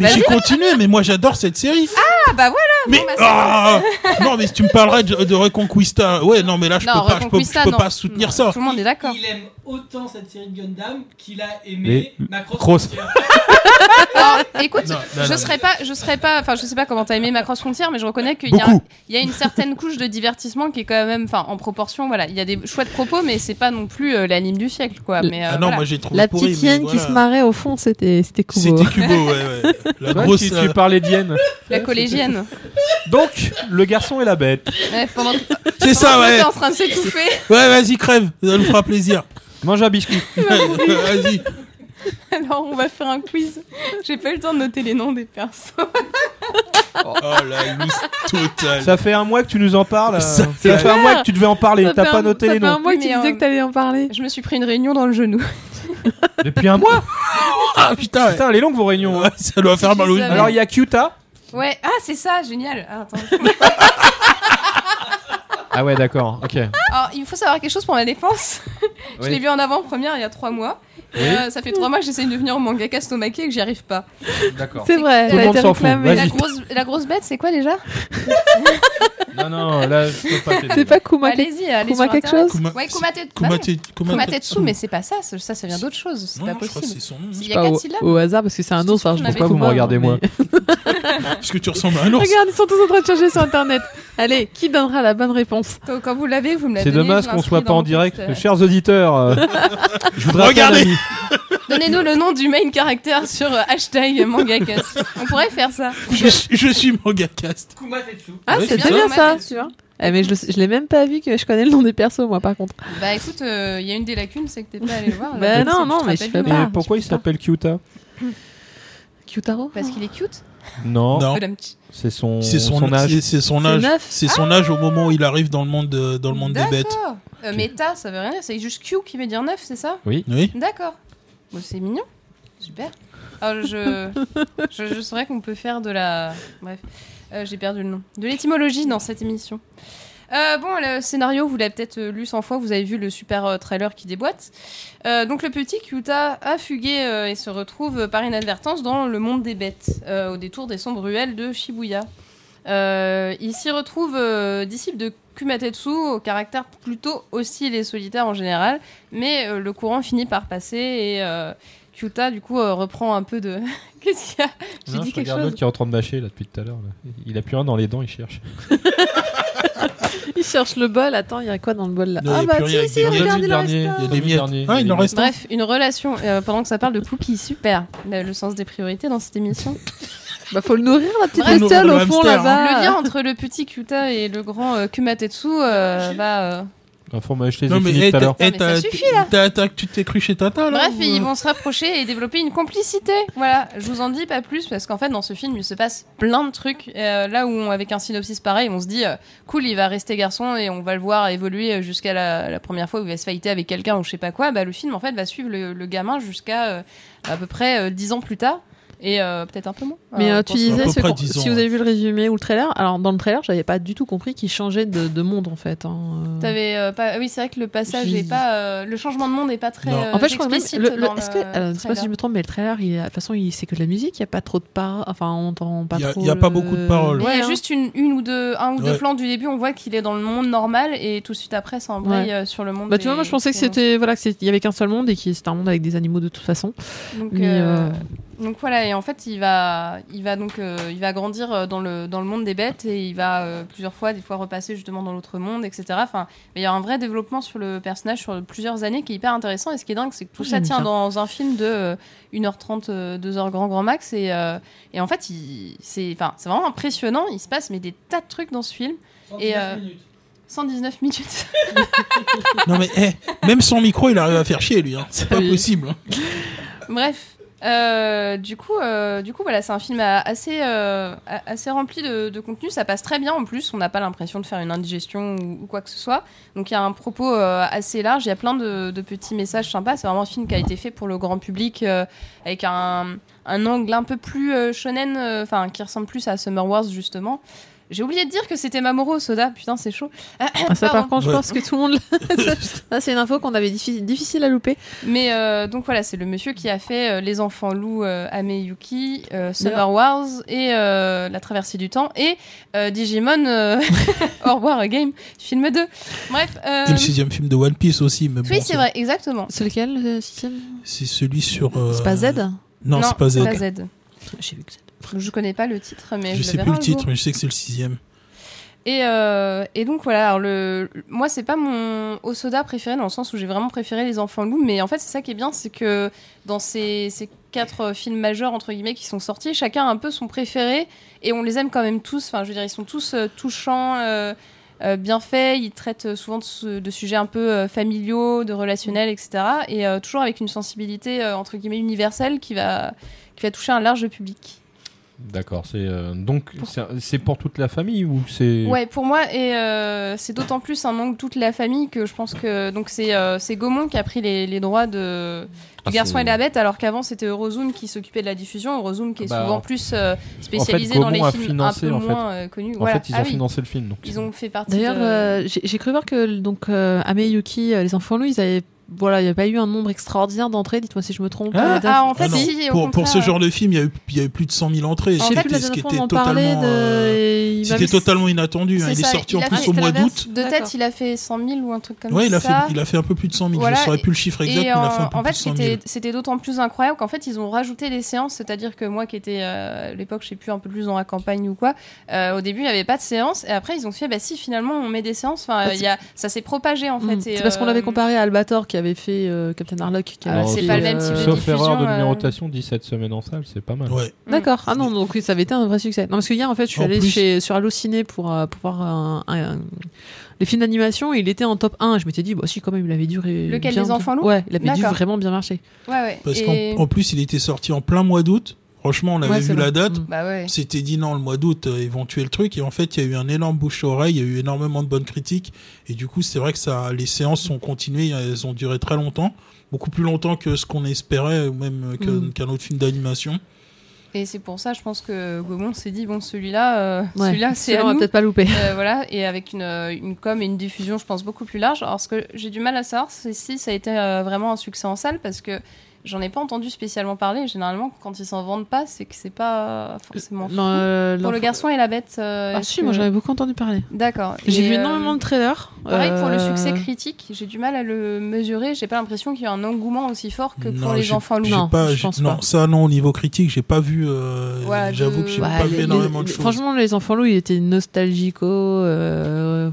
S4: Mais j'ai
S3: Bah, vas-y.
S4: continué, mais moi j'adore cette série.
S3: Ah bah voilà
S4: mais
S3: bon, bah, c'est
S4: ah, non, mais si tu me parlerais de, de Reconquista, ouais, non, mais là je
S3: Non,
S4: peux pas, je peux,
S3: Reconquista,
S4: je peux
S3: non.
S4: pas soutenir ça.
S3: Tout le monde est d'accord.
S6: Il aime autant cette série de Gundam qu'il a aimé
S1: Mais-
S6: Macross.
S1: Cross.
S6: Frontier.
S3: Alors, écoute,
S4: Non, non,
S3: je
S4: non.
S3: serais pas, je serais pas, enfin, je sais pas comment t'as aimé Macross Frontières, mais je reconnais qu'il y a,
S1: Beaucoup.
S3: il y a une certaine couche de divertissement qui est quand même, enfin, en proportion, voilà. Il y a des chouettes propos, mais c'est pas non plus euh, l'anime du siècle, quoi. Mais euh,
S4: ah non,
S3: voilà.
S4: moi j'ai trouvé
S2: La
S4: pourri,
S2: petite
S4: mais
S2: hyène qui
S4: voilà.
S2: se marrait au fond, c'était c'était Kubo.
S4: C'était Kubo, ouais, ouais. La
S1: Toi,
S4: grosse.
S1: tu, tu
S4: euh,
S1: parlais d'hyène.
S3: la collégienne.
S1: Donc, le garçon et la bête.
S3: Ouais, pendant que
S4: C'est ça, ouais.
S3: t'es en train de s'étouffer.
S4: Ouais, vas-y, crève, ça nous fera plaisir.
S1: Mange un biscuit.
S4: vas-y.
S3: Alors, on va faire un quiz. J'ai pas eu le temps de noter les noms des personnes.
S4: Oh la loose totale.
S1: Ça fait un mois que tu nous en parles. euh,
S4: Ça
S1: Ça,
S4: fait-
S1: fait un mois que tu devais en parler.
S2: Ça
S1: T'as
S2: fait
S1: pas
S2: un-
S1: noté
S2: ça
S1: les
S2: fait un
S1: noms.
S2: mois que tu
S3: Mais,
S2: disais
S3: euh,
S2: que t'allais en parler.
S3: Je me suis pris une réunion dans le genou.
S1: Depuis un mois.
S4: Ah putain, ouais.
S1: Putain, elle est longue vos réunions. hein.
S4: Ouais, ça doit faire mal au
S3: Ah
S1: Alors,
S3: ouais.
S1: il y a Kyuta.
S3: Ouais, ah, c'est ça, génial. Ah, attends.
S1: Ah ouais, d'accord. Ok.
S3: Alors, il faut savoir quelque chose pour ma défense. Je
S1: Oui.
S3: l'ai vu en avant-première il y a trois mois. Et,
S1: Oui.
S3: euh, ça fait trois mois que j'essaye de venir au manga Castomake et que j'y arrive pas.
S1: D'accord.
S2: C'est vrai,
S1: Tout le
S2: elle a
S1: monde
S2: été
S1: s'en fout,
S2: réclamée.
S3: Et la
S1: vas-y.
S3: grosse, la grosse bête, c'est quoi déjà
S1: Non, non, là, je peux pas t'aider.
S2: C'est pas Kuma.
S3: Allez-y, allez
S2: Kuma
S3: sur
S2: quelque
S3: Internet.
S2: chose
S4: Kuma-
S3: Ouais, Kumate- bah oui,
S4: Kumate-
S3: Kumatetsu, mais c'est pas ça. c'est- Ça, ça vient d'autre chose. C'est
S4: Non,
S3: pas
S4: non, je crois que
S3: possible.
S4: c'est son nom.
S3: Il y
S2: Pas
S3: a
S2: au,
S3: quatre syllabes.
S2: au hasard parce que c'est un
S3: Surtout
S2: autre. Enfin,
S3: qu'on
S2: je pense
S3: avait
S2: pas
S1: Pourquoi vous me
S2: Kuma,
S1: regardez,
S2: mais-
S1: moi
S4: Parce que tu ressembles à un ours.
S2: Regarde, ils sont tous en train de chercher sur internet. Allez, qui donnera la bonne réponse
S3: Donc, quand vous l'avez, vous me l'avez.
S1: C'est dommage qu'on soit pas en direct. Chers auditeurs, euh, je voudrais appeler un
S4: Regardez.
S1: ami.
S3: Donnez-nous le nom du main caractère sur euh, hashtag mangakast. On pourrait faire ça.
S4: Je, je suis mangakast.
S6: Kumatetsu.
S2: Ah,
S4: Ouais,
S2: c'est
S4: Ah, c'est
S2: très
S4: ça.
S2: bien ça,
S3: Mathieu.
S2: tu vois. Eh, mais je, le- je l'ai même pas vu que je connais le nom des persos, moi, par contre.
S3: Bah écoute, euh, il y a une des lacunes, c'est que t'es pas allé le voir.
S2: Bah non,
S3: Alors, tu te
S2: non, mais
S3: rappelles
S2: je
S3: du
S2: fais
S3: nom.
S1: Et
S2: Ah,
S1: pourquoi il
S2: putain.
S1: s'appelle Kyuta
S2: Kyutaro
S3: Parce qu'il est cute.
S1: Non,
S4: Non.
S3: Madame Chi.
S1: c'est son,
S4: C'est son,
S1: son âge.
S4: c'est- C'est son
S2: C'est
S4: âge.
S2: neuf.
S4: C'est son âge au moment où il arrive dans le monde, de- dans le monde des bêtes.
S3: D'accord. Euh, mais ta, ça veut rien dire. C'est juste Q qui veut dire neuf, c'est ça
S4: Oui.
S3: D'accord. Bon, c'est mignon. Super. Alors, je, je, je saurais qu'on peut faire de la. Bref, Euh, j'ai perdu le nom. De l'étymologie dans cette émission. Euh, bon, le scénario, vous l'avez peut-être euh, lu 100 fois, vous avez vu le super euh, trailer qui déboîte. Euh, donc, le petit Kyuta a fugué euh, et se retrouve euh, par inadvertance dans le monde des bêtes, euh, au détour des sombres ruelles de Shibuya. Euh, il s'y retrouve euh, disciple de Kumatetsu, au caractère plutôt hostile et solitaire en général. Mais euh, le courant finit par passer et euh, Kyuta, du coup, euh, reprend un peu de. Qu'est-ce qu'il y a J'ai
S1: Non,
S3: dit
S1: je
S3: quelque
S1: regarde
S3: chose.
S1: l'autre qui est en train de mâcher là depuis tout à l'heure. là. Il a plus un dans les dents, il cherche.
S2: Il cherche le bol. Attends, il y a quoi dans le bol là
S4: Non, il y a
S2: Ah, bah
S4: plus rien
S2: si,
S4: avec
S2: si,
S4: des
S1: Il y a
S2: regardez
S1: le
S2: le
S1: dernier,
S2: reste.
S4: Il y a
S1: Tommy
S4: des miettes.
S1: dernier,
S4: Ah, il en
S1: est-
S4: reste un.
S3: Bref, une relation. euh, pendant que ça parle de Pookie, super. Bah, Le, le sens des priorités dans cette émission.
S2: Bah, faut le nourrir, la petite
S4: Faut nourrir
S2: bestiole
S4: le
S2: au fond
S4: hamster, hein.
S3: Le lien
S2: là-bas.
S3: entre le petit Kyuta et le grand euh, Kumatetsu euh, va. euh,
S1: Enfin, on m'a acheté,
S4: Non,
S1: j'ai
S4: mais
S1: fini
S4: hey,
S1: tout à
S4: t'as-
S1: l'heure.
S4: hey,
S3: Non, mais
S4: t'as-
S3: ça suffit, là.
S4: t'as- t'as- tu t'es cru chez
S2: Oh
S4: Tata là
S3: Bref,
S4: ou-
S3: ils vont se rapprocher et développer une complicité. Voilà, je vous en dis pas plus parce qu'en fait, dans ce film, il se passe plein de trucs. Euh, là où, on- avec un synopsis pareil, on se dit, euh, cool, il va rester garçon et on va le voir évoluer euh, jusqu'à la, la première fois où il va se fighter avec quelqu'un ou je sais pas quoi. Bah, le film, en fait, va suivre le, le gamin jusqu'à euh, à peu près euh, 10 ans plus tard. Et euh, peut-être un peu moins.
S2: Mais
S3: Euh,
S2: euh, tu
S3: pour-
S4: pense- à
S2: disais,
S4: peu
S2: ce
S4: près
S2: qu'on-
S4: dix ans,
S2: si vous avez vu le résumé ou le trailer, alors dans le trailer, j'avais pas du tout compris qu'il changeait de, de monde en fait. hein, euh.
S3: T'avais euh, pas... Oui, c'est vrai que le passage
S2: J'ai-
S3: est pas. euh, Le changement de monde est pas très.
S4: Non.
S3: euh,
S2: En fait, je crois que même.
S3: explicite
S2: le- le-
S3: dans
S2: Est-ce que.
S3: le
S2: Alors, je sais pas si
S3: trailer.
S2: je me trompe, mais le trailer, il y a- de toute façon, il- c'est que de la musique, il n'y a pas trop de paroles. Enfin, on entend pas
S4: Il y a-
S2: trop.
S4: il y a pas beaucoup de paroles.
S3: Mais
S2: Ouais,
S3: il y a
S2: hein.
S3: juste une, une ou deux, un ou deux
S4: Ouais.
S3: plans du début, on voit qu'il est dans le monde normal et tout de suite après, ça embraye euh, sur le monde.
S2: Bah, tu vois,
S3: des-
S2: moi, je pensais que
S3: des-
S2: c'était. Voilà, que c'est- il y avait qu'un seul monde et que c'était un monde avec des animaux de toute façon.
S3: Donc,
S2: Mais,
S3: euh,
S2: euh,
S3: donc voilà, et en fait, il va, il va donc, euh, il va grandir euh, dans le dans le monde des bêtes et il va euh, plusieurs fois, des fois repasser justement dans l'autre monde, etc. Enfin, il va y a un vrai développement sur le personnage sur plusieurs années qui est hyper intéressant. Et ce qui est dingue, c'est que tout
S2: Moi,
S3: ça
S2: j'aime
S3: tient
S2: bien.
S3: dans un film de euh, 1h30, euh, 2h grand grand max. Et, euh, et en fait, il- c'est, enfin, c'est vraiment impressionnant. Il se passe mais des tas de trucs dans ce film.
S6: 119
S3: euh,
S6: minutes.
S3: 119 minutes.
S4: eh, Non mais hey, même son micro, il arrive à faire chier lui. hein. C'est pas
S2: Oui.
S4: possible. hein.
S3: Bref. Euh, du coup, euh, du coup, voilà, c'est un film à- assez, euh, à- assez rempli de, de contenu. Ça passe très bien en plus. On n'a pas l'impression de faire une indigestion ou, ou quoi que ce soit. Donc il y a un propos euh, assez large. Il y a plein de, de petits messages sympas. C'est vraiment un film qui a été fait pour le grand public euh, avec un, un angle un peu plus euh, shonen, euh, enfin qui ressemble plus à Summer Wars justement. J'ai oublié de dire que c'était Mamoru Soda. Putain, c'est chaud.
S2: Ah, ça,
S3: Pardon.
S2: par contre, je
S4: Ouais.
S2: pense que tout le monde. l'a- Ça, c'est une info qu'on avait diffi- difficile à louper.
S3: Mais euh, donc voilà, c'est le monsieur qui a fait euh, Les Enfants Loups, euh, Ameyuki, euh, Summer Wars et euh, La Traversée du Temps et euh, Digimon euh, Au revoir Game, film 2. Bref, euh,
S4: Et le sixième film de One Piece aussi, mais bon,
S3: oui, c'est vrai, exactement.
S2: C'est lequel, euh, le système
S4: C'est celui sur. euh,
S2: C'est pas Z
S4: Non, c'est pas Z.
S2: J'ai vu que Z.
S3: Je connais pas le titre, mais je,
S4: Je
S3: le
S4: sais
S3: verrai
S4: plus le
S3: un
S4: titre,
S3: jour.
S4: mais je sais que c'est le sixième.
S3: Et, euh, et donc voilà, alors le, moi c'est pas mon Osoda préféré dans le sens où j'ai vraiment préféré Les Enfants Loups, mais en fait c'est ça qui est bien, c'est que dans ces, ces quatre euh, films majeurs entre guillemets qui sont sortis, chacun a un peu son préféré et on les aime quand même tous. Enfin, je veux dire, ils sont tous euh, touchants, euh, euh, bien faits, ils traitent euh, souvent de, ce- de sujets un peu euh, familiaux, de relationnels, etc. Et euh, toujours avec une sensibilité euh, entre guillemets universelle qui va, qui va toucher un large public.
S1: D'accord, c'est euh, donc c'est- c'est pour toute la famille ou c'est
S3: Ouais, pour moi, et euh, c'est d'autant plus un manque toute la famille que je pense que donc c'est euh, c'est Gaumont qui a pris les, les droits de du
S1: Ah,
S3: Garçon
S1: c'est-
S3: et la Bête, alors qu'avant c'était Eurozoom qui s'occupait de la diffusion, Eurozoom qui est
S1: Bah, en-
S3: souvent plus euh, spécialisé
S1: Gaumont
S3: dans les
S1: a
S3: films
S1: financé,
S3: un peu
S1: en fait.
S3: moins euh, connus.
S1: En
S3: voilà.
S1: fait, ils
S3: Ah
S1: ont
S3: oui,
S1: financé le film. Donc
S3: ils ont fait partie.
S2: D'ailleurs,
S3: de-
S2: euh, j'ai j'ai cru voir que donc euh, Amé Yuki, euh, les enfants loups, ils avaient voilà, il n'y a pas eu un nombre extraordinaire d'entrées. Dites-moi si je me trompe.
S1: Ah,
S2: Euh, d'un-
S3: ah, en fait,
S4: Ah non,
S3: si, au
S4: pour, pour ce
S3: contraire,
S4: genre de film, il y a eu- il y, a eu plus de 100 000 entrées.
S2: je
S3: en
S2: sais
S3: fait,
S2: plus, la
S4: ce
S2: dernière
S4: qui
S2: fois, on
S4: était
S2: en parlait
S4: totalement, euh,
S2: de. il
S4: c'était
S2: m'avait-
S4: totalement inattendu. hein.
S3: c'est
S4: Il est
S3: ça,
S4: sorti en
S3: a
S4: plus
S3: fait-
S4: au mois
S2: c'était l'inverse.
S4: d'août.
S3: De tête,
S2: D'accord.
S3: il a fait 100 000 ou un truc comme
S4: Ouais, il
S3: ça.
S4: a, fait, il a fait un peu plus de 100 000.
S3: Voilà,
S4: je ne saurais
S3: et-
S4: plus le chiffre exact, mais
S3: Et
S4: il a fait un
S3: en,
S4: peu
S3: en
S4: plus
S3: fait,
S4: de
S3: ce
S4: 100
S3: qui
S4: 000.
S3: était- c'était d'autant plus incroyable qu'en fait, ils ont rajouté des séances. C'est-à-dire que moi, qui étais euh, à l'époque, je sais plus, un peu plus dans la campagne ou quoi, euh, au début, il n'y avait pas de séance. Et après, ils ont fait, bah si, finalement, on met des séances. Enfin,
S2: Ah,
S3: il y a, ça s'est propagé en fait.
S2: Hmm.
S3: et,
S2: C'est parce qu'on
S3: euh,
S2: l'avait comparé à Albator qui avait fait euh, Captain Harlock. qui
S3: Alors,
S2: avait
S3: c'est
S2: fait,
S3: pas le même type de
S1: Sauf
S3: diffusion,
S1: erreur de
S3: euh,
S1: numérotation, 17 semaines en salle, c'est pas mal.
S4: Ouais.
S2: D'accord. Ah non, donc oui, ça avait été un vrai succès. Non, parce que hier, en fait, je suis
S4: En
S2: allée
S4: plus-
S2: chez, sur Allociné pour, euh, pour voir un- un- les films d'animation et il était en top 1. Je m'étais dit, bah si, quand même, il avait duré.
S3: Lequel,
S2: bien-
S3: Les Enfants Loups
S2: Ouais, il avait dû
S3: D'accord.
S2: vraiment bien marcher.
S3: Ouais, ouais.
S4: Parce
S3: Et-
S4: qu'en en plus, il était sorti en plein mois d'août. Franchement, on avait
S2: Ouais, c'est
S4: vu la
S2: vrai.
S4: date.
S2: Mm.
S3: Bah ouais.
S4: On s'était dit non, le mois d'août, euh, ils vont tuer le truc. Et en fait, il y a eu un énorme bouche-oreille, il y a eu énormément de bonnes critiques. Et du coup, c'est vrai que ça, les séances sont continuées, elles ont duré très longtemps. Beaucoup plus longtemps que ce qu'on espérait, ou même euh, qu'un
S2: Mm.
S4: qu'un autre film d'animation.
S3: Et c'est pour ça, je pense que Gaumont s'est dit, bon, celui-là, euh,
S2: Ouais.
S3: celui-là, c'est
S2: Celui-là,
S3: à
S2: on va
S3: nous.
S2: peut-être pas louper.
S3: Euh, voilà, et avec une, euh, une com et une diffusion, je pense, beaucoup plus large. Alors, ce que j'ai du mal à savoir, c'est si ça a été euh, vraiment un succès en salle, parce que j'en ai pas entendu spécialement parler. Généralement, quand ils s'en vendent pas, c'est que c'est pas euh, forcément. fou.
S2: Non, euh,
S3: pour le
S2: l'enfant-
S3: garçon et la bête. euh,
S2: Ah
S3: est-ce
S2: si,
S3: que-
S2: moi j'avais beaucoup entendu parler.
S3: D'accord.
S2: J'ai
S3: Et,
S2: vu
S3: euh,
S2: énormément de trailers.
S3: Pareil pour le
S2: Euh,
S3: succès critique, j'ai du mal à le mesurer. J'ai pas l'impression qu'il y a un engouement aussi fort que pour
S4: Non,
S3: les
S4: j'ai-
S3: enfants
S4: j'ai
S3: loups.
S2: Non,
S4: pas,
S2: je
S4: j'ai-
S2: pense
S4: non,
S2: pas.
S4: ça, non, au niveau critique, j'ai pas vu. euh,
S3: Ouais,
S4: J'avoue
S3: de-
S4: que j'ai
S3: Ouais,
S4: pas
S2: les-
S4: vu
S2: les-
S4: énormément de
S2: les-
S4: choses.
S2: Franchement, les enfants loups, ils étaient nostalgico. euh,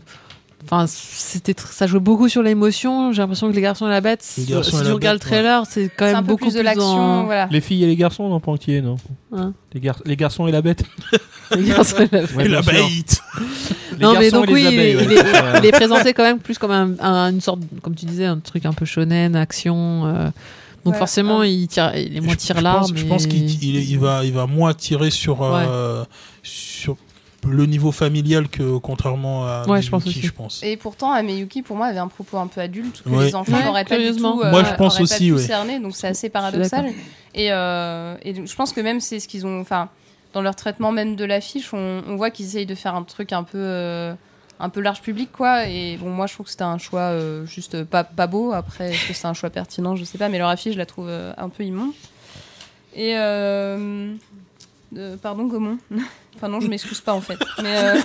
S2: Enfin, c'était tr- ça jouait beaucoup sur l'émotion. J'ai l'impression que les garçons et la bête,
S4: Les
S2: si
S4: Garçons et
S2: tu
S4: la
S2: regardes le
S4: Bête, ouais.
S2: trailer, c'est quand
S3: C'est
S2: même
S3: un peu
S2: beaucoup
S3: plus de l'action,
S2: dans-
S3: voilà.
S1: Les filles et les garçons dans Pantier, non
S2: Hein
S1: les, gar- les garçons et la bête.
S2: Les garçons et la Bête.
S1: Ouais,
S4: Et la
S1: bien sûr.
S4: bête
S1: Les
S2: Non, mais
S1: garçons
S2: donc
S1: et les
S2: oui, il est-
S1: abeilles,
S2: il
S1: ouais.
S2: est- il est présenté quand même plus comme un- un- une sorte, comme tu disais, un truc un peu shonen, action. euh, Donc
S3: Ouais,
S2: forcément,
S3: euh,
S2: il, tire, il est moins
S4: Je- je
S2: tire l'arme.
S4: pense- Je pense qu'il il, il va, il va moins tirer sur, euh, sur le niveau familial que contrairement à
S2: Ouais, je pense
S4: Miyuki,
S2: aussi.
S4: je pense.
S3: Et pourtant, Ameyuki, pour moi, avait un propos un peu adulte que
S4: Ouais.
S3: les enfants
S2: Ouais,
S3: n'auraient pas du
S2: curieusement.
S3: tout. euh,
S4: Moi, je pense
S3: auraient pas
S4: aussi,
S3: du tout
S4: ouais.
S3: cerné, donc c'est assez paradoxal. Et, euh, et donc, je pense que même c'est ce qu'ils ont. Enfin, dans leur traitement même de l'affiche, on, on voit qu'ils essayent de faire un truc un peu. euh, un peu large public quoi et bon moi je trouve que c'était un choix euh, juste pas, pas beau après est-ce que c'est un choix pertinent je sais pas mais leur affiche je la trouve euh, un peu immonde et euh, euh, pardon Gaumont enfin non je m'excuse pas en fait mais euh,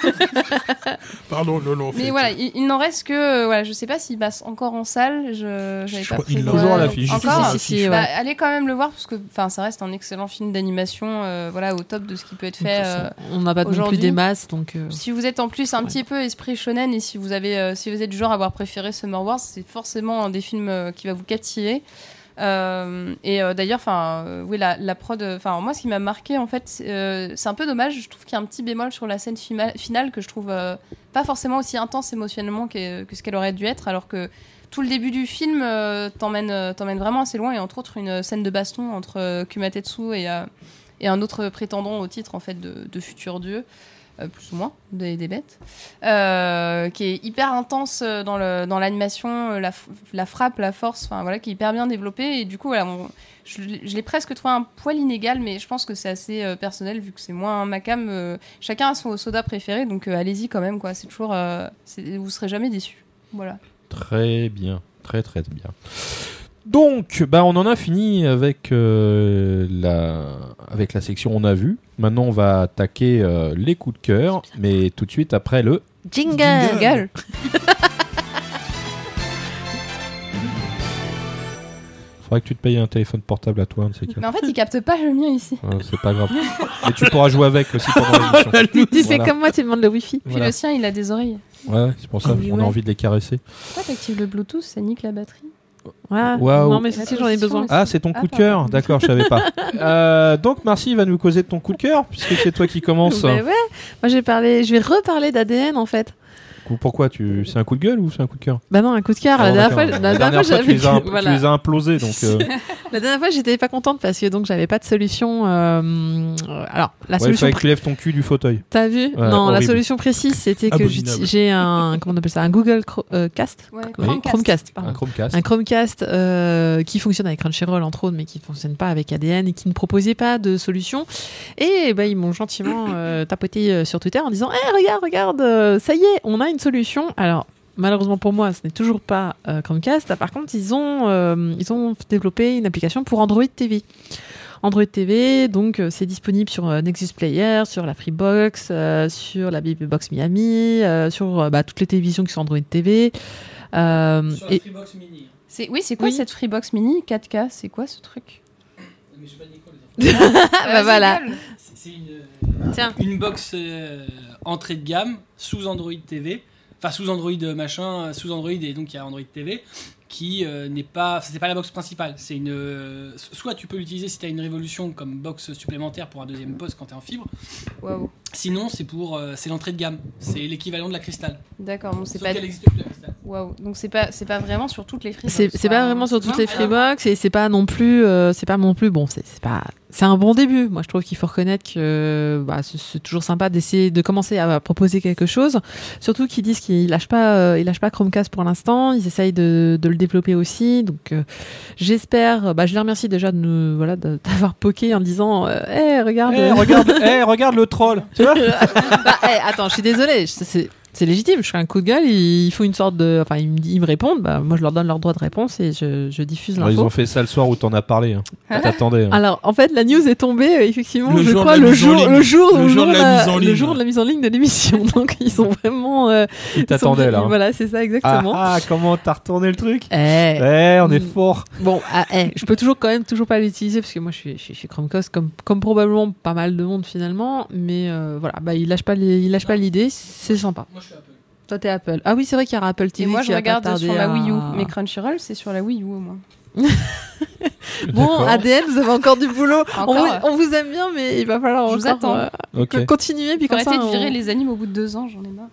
S4: Pardon, Lolo. en fait.
S3: mais voilà, il, il n'en reste que. euh, Voilà, je sais pas s'il passe encore en salle. Je j'avais
S4: Je
S3: pas
S4: crois-
S3: pris
S4: il
S3: le-
S4: l'a
S1: toujours à l'affiche.
S3: Encore
S2: Si, si, si, si,
S3: Bah,
S2: ouais.
S3: Allez quand même le voir parce que enfin, ça reste un excellent film d'animation. euh, voilà, au top de ce qui peut être fait. euh,
S2: on n'a pas non plus
S3: aujourd'hui-
S2: des masses, donc. euh,
S3: si vous êtes en plus un
S2: Ouais.
S3: petit peu esprit shonen et si vous avez, euh, si vous êtes du genre à avoir préféré Summer Wars, c'est forcément un des films euh, qui va vous captiver. Euh, et euh, d'ailleurs, enfin, euh, oui, la, la prod. euh, Enfin, moi, ce qui m'a marqué, en fait, c'est, euh, c'est un peu dommage. Je trouve qu'il y a un petit bémol sur la scène euh, fima- finale que je trouve euh, pas forcément aussi intense émotionnellement que, que ce qu'elle aurait dû être, alors que tout le début du film euh, t'emmène euh, t'emmène vraiment assez loin et entre autres une scène de baston entre euh, Kumatetsu et, euh, et un autre prétendant au titre en fait de, de futur dieu euh, plus ou moins des, des bêtes euh, qui est hyper intense euh, dans le dans l'animation euh, la, f- la frappe la force enfin voilà qui est hyper bien développée et du coup voilà on- je, l'ai- je l'ai presque trouvé un poil inégal mais je pense que c'est assez euh, personnel vu que c'est moins ma cam euh, chacun a son soda préféré donc euh, allez-y quand même quoi c'est toujours euh, c'est- vous serez jamais déçus voilà
S1: Très bien, très très bien. Donc, bah, on en a fini avec, euh, la, avec la section On a vu. Maintenant, on va attaquer euh, les coups de cœur, mais tout de suite après le.
S2: Jingle,
S4: Jingle.
S2: Gueule.
S1: Faudrait que tu te payes un téléphone portable à toi, un de ces quatre.
S3: mais en fait ils captent pas le mien ici
S1: Ah, c'est pas grave. mais tu pourras jouer avec aussi pendant l'émission.
S2: Tu tu fais
S1: Voilà.
S2: comme moi, tu demandes le wifi.
S3: Puis
S1: Voilà.
S3: le sien, il a des oreilles.
S1: Ouais, ouais, c'est pour ça,
S2: Ah oui,
S1: on
S2: ouais.
S1: a envie de les caresser.
S3: Pourquoi t'actives le Bluetooth Ça nique la batterie.
S2: Voilà.
S1: Waouh.
S2: Non, mais si, j'en ai besoin.
S1: Ah, c'est ton
S3: Ah,
S1: coup de
S3: pardon.
S1: cœur D'accord, je savais pas. Euh, donc, Marcy va nous causer de ton coup de cœur, puisque c'est toi qui commence.
S2: Mais ouais, moi j'ai parlé, je vais reparler d'ADN en fait.
S1: Pourquoi tu... C'est un coup de gueule ou c'est un coup de cœur
S2: Bah non, un coup de cœur. la
S1: Ah,
S2: dernière
S1: d'accord.
S2: fois, la dernière fois,
S1: tu les as,
S2: j'avais-
S1: tu
S2: voilà. Ah,
S1: les as implosés, donc. euh,
S2: La dernière fois, j'étais pas contente parce que donc j'avais pas de solution. euh, euh, alors
S1: ouais,
S2: la
S1: il
S2: solution,
S1: fallait que
S2: pré-
S1: tu lèves ton cul du fauteuil.
S2: t'as vu Non, la
S1: horrible.
S2: solution précise, c'était que
S4: Abominable.
S2: j'uti- j'ai un comment on appelle ça, un Google Cro- euh, Cast,
S3: Ouais,
S1: Oui.
S3: Chromecast.
S2: Chromecast, pardon.
S1: Un Chromecast.
S2: Un Chromecast euh, qui fonctionne avec Crunchyroll entre autres, mais qui ne fonctionne pas avec ADN et qui ne proposait pas de solution. Et bah, ils m'ont gentiment euh, tapoté euh, sur Twitter en disant Eh, regarde, regarde, euh, ça y est, on a une solution. Alors, malheureusement pour moi, ce n'est toujours pas euh, Chromecast. Ah, Par contre, ils ont, euh, ils ont développé une application pour Android TV. Android TV, donc euh, c'est disponible sur euh, Nexus Player, sur la Freebox, euh, sur la BBbox Miami, euh, sur euh, bah, toutes les télévisions qui sont Android TV.
S4: mm,
S2: euh,
S6: Sur
S2: et-
S6: la Freebox Mini. hein.
S3: C'est- Oui, c'est quoi
S2: Oui.
S3: cette Freebox Mini 4K C'est quoi ce truc
S6: Mais j'ai pas dit quoi, les enfants.
S2: Ah, bah voilà.
S6: C'est c'est une,
S2: Tiens.
S6: une box euh, entrée de gamme sous Android TV. Enfin, sous Android euh, machin, euh, sous Android et donc il y a Android TV qui euh, n'est pas. C'est pas la box principale. C'est une. euh, soit tu peux l'utiliser si tu as une révolution comme box supplémentaire pour un deuxième poste quand tu es en fibre.
S3: Waouh.
S6: Sinon, c'est pour. euh, c'est l'entrée de gamme. C'est l'équivalent de la cristal.
S3: D'accord, bon, c'est
S6: Sauf
S3: pas.
S6: qu'elle existe plus, la cristal.
S3: Waouh. Donc c'est pas, c'est pas vraiment sur toutes les hein, Freebox.
S2: C'est c'est pas vraiment sur toutes les
S6: Non,
S2: Freebox et c'est pas non plus, euh, c'est pas non plus. Bon, c'est c'est pas, c'est un bon début. Moi, je trouve qu'il faut reconnaître que bah, c'est- c'est toujours sympa d'essayer de commencer à proposer quelque chose. Surtout qu'ils disent qu'ils lâchent pas, euh, ils lâchent pas Chromecast pour l'instant. Ils essayent de, de le développer aussi. Donc, euh, j'espère. Bah, je les remercie déjà de nous, voilà, de- d'avoir poké en disant, euh, Eh, regarde,
S1: Eh, regarde, eh, regarde le troll Tu vois
S2: Bah, eh, attends, je suis désolée. je- C'est c'est légitime. Je fais un coup de gueule. Ils font une sorte de. Enfin, ils me, ils me répondent. Bah, moi, je leur donne leur droit de réponse et je, je diffuse
S1: Alors, Ils
S2: l'info. Ah.
S1: ont fait ça le soir où t'en as parlé. hein. T'attendais. hein.
S2: Alors, en fait, la news est tombée, euh, effectivement,
S4: Le
S2: je
S4: jour de
S2: crois,
S4: la
S2: le
S4: mise en
S2: jour,
S4: ligne.
S2: le jour,
S4: Le
S2: où
S4: jour de la mise en
S2: le
S4: ligne.
S2: jour de la mise en ligne de l'émission. Donc, ils ont vraiment. euh,
S1: Ils
S2: ils sont
S1: t'attendaient
S2: bien-
S1: là. hein.
S2: Voilà, c'est ça,
S1: Ah,
S2: exactement.
S1: ah, comment t'as retourné le truc
S2: Eh,
S1: Eh, on est
S2: Mm.
S1: fort.
S2: Bon, ah, eh, je peux toujours quand même toujours pas l'utiliser parce que moi je suis, je suis- je suis Chromecast comme, comme probablement pas mal de monde finalement, mais euh, voilà, bah il lâche pas les- il lâche pas l'idée, c'est sympa.
S6: Moi, je suis Apple.
S2: Toi, t'es Apple. Ah oui, c'est vrai qu'il y aura Apple
S3: Et
S2: TV.
S3: moi,
S2: qui
S3: je
S2: va pas
S3: regarde
S2: tarder
S3: sur la
S2: à-
S3: Wii U. Mais Crunchyroll, c'est sur la Wii U au moins.
S2: Bon,
S1: D'accord.
S2: ADN, vous avez encore du boulot. on,
S3: Encore,
S2: vous,
S3: ouais.
S2: on vous aime bien, mais il va falloir
S3: Je vous
S2: encore
S3: attends.
S2: euh,
S1: Ok.
S2: que- continuer. Puis
S3: Faut
S2: comme ça,
S3: arrêter de
S2: on-
S3: virer les animes au bout de deux ans, j'en ai marre.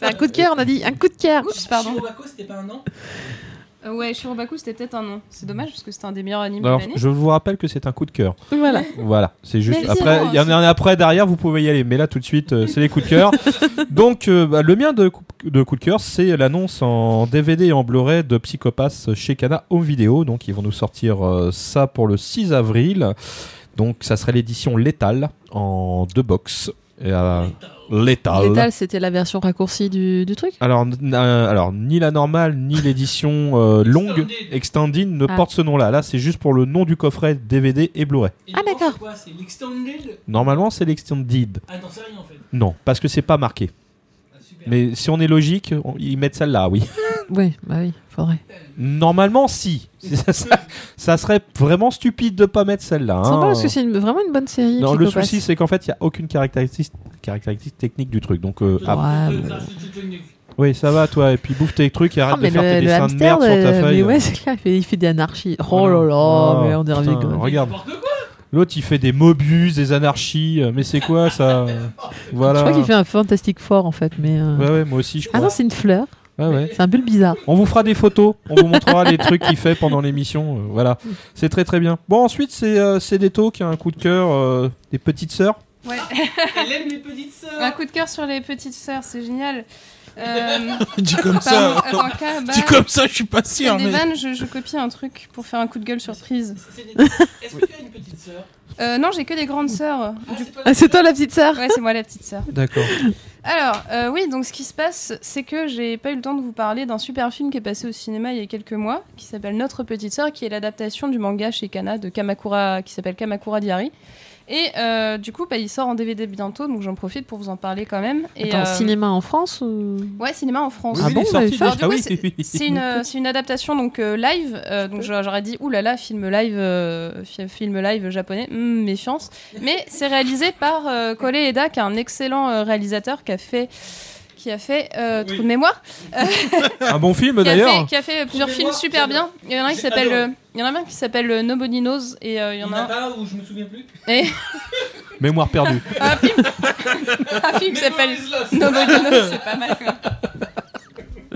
S2: c'est un coup de cœur, on a dit un coup de cœur.
S3: Oups, pardon.
S6: Shirobako, c'était pas un an
S3: Euh, ouais, Shirobaku, c'était peut-être un an. C'est dommage parce que c'était un des meilleurs animes
S1: Alors,
S3: de l'année.
S1: je vous rappelle que c'est un coup de cœur.
S2: Voilà.
S1: Voilà, c'est juste.
S3: Mais
S1: Après,
S3: c'est bon,
S1: il y en a un après, derrière, vous pouvez y aller. Mais là, tout de suite, euh, c'est les coups de cœur. Donc, euh, bah, le mien de, coup- de coup de cœur, c'est l'annonce en DVD et en Blu-ray de Psychopass chez Kana Home Video. Donc, ils vont nous sortir euh, ça pour le 6 avril. Donc, ça serait l'édition Létale en deux box. Et, euh, Létale.
S2: Létal, c'était la version raccourcie du, du truc.
S1: Alors, n- euh, alors, ni la normale, ni l'édition euh, longue,
S6: Extended.
S1: Extended, ne
S2: Ah.
S1: porte ce nom-là. Là, c'est juste pour le nom du coffret DVD et Blu-ray.
S6: Et
S2: Ah,
S6: dedans,
S2: d'accord.
S6: C'est quoi C'est l'extended
S1: Normalement, c'est l'Extended.
S6: Ah, t'en sais rien en fait.
S1: Non, parce que c'est pas marqué.
S6: Ah, super.
S1: Mais si on est logique, on- ils mettent celle-là, oui.
S2: Oui, bah oui, faudrait.
S1: Normalement, si. Ça, ça- ça serait vraiment stupide de pas mettre celle-là. hein.
S2: Sympa parce que c'est une- vraiment une bonne série.
S1: Non, le
S2: Psychopass.
S1: souci, c'est qu'en fait, il n'y a aucune caractéristique, caractéristique technique du truc. Donc, euh,
S6: Ouais,
S1: ah,
S2: Ouais,
S6: Ça,
S2: mais-
S6: c'est tout technique.
S1: oui, ça va, toi. Et puis, bouffe tes trucs et
S2: Ah,
S1: arrête
S2: mais
S1: de faire
S2: le,
S1: tes
S2: le
S1: dessins
S2: hamster,
S1: de merde sur ta
S2: euh,
S1: feuille.
S2: mais ouais, c'est clair, il fait, il fait des anarchies. Oh
S1: Voilà.
S2: là là,
S1: Oh,
S2: mais on dirait
S1: putain,
S2: rigolo.
S1: Regarde,
S6: N'importe quoi
S1: l'autre, il fait des Mobius, des anarchies. euh, Mais c'est quoi ça Voilà.
S2: Je crois qu'il fait un Fantastic Four en fait, mais. euh,
S1: Ouais, ouais, moi aussi, je
S2: Ah
S1: crois.
S2: non, c'est une fleur.
S1: Ouais, ouais.
S2: C'est un bulle bizarre.
S1: On vous fera des photos, on vous montrera les trucs qu'il fait pendant l'émission. euh, voilà, c'est très très bien. Bon, ensuite, c'est euh, Cédéto qui a un coup de cœur euh, des petites sœurs.
S3: Ouais.
S6: Elle aime les petites
S3: Un
S6: sœurs.
S3: coup de cœur sur les petites sœurs, c'est génial. Euh,
S4: Dit comme
S3: pardon,
S4: ça,
S3: attends, Kaba,
S4: dit comme ça, je suis pas sûr.
S3: des
S4: hein, Mais...
S3: vannes, je, je copie un truc pour faire un coup de gueule surprise.
S6: C'est- c'est- Est-ce que tu as une petite sœur
S3: Euh, non, j'ai que des grandes sœurs.
S6: Ah, c'est toi la
S2: Ah, c'est toi la petite sœur
S3: Ouais, c'est moi la petite sœur.
S1: D'accord.
S3: Alors, euh, oui, donc ce qui se passe, c'est que j'ai pas eu le temps de vous parler d'un super film qui est passé au cinéma il y a quelques mois, qui s'appelle Notre Petite Sœur, qui est l'adaptation du manga chez Kana de Kamakura, qui s'appelle Kamakura Diary. Et euh, du coup, bah, il sort en DVD bientôt, donc j'en profite pour vous en parler quand même. Et,
S2: Attends,
S3: euh,
S2: cinéma en France ou...
S3: Ouais, cinéma en France.
S2: Ah
S1: Oui, il
S2: bon,
S1: est
S2: bah,
S1: sorti
S2: il
S1: déjà.
S2: fait-
S3: Alors, du coup,
S1: Ah oui, oui,
S3: C'est une, euh, c'est une adaptation donc euh, live, euh, donc j'a- j'aurais dit oulala, film live, euh, fi- film live japonais, hmm, méfiance. Mais c'est réalisé par euh, Kole Eda, qui est un excellent euh, réalisateur qui a fait qui a fait euh,
S6: Oui.
S3: Trou de mémoire,
S1: Un bon film
S3: qui a, fait,
S1: d'ailleurs.
S3: qui a fait plusieurs
S6: de
S3: films
S6: mémoire,
S3: super
S6: j'adore.
S3: bien. Il y en a un qui
S6: J'ai
S3: s'appelle,
S6: adoré.
S3: euh, il y en a un qui s'appelle euh, Nobody Knows et euh, il y en
S6: Il y en a
S3: a un,
S6: pas où je me souviens plus.
S1: Mémoire perdue.
S3: un film, un film qui s'appelle Nobody Knows, c'est pas mal. quand même.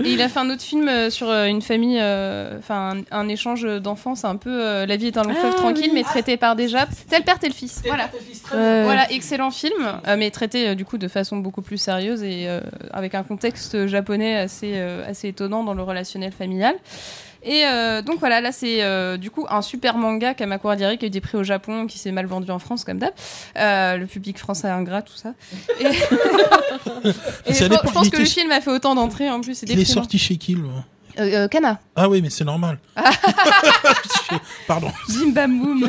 S3: Et il a fait un autre film euh, sur euh, une famille, euh, enfin un, un échange d'enfants, c'est un peu euh, la vie est un long
S2: Ah,
S3: fleuve tranquille,
S2: oui.
S3: mais traité par des Japs. Tel père, tel fils. Voilà. Euh,
S6: Voilà.
S2: Ouais.
S3: Voilà, excellent film, euh, mais traité euh, du coup de façon beaucoup plus sérieuse et euh, avec un contexte japonais assez, euh, assez étonnant dans le relationnel familial. Et euh, donc voilà, là c'est euh, du coup un super manga Kamakura Diary qui a eu des prix au Japon, qui s'est mal vendu en France comme d'hab. Euh, le public français ingrat, tout ça. Et, Et je,
S4: Ça
S3: pense-
S4: dépend,
S3: je pense
S4: il
S3: que
S4: était-
S3: le film a fait autant d'entrées en plus, c'est
S4: Il est
S3: déprimant.
S4: sorti chez qui, le-
S3: Euh, euh, Kana,
S4: Ah oui, mais c'est normal. Pardon.
S3: Jim Bam Boom.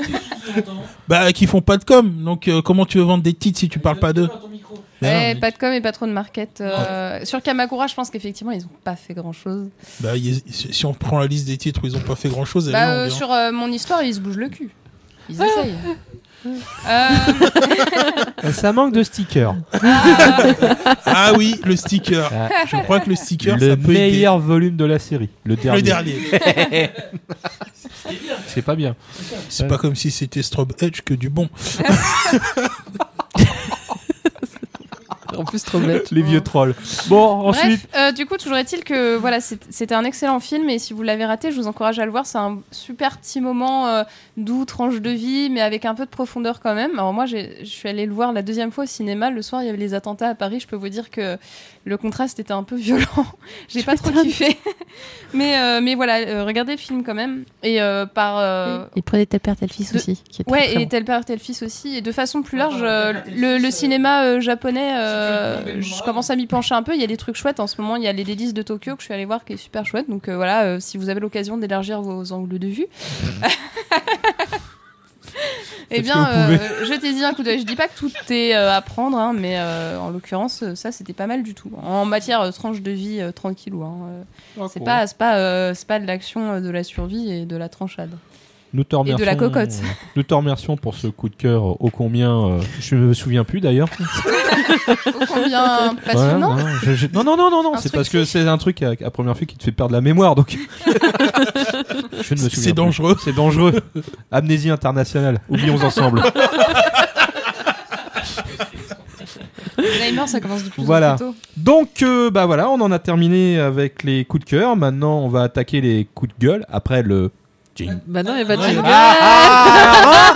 S4: Bah, qui font pas de com. Donc, euh, comment tu veux vendre des titres si tu parles pas d'eux Bah, non,
S3: Ouais,
S4: mais-
S3: pas de com et pas trop de market. euh, Sur Kamakura, je pense qu'effectivement ils ont pas fait grand chose.
S4: bah, il est- si si on prend la liste des titres où ils ont pas fait grand chose,
S3: Bah, euh, sur euh, mon histoire, ils se bougent le cul. Ils essayent. Euh,
S1: Euh, Ça manque de stickers.
S4: Ah oui, le sticker.
S1: Ah.
S4: Je crois que le
S5: Ah,
S4: sticker,
S1: Le
S4: ça peut aider.
S1: meilleur volume de la série. Le dernier.
S4: Le dernier.
S1: C'est pas bien.
S4: C'est
S1: Ouais.
S4: pas comme si c'était Strobe Edge que du bon.
S2: En plus, trop bête.
S1: Les vieux trolls. Bon, ensuite.
S3: Bref, euh, du coup, toujours est-il que voilà, c'est- c'était un excellent film et si vous l'avez raté, je vous encourage à le voir. C'est un super petit moment euh, doux, tranche de vie, mais avec un peu de profondeur quand même. Alors moi, j'ai- je suis allée le voir la deuxième fois au cinéma. Le soir, il y avait les attentats à Paris. Je peux vous dire que le contraste était un peu violent. J'ai
S2: Tu
S3: pas trop
S2: m'étonnes.
S3: kiffé, mais euh, mais voilà, euh, regardez le film quand même et euh, par euh,
S2: Et prenez tel père, tel fils
S3: De-
S2: aussi. Qui est
S3: Ouais,
S2: très, très
S3: et tel père, tel fils aussi. Et de façon plus
S6: Attends,
S3: large,
S6: tel
S3: euh,
S6: père, tel
S3: le,
S6: fils,
S3: le
S6: euh,
S3: cinéma euh, japonais, euh,
S6: si tu veux,
S3: je
S6: Golden
S3: commence à m'y pencher un peu. Il y a des trucs chouettes en ce moment. Il y a les délices de Tokyo que je suis allée voir qui est super chouette. Donc euh, voilà, euh, si vous avez l'occasion d'élargir vos angles de vue. Eh
S1: Faites-le,
S3: bien,
S1: vous pouvez.
S3: euh, jetez-y un coup d'œil. Je dis pas que tout est euh, à prendre, hein, mais euh, en l'occurrence, euh, ça c'était pas mal du tout. En matière euh, tranche de vie euh, tranquille, hein, euh,
S6: Ah,
S3: c'est pas, c'est pas, euh, c'est pas de l'action, euh, de la survie et de la tranchade.
S1: Nous te remercions. euh,
S3: de la cocotte.
S1: Nous te remercions pour ce coup de cœur euh, ô combien. euh, je me souviens plus d'ailleurs.
S3: Ô combien
S1: Ouais,
S3: passionnant.
S1: non, je- je- non, non, non, non, non, c'est
S3: Instructif.
S1: parce que c'est un truc à, à première vue qui te fait perdre la mémoire, donc. je ne me souviens
S4: C'est
S1: plus.
S4: dangereux.
S1: C'est dangereux. Amnésie internationale. Oublions ensemble.
S3: Alzheimer, ça commence de plus
S1: Voilà.
S3: en plus tôt.
S1: Donc, euh, bah voilà, on en a terminé avec les coups de cœur. Maintenant, on va attaquer les coups de gueule après le. Jing.
S2: Bah non, il n'y a pas de
S4: Ouais.
S2: jingle.
S1: Ah
S4: ah,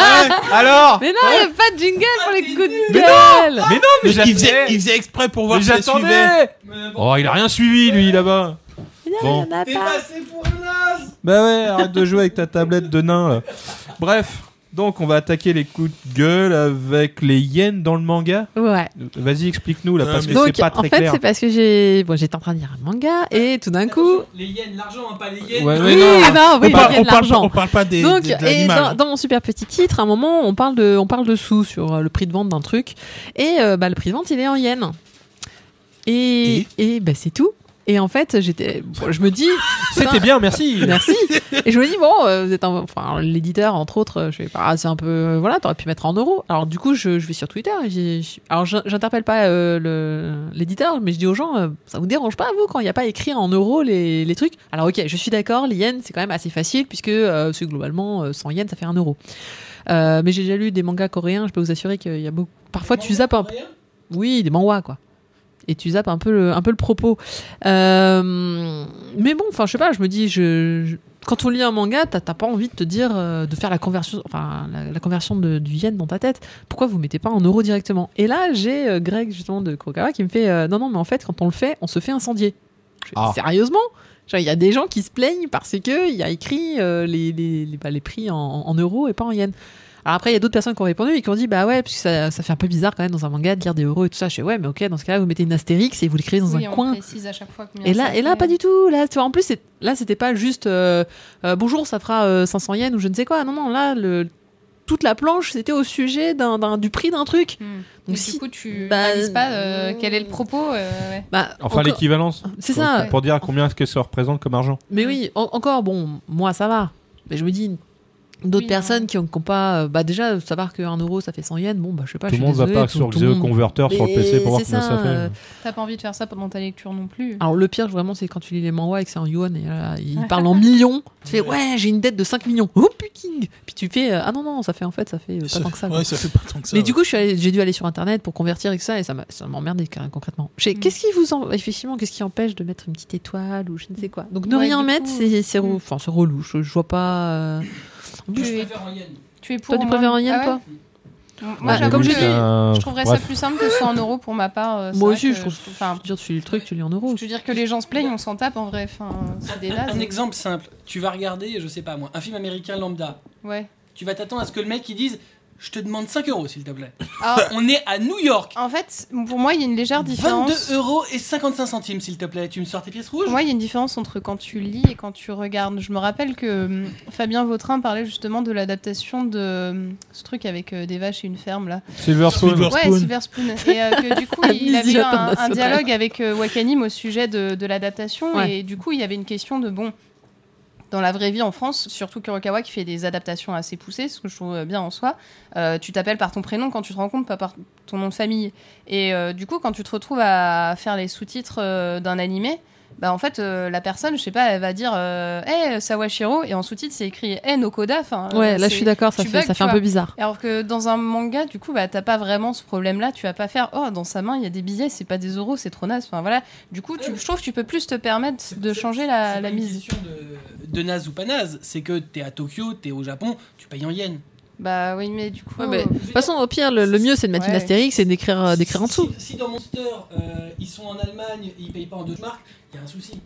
S2: ah,
S1: alors
S2: Mais non, il n'y a pas de jingle pour les coups de
S1: Mais
S2: gueule.
S1: Mais non, mais
S4: Il
S1: j'attendais.
S4: faisait, il faisait exprès pour voir
S1: Mais
S4: si ça suivait.
S1: j'attendais Oh, il a rien suivi, lui, là-bas.
S2: Mais non, il
S1: Bon.
S2: y en a
S6: T'es
S2: pas.
S6: passé pour un as
S1: Bah ouais, arrête de jouer avec ta tablette de nain. là. Bref, donc on va attaquer les coups de gueule avec les yens dans le manga.
S2: Ouais.
S1: Euh, Vas-y, explique-nous là,
S4: Euh,
S1: parce
S4: mais-
S1: que
S2: Donc,
S1: c'est pas
S2: en
S1: très
S2: fait,
S1: clair.
S2: c'est parce que j'ai. Bon, j'étais en train de lire un manga et tout d'un coup.
S6: Les yens, l'argent, hein, pas les yens.
S1: Ouais, ouais.
S2: Oui,
S1: non.
S2: non, oui,
S4: on, parle,
S2: il y a
S4: on,
S2: de
S4: parle,
S2: l'argent.
S4: on parle pas des,
S2: Donc,
S4: des- de
S2: et dans,
S4: l'animal. hein.
S2: dans mon super petit titre, à un moment, on parle de, on parle de sous sur euh, le prix de vente d'un truc. Et euh, bah, le prix de vente, il est en yens. Et, et bah, c'est tout. Et en fait, j'étais, bon, je me dis,
S1: C'était bien, merci.
S2: merci. Et je me dis, bon, euh, vous êtes un- enfin, l'éditeur, entre autres, euh, je sais pas, c'est un peu, voilà, t'aurais pu mettre en euros. Alors, du coup, je, je vais sur Twitter et j'ai- j'ai- alors, j'in- j'interpelle pas euh, le- l'éditeur, mais je dis aux gens, euh, ça vous dérange pas, vous, quand il n'y a pas écrit en euros les, les trucs? Alors, ok, je suis d'accord, les yens, c'est quand même assez facile puisque, euh, c'est globalement, euh, 100 yens, ça fait un euro. Euh, mais j'ai déjà lu des mangas coréens, je peux vous assurer qu'il y a beaucoup, parfois tu zappes un
S6: Rien.
S2: oui, des manhwa, quoi. et tu zappes un peu le, un peu le propos. Euh, mais bon, enfin, je sais pas, je me dis, je, je- quand on lit un manga, t'as t'as pas envie de te dire, euh, de faire la conversion, enfin, la, la conversion de, du yen dans ta tête. Pourquoi vous mettez pas en euros directement Et là, j'ai euh, Greg, justement, de Kurokawa, qui me fait, euh, non, non, mais en fait, quand on le fait, on se fait incendier. Je fais,
S1: Ah.
S2: Sérieusement Genre, il y a des gens qui se plaignent parce que il y a écrit euh, les, les, les- bah, les prix en, en euros et pas en yens. Alors après, il y a d'autres personnes qui ont répondu et qui ont dit bah ouais, parce que ça, ça fait un peu bizarre quand même dans un manga de lire des euros et tout ça. Je fais ouais, mais ok, dans ce cas-là, vous mettez une astérix et vous l'écrivez dans
S3: Oui,
S2: un
S3: on
S2: coin.
S3: précise à chaque fois combien
S2: Et
S3: ça
S2: là, et là,
S3: fait.
S2: pas du tout. Là, tu vois, en plus, c'est- là, c'était pas juste euh, euh, bonjour, ça fera euh, 500 yens ou je ne sais quoi. Non, non, là, le, toute la planche, c'était au sujet d'un, d'un- du prix d'un truc.
S3: Hmm.
S2: Donc
S3: Donc
S2: si-
S3: du coup, tu
S2: bah,
S3: réalises pas euh, quel est le propos. euh, ouais.
S2: Bah,
S1: Enfin,
S2: encore-
S1: l'équivalence.
S2: C'est
S1: pour-
S2: ça.
S1: Pour dire combien est-ce que ça représente comme argent.
S2: Mais oui, en- encore, bon, moi ça va. Mais je me dis, d'autres
S3: Oui,
S2: personnes
S3: non.
S2: qui ont qui ont pas. euh, Bah déjà, savoir que 1 euro ça fait 100 yens, bon, bah je sais pas.
S1: Tout
S2: je
S1: le
S2: suis
S1: monde va
S2: désolée,
S1: pas
S2: tout-
S1: sur
S2: tout le
S1: Xeo
S2: monde-
S1: Converter sur
S2: Mais
S1: le PC pour voir
S2: c'est
S1: combien ça
S2: ça, euh,
S1: fait.
S3: T'as pas envie de faire ça pendant ta lecture non plus.
S2: Alors le pire, vraiment, c'est quand tu lis les manhwa et que c'est en yuan et euh, ils parlent en millions. Tu fais, ouais, j'ai une dette de 5 millions. Oh putain Puis tu fais, euh, ah non, non, ça fait en fait, ça fait euh, pas
S4: Ça-
S2: tant que ça. quoi.
S4: Ouais, ça fait pas tant que ça.
S2: Mais
S4: ouais.
S2: du coup, je suis allée- j'ai dû aller sur internet pour convertir et que ça, et ça m'a- ça m'emmerdait car- concrètement. Je sais,
S3: Mm.
S2: Qu'est-ce qui vous en... effectivement, qu'est-ce qui empêche de mettre une petite étoile ou je ne sais quoi Donc ne
S3: Ouais,
S2: rien
S3: du
S2: mettre,
S3: coup,
S2: c'est c'est
S3: mm.
S2: re- enfin, c'est relou. Je, je vois pas. euh, en plus,
S3: Tu
S6: Je
S3: es,
S6: préfère en yens.
S3: tu es pour.
S2: toi, tu
S3: au moins-
S2: préfères en yen,
S3: Ah ouais
S2: toi
S3: Moi,
S2: Bah,
S3: j'avoue
S2: comme
S3: que
S2: j'ai
S3: je-
S2: vu-
S3: je trouverais ça plus simple que ce soit en euros pour ma part. euh, c'est
S2: Moi
S3: vrai
S2: aussi,
S3: que
S2: je trouve.
S3: Enfin,
S2: je veux dire, tu lis le truc, tu lis en euros.
S3: je veux dire que les gens se plaignent, on s'en tape en vrai. Enfin, c'est des nazes.
S6: Un exemple simple. Tu vas regarder, je sais pas moi, un film américain lambda.
S3: Ouais.
S6: Tu vas t'attendre à ce que le mec il dise Je te demande 5 euros s'il te plaît.
S3: Alors,
S6: On est à New York.
S3: Ah, en fait, pour moi, il y a une légère différence.
S6: 22 euros et 55 centimes s'il te plaît. Tu me sors tes pièces rouges
S3: Pour moi, il y a une différence entre quand tu lis et quand tu regardes. Je me rappelle que hum, Fabien Vautrin parlait justement de l'adaptation de hum, ce truc avec euh, des vaches et une ferme là.
S1: Silver Spoon.
S4: Silver-
S3: Ouais,
S4: Spoon.
S3: Silver Spoon. Et euh, que du coup, il avait
S2: Amnésie
S3: eu un, un
S2: internationale.
S3: dialogue avec euh, Wakanim au sujet de, de l'adaptation.
S2: Ouais.
S3: Et du coup, il y avait une question de bon. Dans la vraie vie en France, surtout Kurokawa qui fait des adaptations assez poussées, ce que je trouve euh, bien en soi, euh, tu t'appelles par ton prénom quand tu te rencontres, pas par ton nom de famille. Et euh, du coup, quand tu te retrouves à faire les sous-titres euh, d'un animé, bah en fait, euh, la personne, je sais pas, elle va dire euh, Hey, Sawashiro, et en sous-titre, c'est écrit Hey, Nokoda. Enfin, euh,
S2: Ouais, là,
S3: c'est-
S2: je suis d'accord, ça
S3: tu
S2: fait,
S3: bugs,
S2: ça fait un
S3: tu
S2: peu
S3: vois.
S2: bizarre.
S3: alors que dans un manga, du coup, bah, t'as pas vraiment ce problème-là. Tu vas pas faire, oh, dans sa main, il y a des billets, c'est pas des euros, c'est trop naze. Enfin voilà. Du coup, tu, je trouve que tu peux plus te permettre de changer la,
S6: C'est
S3: la
S6: pas une
S3: mise.
S6: question de, de naze ou pas naze, c'est que t'es à Tokyo, t'es au Japon, tu payes en yens.
S3: Bah oui, mais du coup.
S2: Ouais, mais- De toute façon, au pire, le, le mieux, c'est de mettre une
S3: Ouais.
S2: astérix et d'écrire euh, d'écrire en
S6: Si-
S2: dessous.
S6: Si, si dans Monster, euh, ils sont en Allemagne, ils payent pas en deux marques, il y a un souci.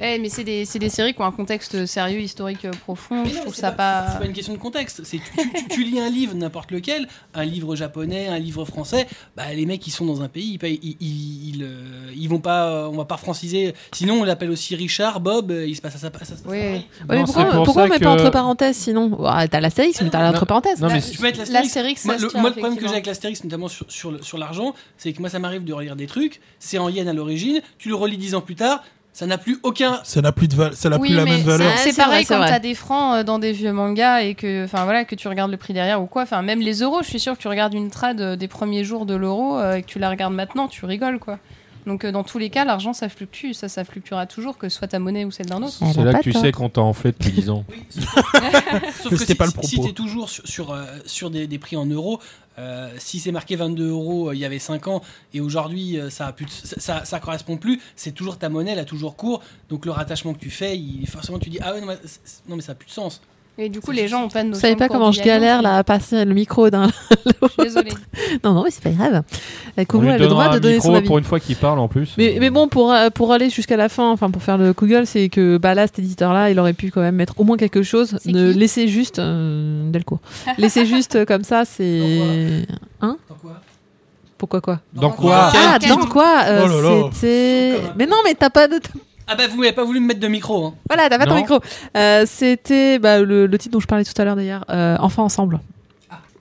S3: Eh, mais c'est des, c'est des séries qui ont un contexte sérieux, historique, euh, profond.
S6: Mais
S3: Je
S6: non,
S3: trouve
S6: c'est
S3: ça
S6: pas, c'est
S3: pas.
S6: pas une question de contexte. C'est tu, tu- tu- tu lis un livre, n'importe lequel, un livre japonais, un livre français. Bah les mecs, ils sont dans un pays, ils payent, ils, ils, ils, euh, ils vont pas, euh, on va pas franciser. Sinon, on l'appelle aussi Richard, Bob. euh, Il se passe à ça, ça se passe à
S3: Oui,
S6: Paris.
S3: oui.
S2: Ouais, mais
S1: Non,
S2: pourquoi
S1: c'est pour
S2: pourquoi on
S1: ça
S2: met
S1: que-
S2: pas entre parenthèses sinon Ouais, T'as l'astérix, mais t'as
S1: Non.
S2: l'entre parenthèses.
S1: Non, mais
S6: Tu peux être l'astérix.
S3: L'astérix,
S6: Moi,
S3: ça se
S6: le,
S3: tient,
S6: moi, le problème que j'ai
S3: effectivement.
S6: avec l'Astérix, notamment sur, sur, le- sur l'argent, c'est que moi, ça m'arrive de relire des trucs, c'est en yen à l'origine, tu le relis dix ans plus tard, ça n'a plus aucun.
S4: Ça n'a plus, de val- ça n'a
S3: Oui,
S4: plus la
S3: mais
S4: même
S3: c'est-
S4: valeur.
S2: Ah,
S3: C'est
S2: c'est vrai,
S3: pareil
S2: c'est
S3: quand
S2: vrai.
S3: t'as des francs euh, dans des vieux mangas et que, enfin voilà, que tu regardes le prix derrière ou quoi. Enfin, même les euros, je suis sûr que tu regardes une trad euh, des premiers jours de l'euro euh, et que tu la regardes maintenant, tu rigoles quoi. Donc euh, dans tous les cas, l'argent ça fluctue, ça ça fluctuera toujours, que ce soit ta monnaie ou celle d'un autre.
S2: Elle
S1: C'est
S2: a
S1: là
S2: pas
S1: que tu
S2: tort.
S1: sais qu'on t'a enflé depuis 10 ans.
S6: Sauf
S4: Que
S6: que
S4: c'était
S6: si,
S4: pas le
S6: si
S4: propos.
S6: t'es toujours sur, sur, euh, sur des, des prix en euros, euh, si c'est marqué 22 euros euh, il y avait 5 ans et aujourd'hui euh, ça, a plus de- ça, ça, ça correspond plus, c'est toujours ta monnaie, elle a toujours cours, donc le rattachement que tu fais, il, forcément tu dis ah ouais, non, mais, c'est- c'est- non, mais ça a plus de sens.
S3: Et du coup, les gens ont pas de
S2: Vous
S3: notion
S2: savez
S3: de
S2: pas
S3: cours
S2: comment
S3: du
S2: je
S3: gallon.
S2: galère là à passer le micro d'un.
S3: Je suis désolée.
S2: Non, non, mais c'est pas grave. La
S1: On
S2: Koumou
S1: lui
S2: a le
S1: donnera
S2: droit de
S1: un
S2: donner
S1: micro
S2: son avis.
S1: pour une fois qu'il parle en plus.
S2: Mais, mais bon, pour, euh, pour aller jusqu'à la fin, enfin pour faire le Google, c'est que bah là, cet éditeur-là, il aurait pu quand même mettre au moins quelque chose.
S3: C'est
S2: Ne
S3: qui
S2: laissez juste euh, Delcourt. laissez juste euh, comme ça, c'est
S6: Dans quoi
S2: pourquoi quoi
S1: Dans quoi
S4: Quel
S2: Ah,
S3: titre
S2: dans quoi euh,
S4: Oh là là.
S2: C'était.
S6: Comme un-
S2: Mais non, mais t'as pas de.
S6: Ah bah vous n'avez pas voulu me mettre de micro, hein.
S2: Voilà, t'as pas ton
S1: Non.
S2: micro. Euh, C'était bah, le, le titre dont je parlais tout à l'heure d'ailleurs, euh, Enfants ensemble.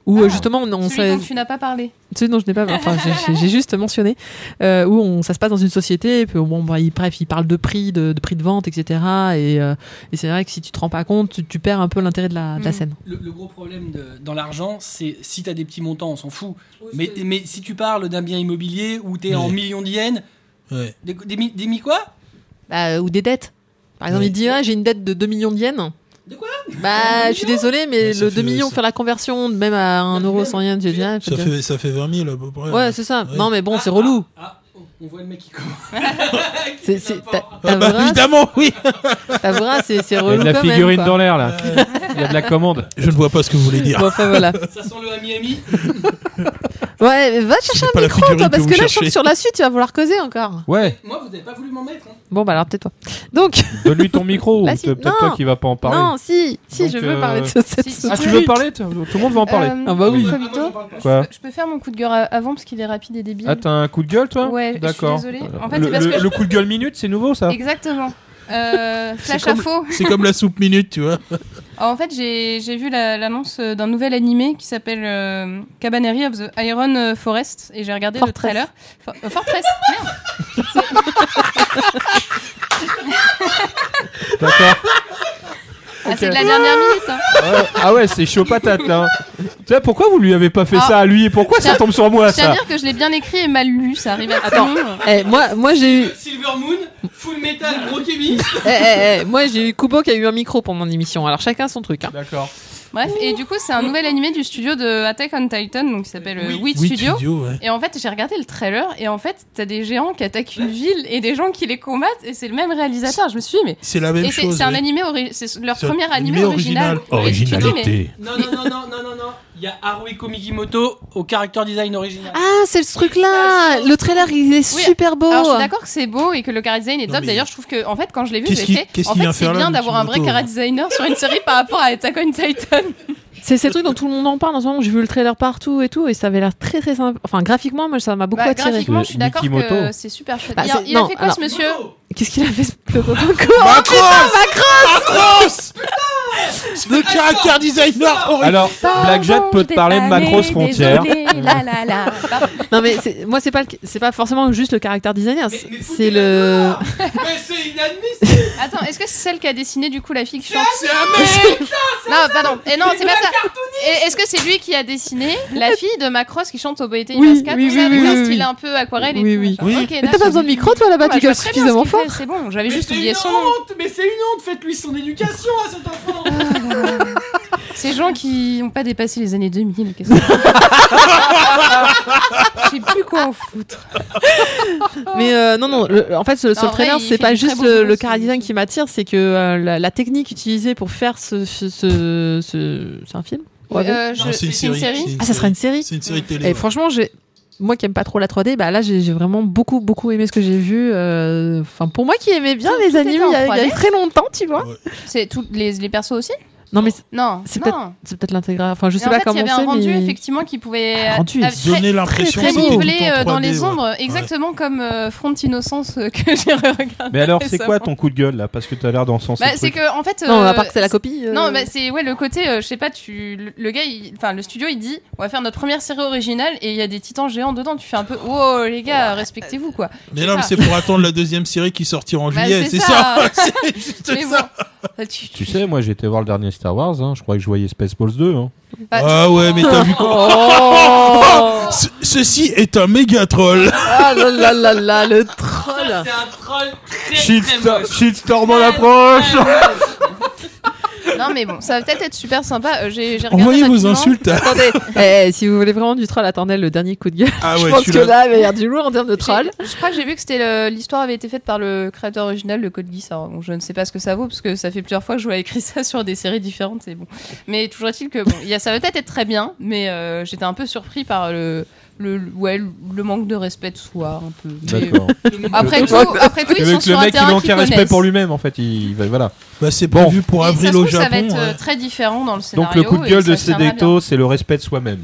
S2: Où euh,
S3: Ah.
S2: justement on, on
S3: Celui
S2: s'est-
S3: dont tu n'as pas parlé.
S2: Celui dont je n'ai pas, enfin, j'ai- j'ai- j'ai juste mentionné, euh, où on, ça se passe dans une société, et puis bon, bah, il, bref, il parle de prix, de, de prix de vente, etc. Et, euh, et c'est vrai que si tu te rends pas compte, tu, tu perds un peu l'intérêt de la, de la
S3: Mm.
S2: scène.
S6: Le, le gros problème de- dans l'argent, c'est si t'as des petits montants, on s'en fout. mais, mais si tu parles d'un bien immobilier où t'es en
S4: Oui.
S6: millions de yens,
S4: Ouais.
S6: des, des, mi- des mi quoi
S2: Bah, ou des dettes. Par exemple,
S4: Oui.
S2: il dit ah, j'ai une dette de 2 millions de yens.
S6: De quoi
S2: Bah, je suis désolé, mais
S4: Mais ça
S2: le
S4: fait-
S2: 2 millions,
S4: ça-
S2: faire la conversion, même à 1 euro 100 yens, tu
S6: Ça
S2: viens.
S4: Ça fait, ça fait 20 000 à peu près.
S2: Ouais, c'est ça.
S4: Oui.
S2: Non, mais bon, c'est
S6: Ah,
S2: relou.
S6: ah, ah, on- on voit le mec qui
S2: C'est-
S6: commence.
S2: c'est- t'as-
S4: Ah
S2: t'as
S4: bah,
S2: Vora,
S4: évidemment, oui.
S2: Tavora, hein, c'est c'est
S1: Il y a
S2: relou
S1: de la
S2: quand même,
S1: figurine
S2: quoi.
S1: dans l'air là. Il y a de la commande.
S4: Je ne vois pas ce que vous voulez dire.
S2: Bon, enfin voilà.
S6: Ça sent le à Miami.
S2: Ouais, va chercher
S4: C'est pas
S2: un
S4: la
S2: micro,
S4: figurine
S2: toi,
S4: que
S2: parce
S4: vous
S2: que là, je sens
S4: cherchez.
S2: que sur la suite, tu vas vouloir causer encore.
S1: Ouais,
S6: Moi, vous n'avez pas voulu m'en mettre. hein.
S2: Bon, bah alors, peut-être toi. Donc,
S1: donne-lui ton micro. ou
S2: Bah, si.
S1: c'est Peut-être
S2: Non.
S1: toi qui va pas en parler.
S2: non, si, si,
S1: Donc,
S2: je veux
S1: euh,
S2: parler de ce- cette
S3: si, si.
S1: Ah, tu
S2: suite.
S1: veux parler toi Tout le monde veut en parler.
S3: Euh,
S2: Ah bah oui.
S6: Ah, moi,
S3: Cognito
S4: hein.
S6: j'en parle pas.
S1: Quoi
S3: Je peux faire mon coup de gueule a- avant parce qu'il est rapide et débile.
S1: Ah, t'as un coup de gueule toi
S3: Ouais, je suis
S1: D'accord.
S3: désolée. En fait,
S1: le,
S3: c'est parce
S1: le-
S3: que je-
S1: le coup de gueule minute, c'est nouveau ça
S3: Exactement. Euh, flash
S4: comme-
S3: info.
S4: C'est comme la soupe minute, tu vois.
S3: Ah, en fait, j'ai j'ai vu la- l'annonce euh, d'un nouvel animé qui s'appelle euh, Cabaneri of the Iron euh, Forest et j'ai regardé
S2: Fortress.
S3: le trailer. For- euh, Fortress Merde
S1: D'accord.
S3: Ah, C'est de la dernière minute hein.
S1: Ouais. Ah ouais, c'est chaud patate là. Tu sais, pourquoi vous lui avez pas fait
S3: Ah.
S1: ça à lui et pourquoi ça
S3: Tiens-
S1: tombe sur moi
S3: Je tiens à
S1: ça
S3: dire que je l'ai bien écrit et mal lu, ça arrive à tout le monde.
S2: Eh, moi, moi j'ai eu,
S6: Silver Moon, Full Metal, Rock Heavy.
S2: eh, eh, eh, moi j'ai eu Kubo qui a eu un micro pour mon émission. Alors chacun son truc. hein.
S1: D'accord.
S3: Bref, et du coup, c'est un nouvel animé du studio de Attack on Titan, donc qui s'appelle euh,
S6: Oui.
S3: Wit
S4: Oui,
S3: Studio.
S4: ouais.
S3: Et en fait, j'ai regardé le trailer, et en fait, t'as des géants qui attaquent une ville et des gens qui les combattent, et c'est le même réalisateur. Je me suis dit, mais.
S4: C'est la même
S3: Et c'est
S4: chose.
S3: c'est un
S4: ouais.
S3: animé, ori- c'est leur
S4: C'est un
S3: premier animé,
S4: animé
S3: original.
S4: original.
S3: Et tu te dis, mais-
S6: Non, non, non, non, non, non, non. Il y a Haruiko Migimoto au character design original.
S2: Ah, c'est ce truc là. Le trailer il est
S3: Oui,
S2: super beau.
S3: Alors, je suis d'accord que c'est beau et que le chara design est
S4: Non,
S3: top.
S4: mais-
S3: D'ailleurs, je trouve que, en fait, quand je l'ai vu,
S4: Qu'est-ce
S3: j'ai
S4: qu'il-
S3: fait.
S4: qu'est-ce
S3: En
S4: qu'il
S3: fait,
S4: vient
S3: c'est
S4: faire là,
S3: bien d'avoir un vrai
S4: Mishimoto
S3: chara designer sur une série par rapport à Attack on Titan.
S2: C'est ces trucs dont tout le monde en parle en ce moment. J'ai vu le trailer partout et tout, et ça avait l'air très très sympa. Enfin, graphiquement, moi ça m'a beaucoup
S3: Bah,
S2: attiré.
S3: graphiquement, je suis
S1: C'est
S3: d'accord que
S1: Mikimoto.
S3: c'est super chouette.
S2: Bah,
S3: il a,
S2: c'est-
S3: il a
S2: non,
S3: fait quoi,
S2: alors-
S3: ce monsieur
S2: Qu'est-ce qu'il a fait ce le Coco
S4: Macross Macross Le caractère designer horrible.
S1: Alors, Black Jet peut te parler de Macross Frontière.
S2: Non mais c'est- moi c'est pas le- c'est pas forcément juste le caractère designer.
S6: Mais-
S2: c'est-
S6: mais foutez
S2: C'est le.
S6: Mais c'est inadmissible.
S3: Attends, est-ce que c'est celle qui a dessiné du coup la fiction
S4: C'est un mec
S3: Non, pardon. Et non, c'est pas ça. Et Est-ce que c'est lui qui a dessiné la fille de Macross qui chante au Boyete
S2: Oui,
S3: Imasca
S2: oui,
S3: tout ça,
S2: oui,
S3: avec
S2: oui,
S3: un
S2: oui,
S3: style
S2: oui.
S3: un peu aquarelle et
S2: Oui,
S3: tout,
S2: oui.
S4: Oui.
S3: machin. Ok,
S2: Mais t'as pas
S3: d'accord.
S2: besoin de micro toi
S3: Bah,
S2: là-bas,
S3: je
S2: tu
S3: vois
S2: gueules
S3: très bien ce
S2: suffisamment
S3: qu'il fait,
S2: fort.
S3: C'est bon, j'avais
S6: Mais
S3: juste
S6: c'est
S3: oublié
S6: une
S3: son nom.
S6: honte. Mais c'est une honte. Faites-lui son éducation à cet enfant.
S3: Ces gens qui n'ont pas dépassé les années 2000, qu'est-ce que Je sais plus quoi
S6: Ah,
S3: en foutre.
S2: Mais euh, non non, le- en fait sur sur
S3: en
S2: le trailer
S3: vrai, il
S2: c'est
S3: fait
S2: pas
S3: du très
S2: juste
S3: beau
S2: le,
S3: boulot,
S2: le
S3: ce
S2: chara-design
S3: monsieur.
S2: qui m'attire, c'est que euh, la, la technique utilisée pour faire ce ce, ce, ce- c'est un film. Ouais, ouais.
S3: Euh, je-
S4: Non,
S3: C'est une série
S2: Ah ça sera une série.
S4: C'est une série télé.
S2: Et
S4: ouais.
S2: franchement, j'ai moi qui aime pas trop la 3D, bah là j'ai j'ai vraiment beaucoup beaucoup aimé ce que j'ai vu. euh, Enfin pour moi qui aimais bien
S3: Tout-
S2: les
S3: tout
S2: animes
S3: était en
S2: il y a- il y, a
S3: 3D.
S2: très longtemps, tu vois.
S3: C'est tous les, les persos aussi
S2: Non mais c'est-
S3: Non,
S2: C'est
S3: non.
S2: c'est peut-être l'intégral. Enfin je
S3: Mais
S2: sais
S3: en
S2: pas
S3: fait,
S2: comment
S3: Il y avait un rendu
S2: c'est. mais-
S3: effectivement qui pouvait
S2: Le rendu est
S3: euh, très-
S4: Donner l'impression
S3: très
S4: que c'est
S3: nivelé
S4: tout en
S3: euh, dans
S4: 3D,
S3: les
S4: ouais.
S3: ombres, exactement comme euh, Front Innocence euh, que j'ai regardé.
S1: Mais alors, c'est
S3: Récemment.
S1: quoi ton coup de gueule là Parce que t'as l'air d'en sens.
S3: Bah, c'est que en fait.
S2: Non,
S3: euh,
S2: à part que c'est la copie. euh,
S3: Non, bah, c'est ouais le côté, euh, je sais pas, tu le, le gars, il- enfin le studio, il dit, on va faire notre première série originale et il y a des titans géants dedans. Tu fais un peu, wow les gars, respectez-vous quoi.
S4: Mais non,
S3: Ah.
S4: mais c'est pour attendre la deuxième série qui sortira en
S3: Bah,
S4: juillet, c'est ça, C'est juste
S3: Mais
S4: ça.
S3: bon, Bah, tu,
S1: Tu sais, moi j'ai été voir le dernier Star Wars, hein, je croyais que je voyais Spaceballs 2. Hein.
S3: bah, tu-
S4: Ah ouais, mais t'as vu comment
S2: Oh
S4: Ce- Ceci est un méga troll
S2: Ah là là là là, le
S6: Ça,
S2: troll
S6: C'est un troll très très
S1: Shitstorm
S6: moche.
S1: shitstorm en
S6: Ouais,
S1: approche
S3: Non mais bon, ça va peut-être être super sympa. Euh, j'ai, j'ai regardé
S4: Envoyez vos
S3: rapidement.
S4: insultes à-
S2: Attendez, eh, si vous voulez vraiment du troll, attendez le dernier coup de gueule.
S4: Ah
S2: je
S4: ouais,
S2: pense que
S4: celui-là.
S2: là, il va y avoir du lourd en termes de
S3: J'ai-
S2: troll.
S3: Je crois que j'ai vu que c'était le- l'histoire avait été faite par le créateur original, le Code Geass. Alors, bon, je ne sais pas ce que ça vaut parce que ça fait plusieurs fois que je vois écrit ça sur des séries différentes. C'est bon. Mais toujours est-il que bon, il y a, ça va peut-être être très bien, mais euh, j'étais un peu surpris par le, le, le- ouais, le- le manque de respect de soi un peu. Mais,
S1: D'accord.
S3: euh, après tout, après tout,
S1: Le
S3: ils sont
S1: mec,
S3: sur
S1: le
S3: un
S1: mec il
S3: terrain
S1: manque
S3: qu'ils
S1: un respect
S3: connaissent.
S1: pour lui-même en fait. Il, va- voilà.
S4: Bah, c'est
S1: Bon.
S4: prévu pour
S3: Et ça
S4: avril
S3: se
S4: au
S3: trouve, ça va
S4: Japon.
S3: être euh,
S4: ouais.
S3: très différent dans le scénario.
S1: Donc le coup de
S3: et
S1: gueule
S3: ça
S1: de
S3: tiendra bien.
S1: Cédecto, c'est le respect de soi-même.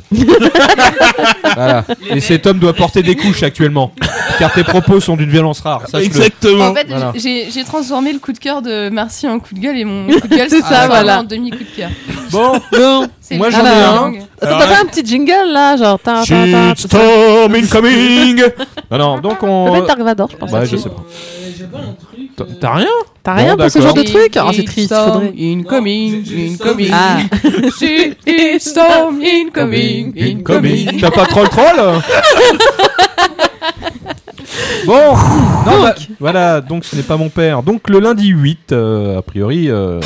S1: voilà.
S6: Les
S1: Et
S6: mecs-
S1: cet homme doit porter des couches actuellement, car tes propos sont d'une violence rare. Sache-le.
S4: Exactement.
S3: En fait,
S1: Voilà.
S3: j'ai j'ai transformé le coup de cœur de Marcy en coup de gueule et mon coup de gueule
S2: C'est
S3: c'est
S2: ça, voilà.
S3: en demi coup de cœur.
S1: Bon,
S2: Non.
S3: C'est
S1: Moi,
S3: le- hein.
S1: j'en
S2: ai
S3: Ah,
S2: un.
S3: langue.
S2: Attends,
S4: Alors
S2: t'as
S4: là-
S2: pas un petit jingle là, genre ta ta ta.
S1: Shitstorm incoming. Non, non. Donc
S2: Ça peut être
S1: on.
S2: Dark Vador, je pense.
S1: Bah,
S6: Attends,
S1: je sais pas.
S6: euh, J'avais un truc.
S1: T'as-
S6: euh,
S1: T'as rien
S2: T'as
S1: Bon,
S2: rien pour ce genre
S1: d'accord.
S2: de truc Ah, c'est triste. faudrait-
S6: Incoming, incoming.
S2: Ah,
S3: Shitstorm incoming,
S1: Incoming. T'as pas troll troll Bon, non, bah, voilà, donc ce n'est pas mon père. Donc le lundi 8, euh, a priori. euh,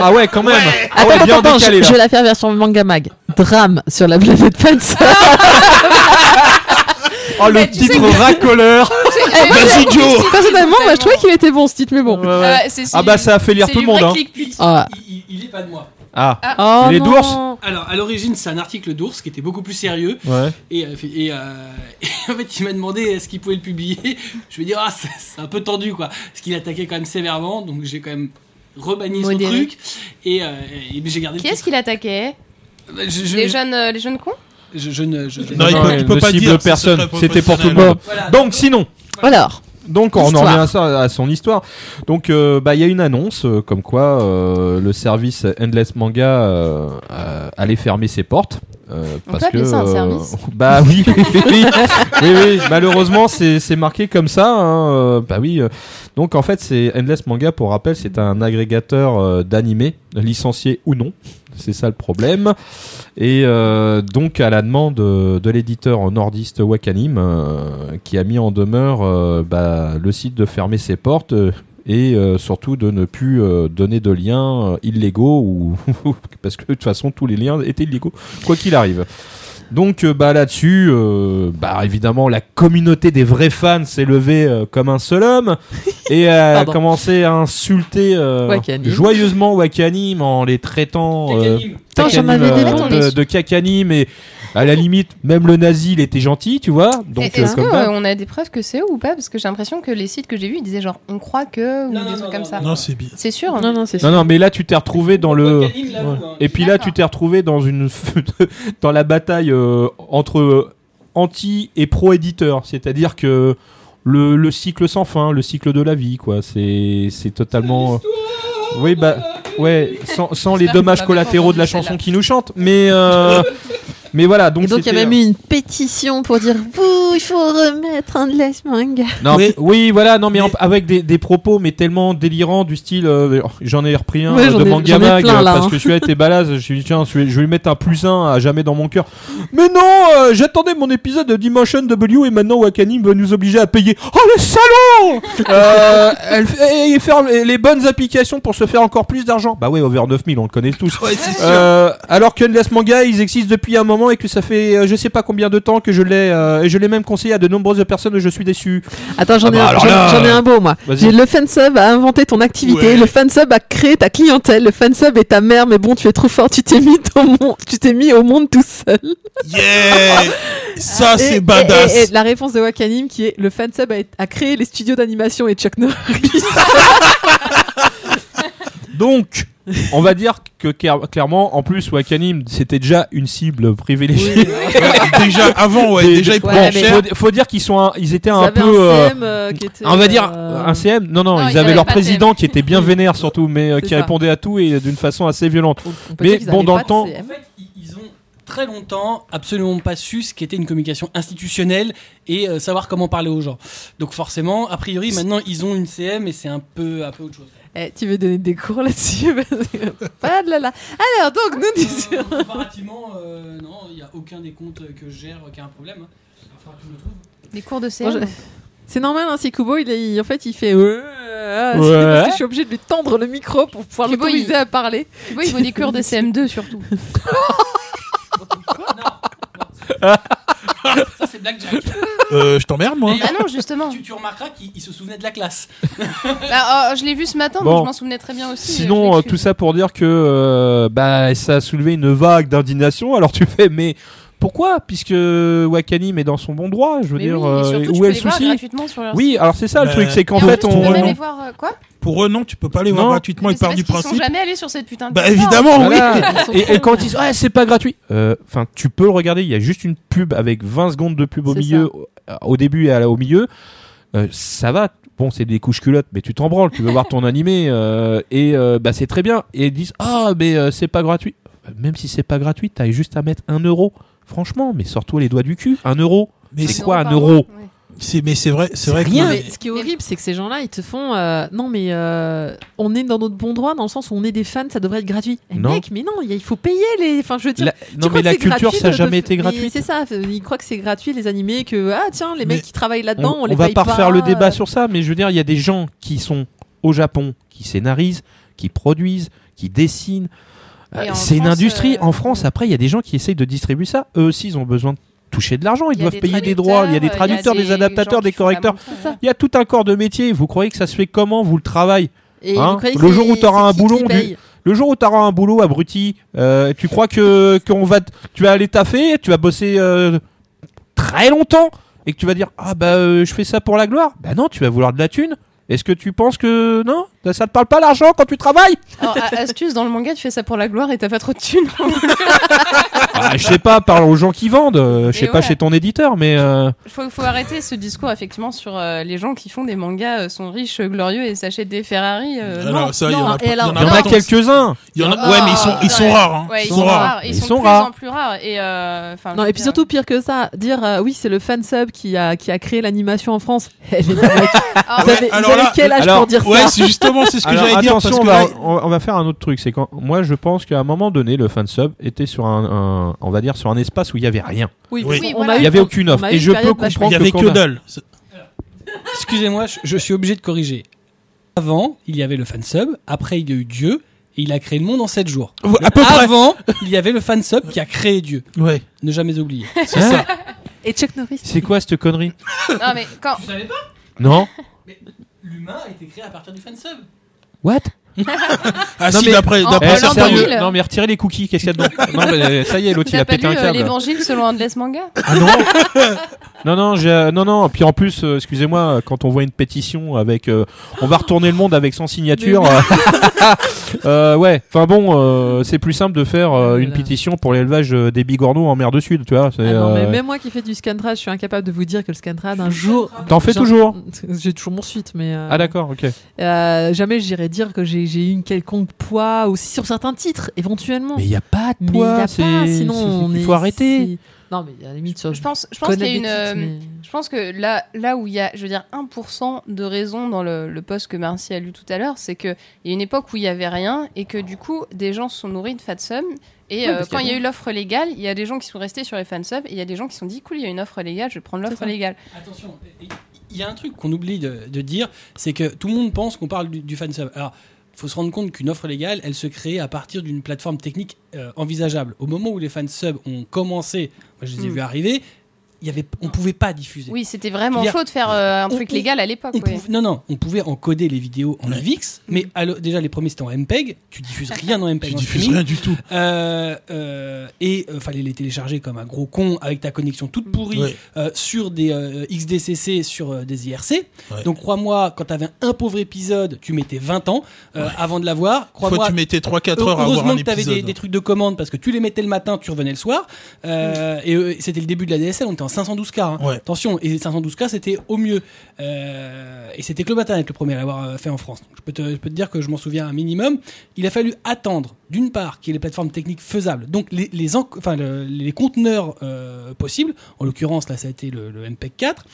S1: ah ouais, quand même. Ah ouais,
S2: attends,
S1: bien
S2: attends, attends,
S1: décalé
S2: je,
S1: là.
S2: je vais la
S3: Ah,
S2: faire version manga mag. Drame sur la planète Pants.
S1: Oh, le
S3: Eh, tu sais
S1: titre racoleur
S2: Vas-y,
S3: Joe.
S2: Personnellement, moi, je trouvais qu'il était bon ce titre, mais bon.
S3: Euh, c'est- c'est
S1: Ah bah
S3: du-
S1: ça a fait lire
S3: c'est
S1: tout
S3: du
S1: le monde.
S3: vrai
S1: hein.
S3: clickbait.
S2: Ah.
S6: Il, il- il est pas de moi.
S1: Ah,
S2: Oh,
S1: Les
S2: non.
S1: Doors.
S6: Alors, à l'origine, c'est un article d'ours qui était beaucoup plus sérieux.
S1: ouais.
S6: Et, euh, et, euh, et en fait, il m'a demandé est-ce qu'il pouvait le publier. Je lui ai dit, ah, c'est- c'est un peu tendu, quoi. Parce qu'il attaquait quand même sévèrement, donc j'ai quand même rebanni son
S3: Modéré.
S6: truc. Et, euh, et- mais j'ai
S1: Ah,
S6: gardé
S3: Qui
S6: le
S3: est-ce
S6: titre.
S3: qu'il attaquait
S6: Bah, je, je,
S3: les jeunes, euh, les jeunes cons
S6: je- je ne. je- je-
S4: Non, il
S1: Non,
S4: peut-
S1: elle
S4: il peut
S1: ne
S4: pas
S1: cible
S4: dire, ce
S1: personne.
S4: serait pas
S1: C'était pour tout le
S4: professionnel.
S1: monde.
S6: Voilà,
S1: Donc sinon,
S2: Alors,
S1: donc on en
S2: Histoire.
S1: revient à, ça, à son histoire. Donc euh, bah il y a une annonce euh, comme quoi euh, le service Endless Manga euh, euh, allait fermer ses portes. euh,
S3: On
S1: parce
S3: peut appeler
S1: que
S3: ça un
S1: euh,
S3: service
S1: bah oui oui, oui, Oui, oui, malheureusement c'est c'est marqué comme ça hein, euh, bah oui euh. donc en fait c'est Endless Manga pour rappel c'est un agrégateur euh, d'animés licencié ou non c'est ça le problème Et euh, donc, à la demande euh, de l'éditeur nordiste Wakanim, euh, qui a mis en demeure euh, bah, le site de fermer ses portes euh, et euh, surtout de ne plus euh, donner de liens euh, illégaux, ou parce que de toute façon, tous les liens étaient illégaux, quoi qu'il arrive. Donc euh, bah, là-dessus, euh, bah, évidemment, la communauté des vrais fans s'est levée euh, comme un seul homme et a
S2: Pardon.
S1: commencé à insulter euh,
S2: Wakanim.
S1: joyeusement Wakanim en les traitant... euh,
S6: Kakanim.
S2: Putain, j'en
S1: Kakanim,
S2: avais des
S1: euh,
S2: noms.
S1: de, de Kakanim et à la limite même le nazi il était gentil tu vois donc
S3: Et-
S1: euh,
S3: Est-ce
S1: comme ça.
S3: qu'on a des preuves que c'est eux ou pas Parce que j'ai l'impression que les sites que j'ai vus, ils disaient genre on croit que ou
S6: Non,
S3: des
S6: non,
S3: trucs
S6: non,
S3: comme
S6: non,
S3: ça.
S4: Non, c'est bien.
S3: C'est sûr hein.
S2: non, non, c'est
S1: non non mais là tu t'es retrouvé dans le
S6: Kakanim l'avoue,
S1: Ouais.
S6: hein.
S1: et puis là
S3: D'accord.
S1: tu t'es retrouvé dans une dans la bataille euh, entre anti et pro éditeur c'est à dire que le, le cycle sans fin le cycle de la vie quoi c'est c'est totalement oui bah ouais sans, sans les
S3: J'espère que vous
S1: dommages
S3: l'avez
S1: collatéraux de la
S3: entendu,
S1: chanson
S3: celle-là.
S1: qui nous chante mais euh, mais voilà donc
S2: Et donc, il y a
S1: c'était- euh,
S2: même eu une pétition pour dire Vous, il faut remettre un Endless Manga.
S1: Non,
S4: Oui.
S1: oui. voilà, non, mais, en- avec des, des propos, mais tellement délirants, du style, euh, j'en ai repris un
S2: Ouais,
S1: euh,
S2: j'en
S1: de
S2: ai- j'en ai
S1: Mangamag,
S2: plein, là,
S1: parce
S2: hein.
S1: que celui-là était balèze, je suis dit, tiens, celui- je vais lui mettre un plus un à jamais dans mon cœur. Mais non, euh, j'attendais mon épisode de Dimension W et maintenant Wakanim veut nous obliger à payer. Oh le salaud euh, elle, fait- et faire les bonnes applications pour se faire encore plus d'argent. Bah ouais, over 9000, on le connaît tous.
S4: Ouais, c'est sûr.
S1: Euh, alors que Endless Manga, ils existent depuis un moment et que ça fait euh, je sais pas combien de temps que je l'ai euh, et je l'ai même conseillé à de nombreuses personnes et je suis déçu.
S2: Attends, j'en
S1: Ah
S2: ai,
S1: bah
S2: un-
S1: alors
S2: j'en-
S1: là,
S2: j'en ai un beau, moi.
S1: vas-y.
S2: J'ai le fansub a inventé ton activité,
S4: Ouais.
S2: le fansub a créé ta clientèle, le fansub est ta mère, mais bon, tu es trop fort, tu t'es mis, au monde- tu t'es mis au monde tout seul.
S4: Yeah
S1: Ah,
S4: Ça,
S2: Et-
S4: c'est
S2: et-
S4: badass
S2: Et, et la réponse de Wakanim qui est le fansub a, a créé les studios d'animation et Chuck Norris.
S1: Donc, on va dire que clair- clairement, en plus, Wakanim, c'était déjà une cible privilégiée.
S4: Déjà, avant, ouais,
S1: Des-
S4: déjà, il
S1: bon,
S2: Ouais,
S4: prenait
S2: mais-
S4: cher.
S1: faut, faut dire qu'ils sont, un- ils étaient un
S2: Ils avaient
S1: peu. euh,
S2: CM, euh, qui était,
S1: on va dire
S2: euh,
S1: un CM Non, non,
S3: Non,
S1: ils
S3: ils
S1: avaient
S3: avaient
S1: leur
S3: pas de CM.
S1: président qui était bien vénère surtout, mais euh,
S2: C'est
S1: qui
S2: ça.
S1: répondait à tout et d'une façon assez violente.
S2: on- on peut
S1: mais
S2: dire qu'ils
S1: bon,
S2: avaient
S1: dans
S2: pas
S1: le
S2: de
S1: temps-
S6: En
S2: CM.
S6: fait, i- ils ont très longtemps absolument pas su ce qu'était une communication institutionnelle et euh, savoir comment parler aux gens. Donc forcément, a priori, maintenant, ils ont une CM et c'est un peu, un peu autre chose.
S2: Eh, tu veux donner des cours là-dessus Parce que- Pas de là là. Alors, donc, nous
S6: Euh,
S2: disions.
S6: comparativement, euh, non, il n'y a aucun des comptes que je gère qui a un problème. hein. Il va falloir que je me trouve.
S3: Les cours de
S2: Moi,
S3: CM.
S2: je- C'est normal, hein, si Kubo, il est, en fait, il fait. euh, euh, c'est
S1: Ouais.
S2: parce que je suis obligée de lui tendre le micro pour pouvoir
S3: Kubo,
S2: l'autoriser
S3: il-
S2: à parler.
S3: Tu vois, ils vont des cours de CM2 surtout.
S6: Non, non. Ça, c'est Blackjack.
S4: Euh, je t'emmerde, moi.
S6: Et
S3: Ah non, justement.
S6: tu, tu remarqueras qu'il il se souvenait de la classe.
S3: Bah, euh, je l'ai vu ce matin,
S1: Bon.
S3: donc je m'en souvenais très bien aussi.
S1: Sinon, euh, tout ça pour dire que euh, bah, ça a soulevé une vague d'indignation. Alors tu fais, mais pourquoi Puisque Wakanim est dans son bon droit, je veux dire, euh, où est le souci
S3: gratuitement sur leur
S1: Oui, alors c'est ça le
S4: Bah,
S1: truc, c'est qu'en
S3: Et en
S1: fait
S3: plus, tu peux
S1: on.
S3: même les voir euh, quoi
S4: Pour eux, non, tu peux pas les voir
S1: Non.
S4: gratuitement,
S3: Mais
S4: il
S3: c'est
S4: part
S3: parce
S4: du
S3: qu'ils sont
S4: principe.
S3: jamais allés sur cette putain de
S4: Bah,
S3: plateforme.
S4: évidemment, oui
S1: Voilà.
S2: Ah Ils sont
S1: Et, et
S2: cons.
S1: quand ils disent ouais c'est pas gratuit, Euh, enfin tu peux le regarder, il y a juste une pub avec 20 secondes de pub au
S2: C'est
S1: milieu, au- au début et à la- au milieu, Euh, ça va. Bon c'est des couches culottes, mais tu t'en branles, tu veux voir ton animé euh, et euh, bah c'est très bien. Et ils disent ah mais euh, c'est pas gratuit. Même si c'est pas gratuit, t'as juste à mettre un euro. Franchement, mais sors-toi les doigts du cul. Un euro,
S4: Mais
S1: c'est
S4: c'est-
S1: quoi un
S3: par
S1: euro
S3: mois, ouais.
S4: c'est- mais c'est vrai, c'est vrai que
S2: Non,
S4: non,
S2: mais
S4: mais-
S2: ce qui est horrible, c'est que ces gens-là, ils te font. euh, non, mais euh, on est dans notre bon droit, dans le sens où on est des fans, ça devrait être gratuit. Eh,
S1: Non.
S2: Mec, mais non, il y a- il faut payer les. Enfin, je veux dire.
S1: La-
S2: tu
S1: non
S2: crois
S1: mais
S2: que
S1: la
S2: c'est
S1: culture
S2: gratuit
S1: ça a
S2: de-
S1: jamais
S2: de-
S1: été
S2: mais
S1: gratuit.
S2: C'est ça, euh, ils croient que c'est gratuit les animés, que ah tiens, les
S4: Mais-
S2: mecs qui travaillent là-dedans, on, les
S1: va
S2: paye
S1: pas refaire le débat
S2: euh,
S1: sur ça, mais je veux dire, il y a des gens qui sont au Japon, qui scénarisent, qui produisent, qui dessinent.
S3: Et
S1: Euh,
S3: en
S1: C'est une
S3: France,
S1: industrie.
S3: euh,
S1: En France, après, il y a des gens qui essayent de distribuer ça. Eux aussi, ils ont besoin de toucher de l'argent, ils
S3: Il y a
S1: doivent payer des
S3: traducteurs,
S1: droits, il y a des
S3: euh,
S1: traducteurs, des, adaptateurs,
S3: gens qui
S1: des
S3: font la
S1: correcteurs.
S3: manche, ouais.
S1: Il y a tout un corps de métier. Vous croyez que ça se fait comment, vous, le travail
S2: Et
S1: Hein
S2: vous croyez que
S1: Le jour
S2: c'est-
S1: où t'auras
S2: c'est
S1: un
S2: qui qui
S1: boulon du-
S2: paye
S1: Le jour où t'auras un boulot, abruti, euh, tu crois que qu'on va, t- tu vas aller taffer, tu vas bosser euh, très longtemps et que tu vas dire ah bah euh, je fais ça pour la gloire. Bah non, tu vas vouloir de la thune. Est-ce que tu penses que non, ça, ça te parle pas l'argent quand tu travailles
S3: Alors, Oh, a- astuce, dans le manga, tu fais ça pour la gloire et t'as pas trop de thunes.
S1: Ah, Je sais pas, parle aux gens qui vendent. euh, Je sais
S3: Et
S1: pas
S3: ouais.
S1: chez ton éditeur, mais euh,
S3: faut, faut arrêter ce discours, effectivement, sur euh, les gens qui font des mangas euh, sont riches, euh, glorieux et s'achètent des Ferrari. euh,
S4: Alors,
S3: non.
S4: ça, il y en
S2: non,
S4: a
S2: et
S4: pas- il y
S2: alors-
S4: en
S1: il y en
S4: pas
S1: a
S4: tant.
S1: quelques-uns.
S4: Il y en a-
S3: Ah,
S4: Ouais, mais ils sont, ils sont
S3: ouais.
S4: rares. hein.
S3: Ouais,
S4: ils sont rares.
S3: Ils,
S1: Ils
S3: sont,
S1: sont
S3: de plus
S1: rares.
S3: en plus rares. Et,
S1: Ah,
S3: euh, enfin,
S2: Non,
S3: je
S2: et
S3: veux
S2: puis
S3: dire,
S2: surtout, pire que ça, dire euh, oui, c'est le fansub qui a, qui a créé l'animation en France. Eh, les gars,
S3: ah
S2: vous
S3: ouais,
S2: avez, vous
S4: alors
S2: avez
S4: là-
S2: quel âge
S1: alors,
S2: pour dire
S4: Ouais,
S2: ça
S4: c'est justement c'est ce que
S1: Alors,
S4: j'allais dire. parce
S1: attention,
S4: que
S1: on, va,
S4: là,
S1: on- on va faire un autre truc. C'est quand moi, je pense qu'à un moment donné, le fansub était sur un, un- on va dire, sur un espace où il y avait rien.
S3: Oui,
S2: parce qu'on
S4: Ah
S3: voilà.
S2: a
S1: Il
S2: eu-
S1: y avait aucune
S2: on
S1: offre.
S2: a eu
S1: Et
S2: une
S1: je peux
S2: période vachement-
S1: comprendre
S4: Il y avait
S1: qu'on
S4: que
S1: a-
S4: dalle.
S6: Excusez-moi, je, je suis obligé de corriger. Avant, il y avait le fansub, après il y a eu Dieu, et il a créé le monde en 7 jours.
S4: À peu près.
S6: Avant, il y avait le fansub qui a créé Dieu.
S4: Ouais.
S6: Ne jamais oublier.
S1: C'est ça.
S2: Et Chuck Norris.
S1: C'est quoi cette connerie
S3: non, mais quand,
S6: Tu savais pas
S1: Non
S6: L'humain a été créé à partir du fansub.
S1: What
S4: Ah
S1: Non,
S4: si,
S1: mais-
S4: d'après,
S3: en-
S4: d'après
S3: en
S4: ça,
S3: l'an
S4: sérieux.
S3: 2000.
S1: Eh, Non mais retirez les cookies, qu'est-ce qu'il y a dedans Non mais euh, ça y est, l'autre il
S3: t'as
S1: a
S3: pas lu
S1: pété un
S3: euh,
S1: câble.
S3: l'évangile selon Endless Manga
S1: Ah non Non non, j'ai, euh, non non, puis en plus euh, excusez-moi euh, quand on voit une pétition avec euh, on va retourner le monde avec sans signature euh, euh, ouais, enfin bon, euh, c'est plus simple de faire euh, une
S2: Voilà.
S1: pétition pour l'élevage euh, des bigorneaux en mer de sud, tu vois, c'est,
S2: Ah non, mais
S1: euh,
S2: même moi qui fais du scantrad, je suis incapable de vous dire que le scantrad, un jour.
S1: T'en fais
S2: Genre-
S1: toujours
S2: J'ai toujours mon suite, mais. euh,
S1: Ah d'accord, OK.
S2: euh, jamais j'irai dire que j'ai j'ai eu une quelconque poids, aussi sur certains titres, éventuellement.
S1: il y a pas
S2: Mais il y a
S1: poids,
S2: pas,
S1: c'est-
S2: sinon
S1: c'est-
S2: on
S1: il
S2: est-
S1: faut arrêter.
S2: c'est- Non, mais à la limite, sur.
S3: Je pense, je pense qu'il y a une. euh,
S2: une.
S3: Je pense que là, là où il y a, je veux dire, 1% de raison dans le, le post que Marcy a lu tout à l'heure, c'est qu'il y a une époque où il n'y avait rien et que du coup, des gens se sont nourris de fansub. Et
S2: Oui,
S3: euh,
S2: parce
S3: quand
S2: qu'il y
S3: il y
S2: a-
S3: a eu l'offre légale, il y a des gens qui sont restés sur les fansubs et il y a des gens qui se sont dit cool, il y a une offre légale, je vais prendre
S2: C'est
S3: l'offre
S2: ça.
S3: légale.
S6: Attention, il y a un truc qu'on oublie de, de dire, c'est que tout le monde pense qu'on parle du, du fansub. Alors, faut se rendre compte qu'une offre légale, elle se crée à partir d'une plateforme technique euh, envisageable. Au moment où les fansubs ont commencé, moi je les ai
S3: Mm.
S6: vus arriver, il y avait, on pouvait pas diffuser.
S3: Oui, c'était vraiment
S6: Je veux dire,
S3: chaud de faire euh, un
S6: on-
S3: truc
S6: on-
S3: légal à l'époque.
S6: On
S3: oui.
S6: pouvait- Mm. non, non, on pouvait encoder les vidéos en AVIX, mais à l'o- déjà les premiers c'était en MPEG, tu diffuses rien en MPEG.
S4: Tu
S6: en
S4: diffuses
S6: streaming.
S4: rien du tout.
S6: Euh, euh, et euh, fallait les télécharger comme un gros con avec ta connexion toute pourrie
S4: Ouais.
S6: euh, sur des euh, XDCC, sur euh, des IRC.
S4: Ouais.
S6: Donc crois-moi, quand t'avais un pauvre épisode, tu mettais 20 ans euh, avant de l'avoir.
S4: Fois,
S6: Crois-moi,
S4: tu mettais 3-4 heures à voir
S6: heureusement
S4: un
S6: que t'avais
S4: épisode.
S6: des, des trucs de commande parce que tu les mettais le matin, tu revenais le soir. Euh, Et euh, c'était le début de la DSL, on était en 512K. hein.
S4: Ouais.
S6: Attention, et 512K c'était au mieux. Euh, et c'était Club Internet le premier à l'avoir euh, fait en France. Donc, je, peux te, je peux te dire que je m'en souviens un minimum. Il a fallu attendre, d'une part, qu'il y ait les plateformes techniques faisables, donc les, les, enc- enfin, le- les conteneurs euh, possibles. En l'occurrence, là, ça a été le, le MPEG 4.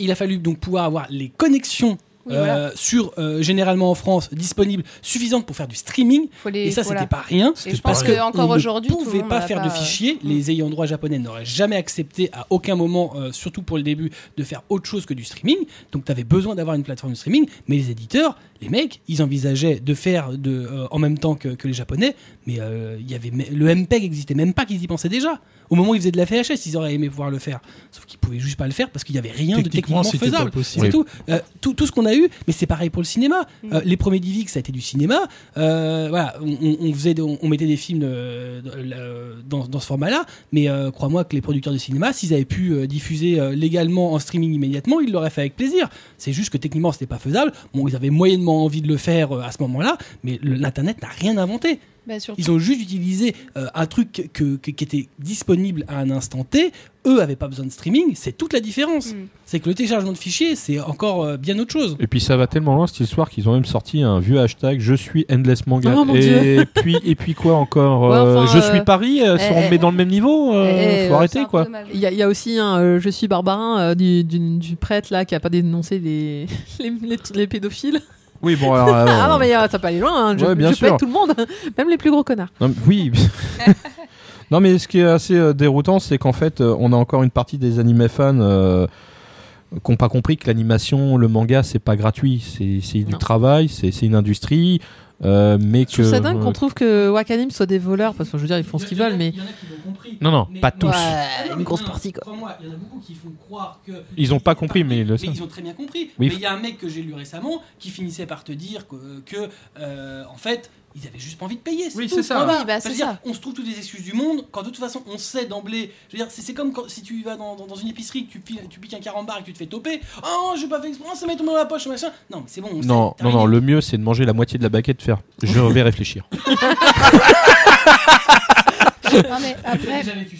S6: Il a fallu donc pouvoir avoir les connexions.
S3: Oui,
S6: euh,
S3: voilà.
S6: sur euh, généralement en France disponibles suffisantes pour faire du streaming
S3: Faut les-
S6: et ça
S3: faut la-
S6: c'était pas rien
S3: Et je
S4: pas
S3: pense
S4: vrai.
S3: que encore
S6: on
S3: aujourd'hui,
S6: ne
S3: tout le
S6: pouvait
S3: monde Mm.
S6: pas
S3: n'a
S6: faire de fichiers. Les ayants droit japonais n'auraient jamais accepté à aucun moment, euh, surtout pour le début, de faire autre chose que du streaming. Donc, tu avais besoin d'avoir une plateforme de streaming. Mais les éditeurs, les mecs, ils envisageaient de faire de, euh, en même temps que, que les japonais. Mais euh, il y avait me- le MPEG n'existait même pas qu'ils y pensaient déjà. Au moment où ils faisaient de la VHS, ils auraient aimé pouvoir le faire. Sauf qu'ils pouvaient juste pas le faire parce qu'il n'y avait rien de
S4: Techniquement,
S6: techniquement
S4: c'était pas
S6: faisable.
S4: possible.
S6: C'est tout. Euh, tout. Tout ce qu'on a eu, mais c'est pareil pour le cinéma. Euh, les premiers Divix, ça a été du cinéma. Euh, voilà, on, on- on faisait, des- on, on mettait des films euh, euh, dans, dans ce format-là, mais euh, crois-moi que les producteurs de cinéma, s'ils avaient pu euh, diffuser euh, légalement en streaming immédiatement, ils l'auraient fait avec plaisir. C'est juste que techniquement, c'était pas faisable. Bon, ils avaient moyennement envie de le faire euh, à ce moment-là, mais le- l'internet n'a rien inventé.
S3: Bah, surtout-
S6: Ils ont juste utilisé euh, un truc que- que- qui était disponible à un instant T. Eux avaient pas besoin de streaming. C'est toute la différence.
S3: Mm.
S6: C'est que le téléchargement de fichiers, c'est encore euh, bien autre chose.
S1: Et puis ça va tellement loin cette histoire qu'ils ont même sorti un vieux hashtag je suis endless manga
S2: Oh, mon
S1: et puis et puis quoi encore
S2: Ouais,
S1: euh,
S2: enfin,
S1: je suis
S2: euh,
S1: Paris euh, si
S2: eh,
S1: on met dans le même niveau euh,
S2: eh,
S1: faut
S2: euh,
S1: arrêter
S3: C'est
S1: quoi.
S3: un peu dommage.
S2: Il y, a- il y a aussi un euh, Je suis barbarin euh, du, d'une- du prêtre là qui a pas dénoncé les, les, les- les pédophiles.
S1: Oui bon alors euh,
S2: Ah non, mais euh, ça peut aller loin, hein. je,
S1: Ouais, bien
S2: je
S1: sûr.
S2: peux être tout le monde, même les plus gros connards.
S1: non, mais- oui. non mais ce qui est assez euh, déroutant c'est qu'en fait euh, on a encore une partie des animés fans euh, qui n'ont pas compris que l'animation, le manga, c'est pas gratuit, c'est c'est du
S2: Non.
S1: travail, c'est c'est une industrie. euh, mais que
S2: Je trouve ça dingue qu'on trouve que Wakanim soit des voleurs, parce que je veux dire, ils font ce qu'ils veulent, mais.
S6: Il y en a qui l'ont compris.
S1: Non, non,
S6: Mais-
S1: pas tous.
S6: Ouais.
S2: Euh, une grosse partie, quoi.
S6: Crois-moi, il y en a beaucoup qui font croire que.
S1: Ils ont pas compris, mais ils le savent.
S6: ils ont très bien compris.
S1: Oui.
S6: Mais il y a un mec que j'ai lu récemment qui finissait par te dire que, que, euh, en fait, ils avaient juste pas envie de payer.
S5: Oui,
S6: tout. Ah
S5: c'est ça.
S6: Point barre.
S3: Oui, bah, c'est
S6: Je veux dire,
S3: ça.
S6: On se trouve toutes les excuses du monde quand de toute façon on sait d'emblée. Je veux dire, c'est c'est comme quand, si tu vas dans, dans- dans une épicerie, que tu, pi- tu piques un carambar et que tu te fais toper. Oh, je pas fait exprès, oh, ça m'est tombé dans la poche, machin. Non, mais c'est bon. On
S1: Non,
S6: sait,
S1: non, non, le mieux c'est de manger la moitié de la baguette de fer. Je vais réfléchir.
S3: Non, mais après,
S6: J'ai vécu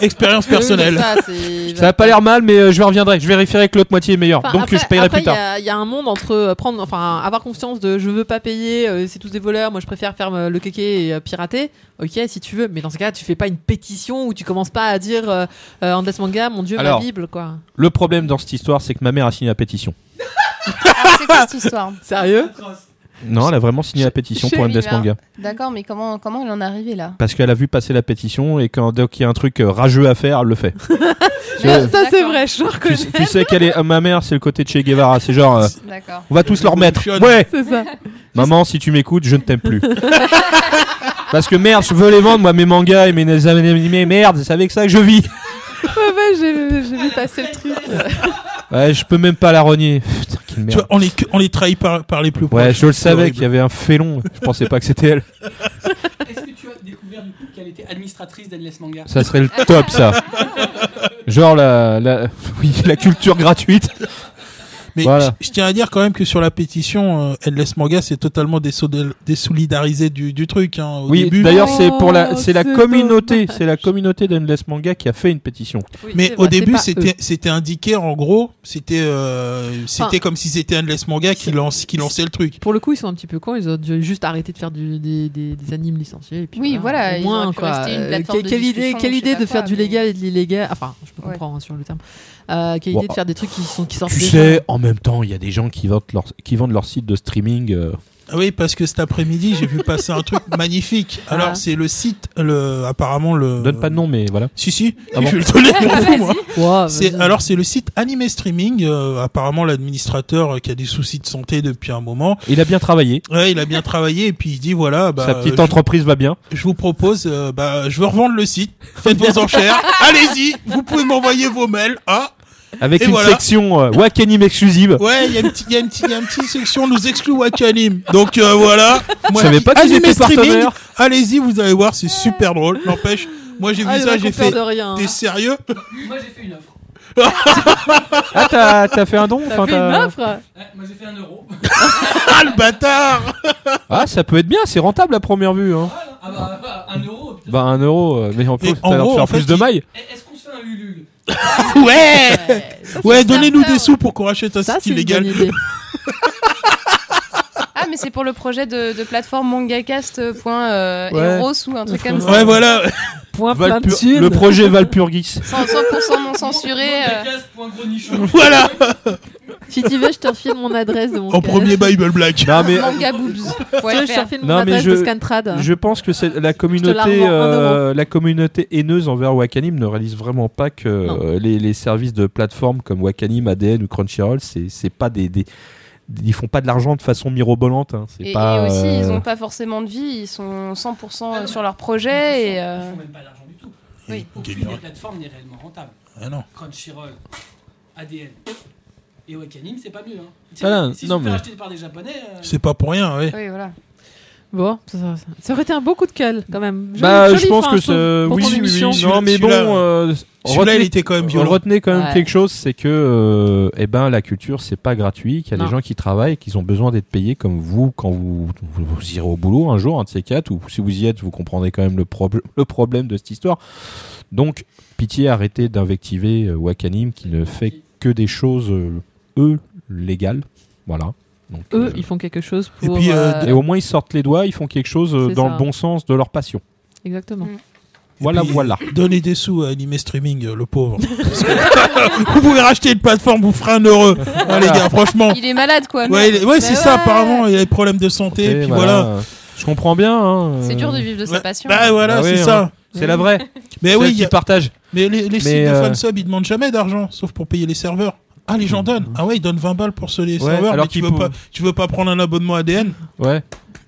S4: Expérience personnelle.
S2: Ça, c'est-
S1: Ça a pas l'air mal, mais euh, je reviendrai. Je vérifierai que l'autre moitié est meilleure.
S2: Enfin,
S1: Donc
S2: après-
S1: je paierai
S2: après,
S1: plus tard.
S2: Il y a- il y, a un monde entre euh, prendre, enfin, avoir confiance de je veux pas payer, euh, c'est tous des voleurs, moi je préfère faire euh, le kéké et euh, pirater. Ok, si tu veux, mais dans ce cas, tu fais pas une pétition où tu commences pas à dire euh, euh, Andes Manga, mon dieu,
S1: Alors.
S2: ma Bible, quoi.
S1: Le problème dans cette histoire, c'est que ma mère a signé la pétition.
S3: ah, c'est quoi cette histoire
S2: Sérieux
S1: Non, elle a vraiment signé la pétition pour
S3: Chevillard.
S1: MDS Manga.
S3: D'accord, mais comment, comment elle en est arrivée là
S1: Parce qu'elle a vu passer la pétition et quand dès qu'il y a un truc euh, rageux à faire, elle le fait. Tu-
S3: Ouais.
S2: Ça, c'est
S3: D'accord.
S2: vrai, je le
S1: tu,
S2: reconnais.
S1: tu sais qu'elle est. euh, ma mère, c'est le côté de Che Guevara. C'est genre. euh,
S3: D'accord.
S1: on va tous leur mettre.
S4: Revolution.
S1: Ouais,
S2: C'est ça.
S1: maman, si tu m'écoutes, je ne t'aime plus. Parce que merde, je veux les vendre, moi, mes mangas et mes animés. Merde, c'est avec ça que je vis.
S2: Ouais, ouais, j'ai j'ai vu passer le truc.
S1: Ouais, je peux même pas la renier. Putain, quelle
S4: Tu
S1: merde.
S4: vois, on les, on les trahit par, par les plus proches.
S1: Ouais, je le
S4: C'est
S1: savais
S4: horrible.
S1: qu'il y avait un félon. Je pensais pas que c'était elle.
S6: Est-ce que tu as découvert du coup qu'elle était administratrice d'Endless Manga
S1: Ça serait le top, ça. Genre la, la, oui, la culture gratuite.
S4: Mais
S1: Voilà.
S4: je je tiens à dire quand même que sur la pétition, euh, Endless Manga c'est totalement désodé- désolidarisé du, du truc. Hein, au
S1: Oui,
S4: début.
S1: d'ailleurs, c'est pour la,
S2: Oh,
S1: c'est la
S2: c'est
S1: communauté, c'est la communauté d'Endless Manga qui a fait une pétition.
S2: Oui,
S4: Mais
S2: c'est
S4: au
S2: vrai, c'est
S4: début,
S2: pas eux.
S4: c'était c'était indiqué en gros, c'était euh, c'était
S2: Enfin,
S4: comme si c'était Endless Manga qui
S2: c'est-
S4: lance qui lançait le truc.
S2: Pour le coup, ils sont un petit peu cons. Ils ont dû juste arrêté de faire du- des, des- des animes licenciés. Et puis
S3: Oui,
S2: au
S3: voilà, ils
S2: moins,
S3: auraient pu
S2: quoi.
S3: rester une
S2: Euh,
S3: plateforme
S2: que-
S3: de
S2: quelle idée,
S3: discussion,
S2: quelle
S3: je sais
S2: idée
S3: pas
S2: de faire
S3: quoi,
S2: du
S3: mais-
S2: légal et de l'illégal. Enfin, je peux
S3: Ouais.
S2: comprendre hein, sur le terme. Euh, quelle idée
S1: Wow.
S2: de faire des trucs qui sont qui sortent.
S1: Tu
S2: déjà.
S1: sais, en même temps, il y a des gens qui vendent leur, qui vendent leur site de streaming. euh,
S4: Ah oui, parce que cet après-midi, j'ai vu passer un truc magnifique. Alors
S2: Ah.
S4: c'est le site, le apparemment le.
S1: Donne pas de nom, mais voilà.
S4: Si si,
S1: Ah bon
S4: je vais le donner, je m'en fous, moi.
S2: Ouah,
S4: C'est-
S2: vas-y.
S4: alors c'est le site Anime Streaming. euh, apparemment l'administrateur euh, qui a des soucis de santé depuis un moment.
S1: Il a bien travaillé.
S4: Ouais, il a bien travaillé et puis il dit voilà, bah,
S1: Sa petite
S4: euh,
S1: entreprise va bien.
S4: je, je vous propose, euh, bah, je veux revendre le site. Faites vos enchères. Allez-y, vous pouvez m'envoyer vos mails. Ah
S1: Avec
S4: Et
S1: une
S4: voilà.
S1: section euh, Wakanim exclusive.
S4: ouais, il y a une petite, il y a une petite, il y a une petite section nous exclut Wakanim. Donc euh, voilà.
S1: Je
S4: Moi,
S1: savais pas qu'ils
S4: Anime
S1: étaient
S4: Streaming,
S1: partenaires.
S4: Allez-y, vous allez voir, c'est super drôle. N'empêche, moi j'ai vu
S2: Ah, les
S4: ça,
S2: mecs
S4: j'ai
S2: ont peur
S4: fait.
S2: de rien. hein.
S4: T'es sérieux
S6: Moi j'ai fait une offre.
S1: Ah, t'as, t'as fait un don
S2: T'as
S1: enfin,
S2: fait une
S1: t'as-
S2: offre
S6: Ouais, Eh, moi j'ai fait un euro.
S4: Ah le bâtard
S1: Ah, ça peut être bien, c'est rentable à première vue. Hein.
S6: Ah bah, bah, un euro. putain.
S1: Bah, un euro, euh, mais en plus,
S4: Mais en
S1: t'as l'air de
S4: gros,
S1: faire
S4: en fait,
S1: plus de
S4: il-
S1: mailles.
S6: Eh, Est-ce qu'on se fait un Ulule
S4: Ouais
S3: Ça, c'est
S4: Ouais, donnez-nous
S3: sympa,
S4: des sous pour qu'on rachète un
S2: Ça,
S4: site
S2: c'est une bonne
S4: illégal.
S2: idée.
S3: Ah, mais c'est pour le projet de, de plateforme mangacast.eros ou un truc comme ça.
S4: Ouais, voilà.
S2: Point plein de
S1: Valpur-
S2: thunes.
S1: Le projet Valpurgis.
S3: Cent- 100% non censuré. euh,
S4: Voilà.
S2: Si tu veux, je te refile mon adresse de mon
S4: En
S2: scan.
S4: premier Bible Black.
S1: Non, mais
S2: Tu veux, je te
S3: mangaboobs.fr.
S2: refile mon
S1: Non, mais
S2: adresse
S1: je-
S2: de Scantrad.
S1: Je pense que c'est la
S2: la revends
S1: communauté,
S2: en
S1: euh, la communauté haineuse envers Wakanim ne réalise vraiment pas que
S2: Non.
S1: euh, les, les services de plateforme comme Wakanim, ADN ou Crunchyroll, c'est c'est pas des, des- ils font pas de l'argent de façon mirobolante. hein. C'est
S3: Et,
S1: pas.
S3: et aussi,
S1: euh,
S3: ils n'ont pas forcément de vie, ils sont 100% euh, sur leur projet. Et,
S6: Ils
S3: euh,
S6: font même pas d'argent du tout.
S3: Oui.
S6: Aucune des plateformes n'est réellement rentable.
S4: Ah non.
S6: Crunchyroll, ADN et Wakanim, c'est pas mieux. Hein.
S1: Ah non,
S6: S'ils
S1: non,
S6: sont
S1: mais-
S6: fait racheter par des Japonais, euh,
S4: C'est pas pour rien, ouais.
S3: oui, voilà.
S2: Bon, ça, ça- ça- ça aurait été un beau coup de gueule quand même. Joli-
S1: Bah,
S2: jolie
S1: je pense
S2: fin,
S1: que
S2: trouve,
S1: c'est.
S2: pour
S1: Oui,
S2: ton
S1: oui, oui,
S2: émission.
S4: celui-
S1: Non, mais bon.
S4: celui-là-
S1: euh,
S4: Celui-là, il
S1: retenez-
S4: était quand même
S1: On
S4: violent.
S1: retenait quand même
S2: Ouais.
S1: quelque chose, c'est que euh, eh ben, la culture, c'est pas gratuit, qu'il y a
S2: Non.
S1: des gens qui travaillent et qu'ils ont besoin d'être payés comme vous quand vous, vous- vous irez au boulot un jour, un de ces quatre, ou si vous y êtes, vous comprendrez quand même le, prob- le problème de cette histoire. Donc, pitié, arrêtez d'invectiver euh, Wakanim qui ne fait que des choses, euh, eux, légales. Voilà. Donc,
S2: Eux,
S1: euh,
S2: ils font quelque chose pour.
S4: Et puis, euh,
S2: euh,
S1: et au moins, ils sortent les doigts, ils font quelque chose euh,
S2: C'est
S1: dans
S2: ça.
S1: le bon sens de leur passion.
S2: Exactement.
S1: Voilà,
S4: puis-
S1: voilà.
S4: Donnez des sous à Anime Streaming, euh, le pauvre. Parce que- vous pouvez racheter une plateforme, vous ferez un heureux. Ah, les gars, franchement.
S3: Il est malade,
S4: Ouais,
S3: quoi. merde.
S4: il est- ouais, c'est
S3: Bah
S4: ça,
S3: ouais.
S4: apparemment. Il y a des problèmes de santé, et puis voilà.
S1: Je comprends bien. hein,
S3: C'est
S1: euh,
S3: dur de vivre de
S4: Ouais.
S3: sa passion.
S4: Bah voilà,
S1: Bah oui,
S4: c'est
S1: hein.
S4: ça.
S1: C'est la vraie.
S4: Mais
S1: Celle
S4: Eh oui, il y
S1: qui
S4: a-
S1: partage.
S4: mais les, les sites
S1: Mais,
S4: de
S1: euh,
S4: fansub, ils demandent jamais d'argent, sauf pour payer les serveurs. Ah, les gens donnent. Ah ouais, ils donnent 20 balles pour se les
S1: Ouais,
S4: serveurs,
S1: alors
S4: mais tu
S1: qu'ils
S4: veux,
S1: pou-
S4: pas, tu veux pas prendre un abonnement ADN
S1: Ouais.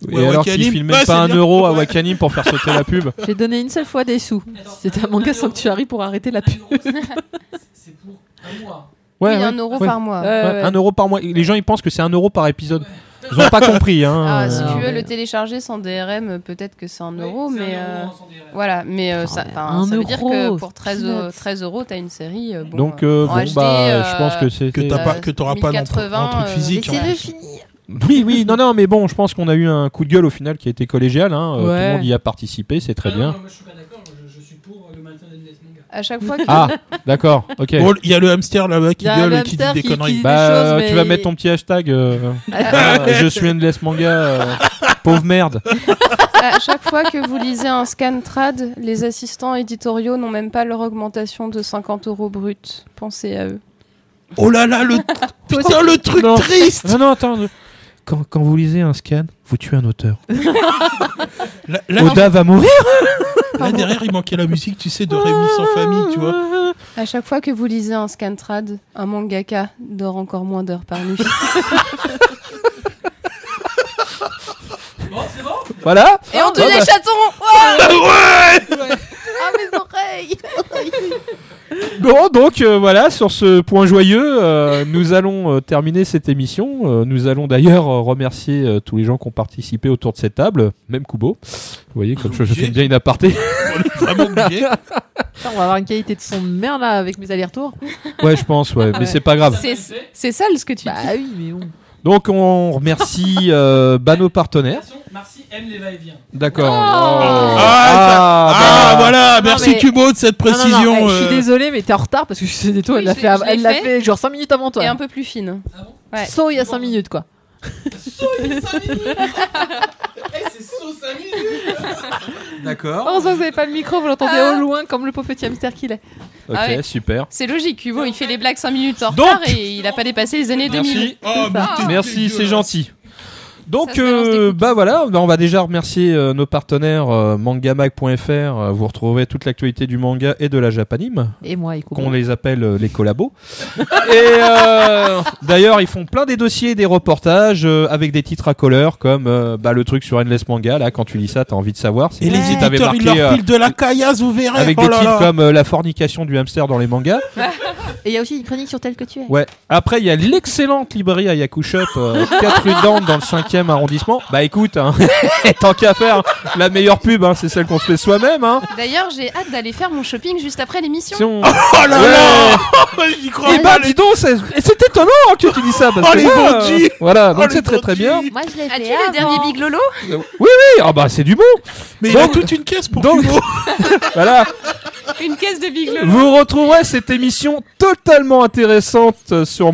S1: Et
S4: Ouais,
S1: alors
S4: Wakanim.
S1: qu'ils filment
S4: Ouais,
S1: même
S4: c'est
S1: pas un
S4: bien.
S1: euro à
S4: Ouais.
S1: Wakanim pour faire sauter la pub.
S2: J'ai donné une seule fois des sous. C'était à Manga Sanctuary pour arrêter la
S6: Un
S2: pub.
S6: euro, c'est- c'est pour un mois.
S1: Ouais,
S3: oui,
S1: ouais.
S3: un euro
S1: Ouais.
S3: par mois.
S1: Ouais,
S2: Ouais, ouais.
S1: Un euro par mois. Les gens ils pensent que c'est un euro par épisode. Ils ont pas compris. Hein.
S3: Ah, si
S2: non,
S3: tu veux
S2: mais-
S3: le télécharger sans DRM, euh, peut-être que c'est un euro,
S6: Oui, c'est
S3: mais.
S6: un euro
S3: euh,
S6: en sans DRM.
S3: Voilà, mais euh,
S2: Putain,
S3: ça,
S2: mais
S3: enfin,
S2: un
S3: ça veut dire
S2: euro,
S3: que
S2: c'est
S3: pour 13,
S2: peanuts.
S3: euh, 13 euros, t'as une série. euh, bon,
S1: Donc
S3: euh,
S1: euh,
S3: en
S1: bon
S3: HD,
S1: bah
S3: euh,
S1: je pense que c'est
S4: que t'as
S3: Euh,
S4: pas, que t'auras pas dans ton-
S3: 1080,
S4: un truc
S3: euh,
S4: physique.
S3: laissez-le
S4: hein.
S2: finir.
S1: oui oui non non mais bon je pense qu'on a eu un coup de gueule au final qui a été collégial hein. Euh, tout
S2: Ouais.
S1: le monde y a participé c'est très
S6: Ah non,
S1: bien
S6: non, moi, je suis pas d'accord, je, je suis pour euh, le maintien des Death Manga.
S3: à chaque fois que.
S1: ah d'accord ok
S4: Bon, il y a le hamster là-bas qui
S2: Il y a
S4: gueule
S2: le
S4: et qui dit
S2: hamster
S4: des
S2: qui-
S4: conneries.
S2: qui-
S1: bah
S2: choses,
S1: euh,
S2: mais-
S1: tu vas mettre ton petit hashtag euh, euh, je suis endless manga euh, pauvre merde
S3: À chaque fois que vous lisez un scan trad, les assistants éditoriaux n'ont même pas leur augmentation de 50 euros brut. Pensez à eux.
S4: Oh là là, le, putain, le truc
S1: Non.
S4: triste
S1: non non attends le- quand, quand vous lisez un scan vous tuez un auteur
S4: Là, là,
S1: Oda va mourir
S4: là, derrière, il manquait la musique, tu sais, de Rémi sans famille, tu vois.
S3: À chaque fois que vous lisez un scan trad, un mangaka dort encore moins d'heures par nuit.
S6: Bon, c'est bon
S1: voilà
S3: Et on tue
S1: Ah bah.
S3: les chatons
S2: Ah, mes oreilles
S1: Bon, donc euh, voilà, sur ce point joyeux, euh, nous allons euh, terminer cette émission. Euh, nous allons d'ailleurs euh, remercier euh, tous les gens qui ont participé autour de cette table, même Kubo. Vous voyez, comme je, je fais bien une aparté.
S4: On est vraiment obligé.
S1: Ah
S2: Putain, on va avoir une qualité de son de merde là avec mes allers-retours.
S1: ouais, je pense, ouais, mais
S2: Ouais.
S1: c'est pas grave.
S3: C'est-
S6: Merci.
S3: C'est sale ce que tu dis.
S2: Bah oui, mais bon.
S1: Donc on remercie euh, bah, nos partenaires.
S6: Marcy aime les va-et-vient.
S1: D'accord. Oh.
S2: Ah,
S1: Ah,
S4: Ah,
S1: bah,
S4: voilà, merci
S2: mais-
S4: Cubo de cette
S2: Non, non, non,
S4: précision.
S2: eh, Je
S4: euh,
S2: suis désolée, mais t'es en retard parce que je sais des toi,
S3: Oui,
S2: elle l'a
S3: je-
S2: fait, av-
S3: je l'ai
S2: elle l'a
S3: fait.
S2: fait genre 5 minutes avant toi.
S3: Et un peu plus fine. hein.
S6: Ah bon
S3: ouais.
S2: Saut il y a 5 minutes quoi.
S6: Sauce 5 minutes Eh, c'est sauce 5 minutes
S1: D'accord.
S2: Heureusement que Oh, vous n'avez pas le micro, vous l'entendez
S3: Ah.
S2: au loin comme le pauvre petit hamster qu'il est.
S1: Ok,
S3: Ah ouais.
S1: super.
S3: C'est logique, Hugo, il fait des blagues 5 minutes en retard et il a pas dépassé les années 2000.
S1: Merci.
S4: oh, mais t'es
S1: Merci, c'est
S4: dégueulasse.
S1: gentil.
S3: Ah, Ça
S1: Donc
S3: se balance des
S1: euh,
S3: cookies.
S1: bah voilà, bah on va déjà remercier euh, nos partenaires euh, mangamag.fr. euh, vous retrouvez toute l'actualité du manga et de la japanime,
S2: Et moi, écoute.
S1: qu'on les appelle euh, les collabos. et euh, d'ailleurs, ils font plein des dossiers, des reportages euh, avec des titres à couleur comme euh, bah, le truc sur Endless Manga. Là, quand tu lis ça, t'as envie de savoir.
S4: Et
S2: Eh.
S4: les
S1: si
S4: éditeurs,
S1: t'avais
S4: ils
S1: marqué, euh,
S4: leur filent de la caillasse, vous verrez.
S1: avec
S4: oh
S1: des
S4: là
S1: titres
S4: là.
S1: comme euh, la fornication du hamster dans les mangas.
S2: Et il y a aussi une chronique sur telle que tu es.
S1: Ouais. Après, il y a l'excellente librairie à Yakushop, euh, 4 rue d'Anne dans le 5e arrondissement. Bah écoute, hein, tant qu'à faire, la meilleure pub, hein, c'est celle qu'on se fait soi-même. Hein.
S3: D'ailleurs, j'ai hâte d'aller faire mon shopping juste après l'émission.
S1: Si on-
S4: Oh là
S1: Ouais.
S4: là J'y crois
S1: Eh
S4: pas.
S2: bah,
S1: ben, dis donc, c'est et c'est étonnant hein, que tu dis ça. Parce
S4: Oh,
S1: que,
S4: les
S1: voilà,
S4: vendus
S1: euh, Voilà,
S4: Oh,
S1: donc
S4: les
S1: c'est très très bien.
S4: bandits.
S2: Moi je l'ai
S3: A-t-il
S2: fait.
S3: le
S2: avant.
S3: dernier Big Lolo
S1: Oui, oui, ah bah c'est du bon.
S4: Mais il a
S1: Donc-
S4: toute une caisse pour
S1: Donc-
S4: Cubo.
S1: Voilà.
S3: Une caisse de Big Lolo
S1: Vous retrouverez cette émission totalement intéressante sur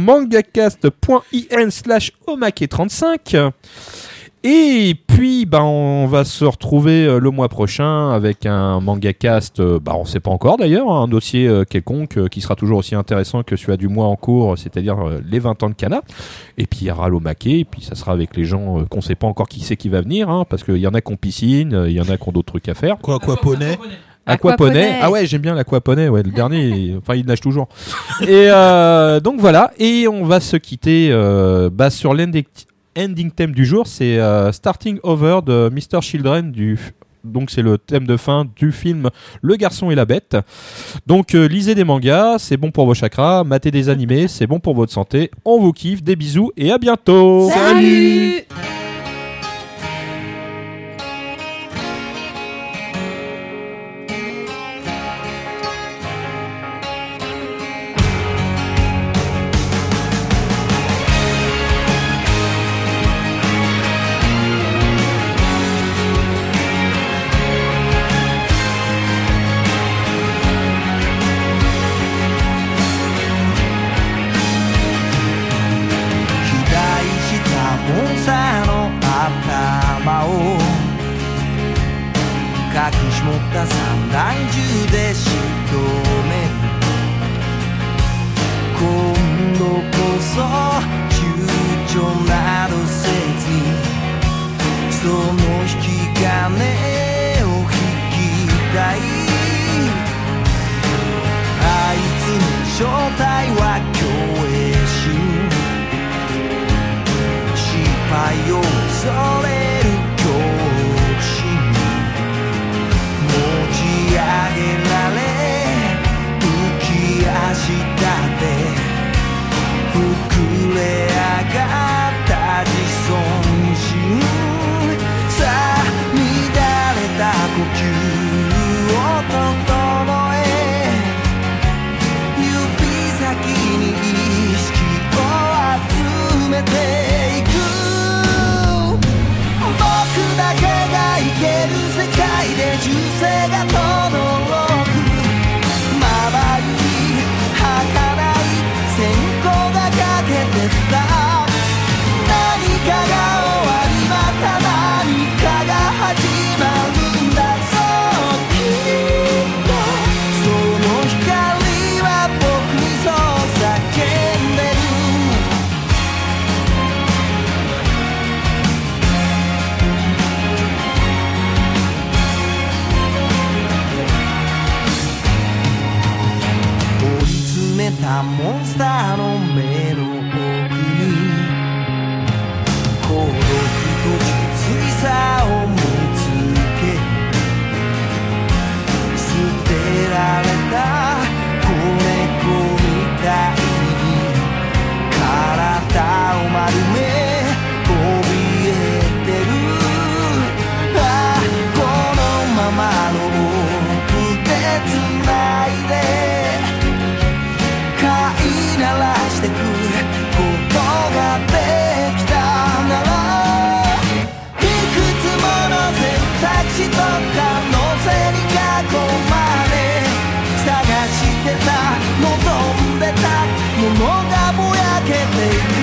S1: mangacast.in slash omake35. Et puis, bah, on va se retrouver euh, le mois prochain avec un mangacast, euh, bah, on sait pas encore d'ailleurs, hein, un dossier euh, quelconque euh, qui sera toujours aussi intéressant que celui du mois en cours, c'est-à-dire euh, les 20 ans de Cana. Et puis, il y aura l'omake, et puis ça sera avec les gens euh, qu'on sait pas encore qui c'est qui va venir, hein, parce qu'il y en a qu'on piscine, euh, il y en a qu'on d'autres trucs à faire.
S4: Quoi, quoi, poney
S1: Aquaponais.
S2: Aquaponais.
S1: Ah ouais, j'aime bien l'aquaponais. Ouais, le dernier, il- enfin, il nage toujours. Et euh, donc voilà. Et on va se quitter euh, bah, sur l'ending ending thème du jour. C'est euh, Starting Over de Mr. Children du. Donc c'est le thème de fin du film Le garçon et la bête. Donc euh, lisez des mangas, c'est bon pour vos chakras, matez des animés, c'est bon pour votre santé. On vous kiffe, des bisous et à bientôt.
S4: Salut
S5: 肥大したモンスターの頭を隠し持った散弾銃で仕留める今度こそ躊躇などせずにその引き金を引きたいあいつの正体は共演迷わされる恐怖心持ち上げられ浮き足立って膨れ上がった自尊心さあ乱れた呼吸を整え指先に意識を集めていく僕だけがいける世界で銃声が轟くまばゆい儚い線香がかけてた何かが終わりまた何かが始まるんだそうきっとその光は僕にそう叫んでる追い詰めたモンスターの目の奥に孤独ときついさを見つけ捨てられた子猫みたいに体を丸め怯えてるああこのままの僕で繋いで飼いならしてくことができたならいくつもの選択肢と可能性に囲まれ探してた望んでたものがぼやけている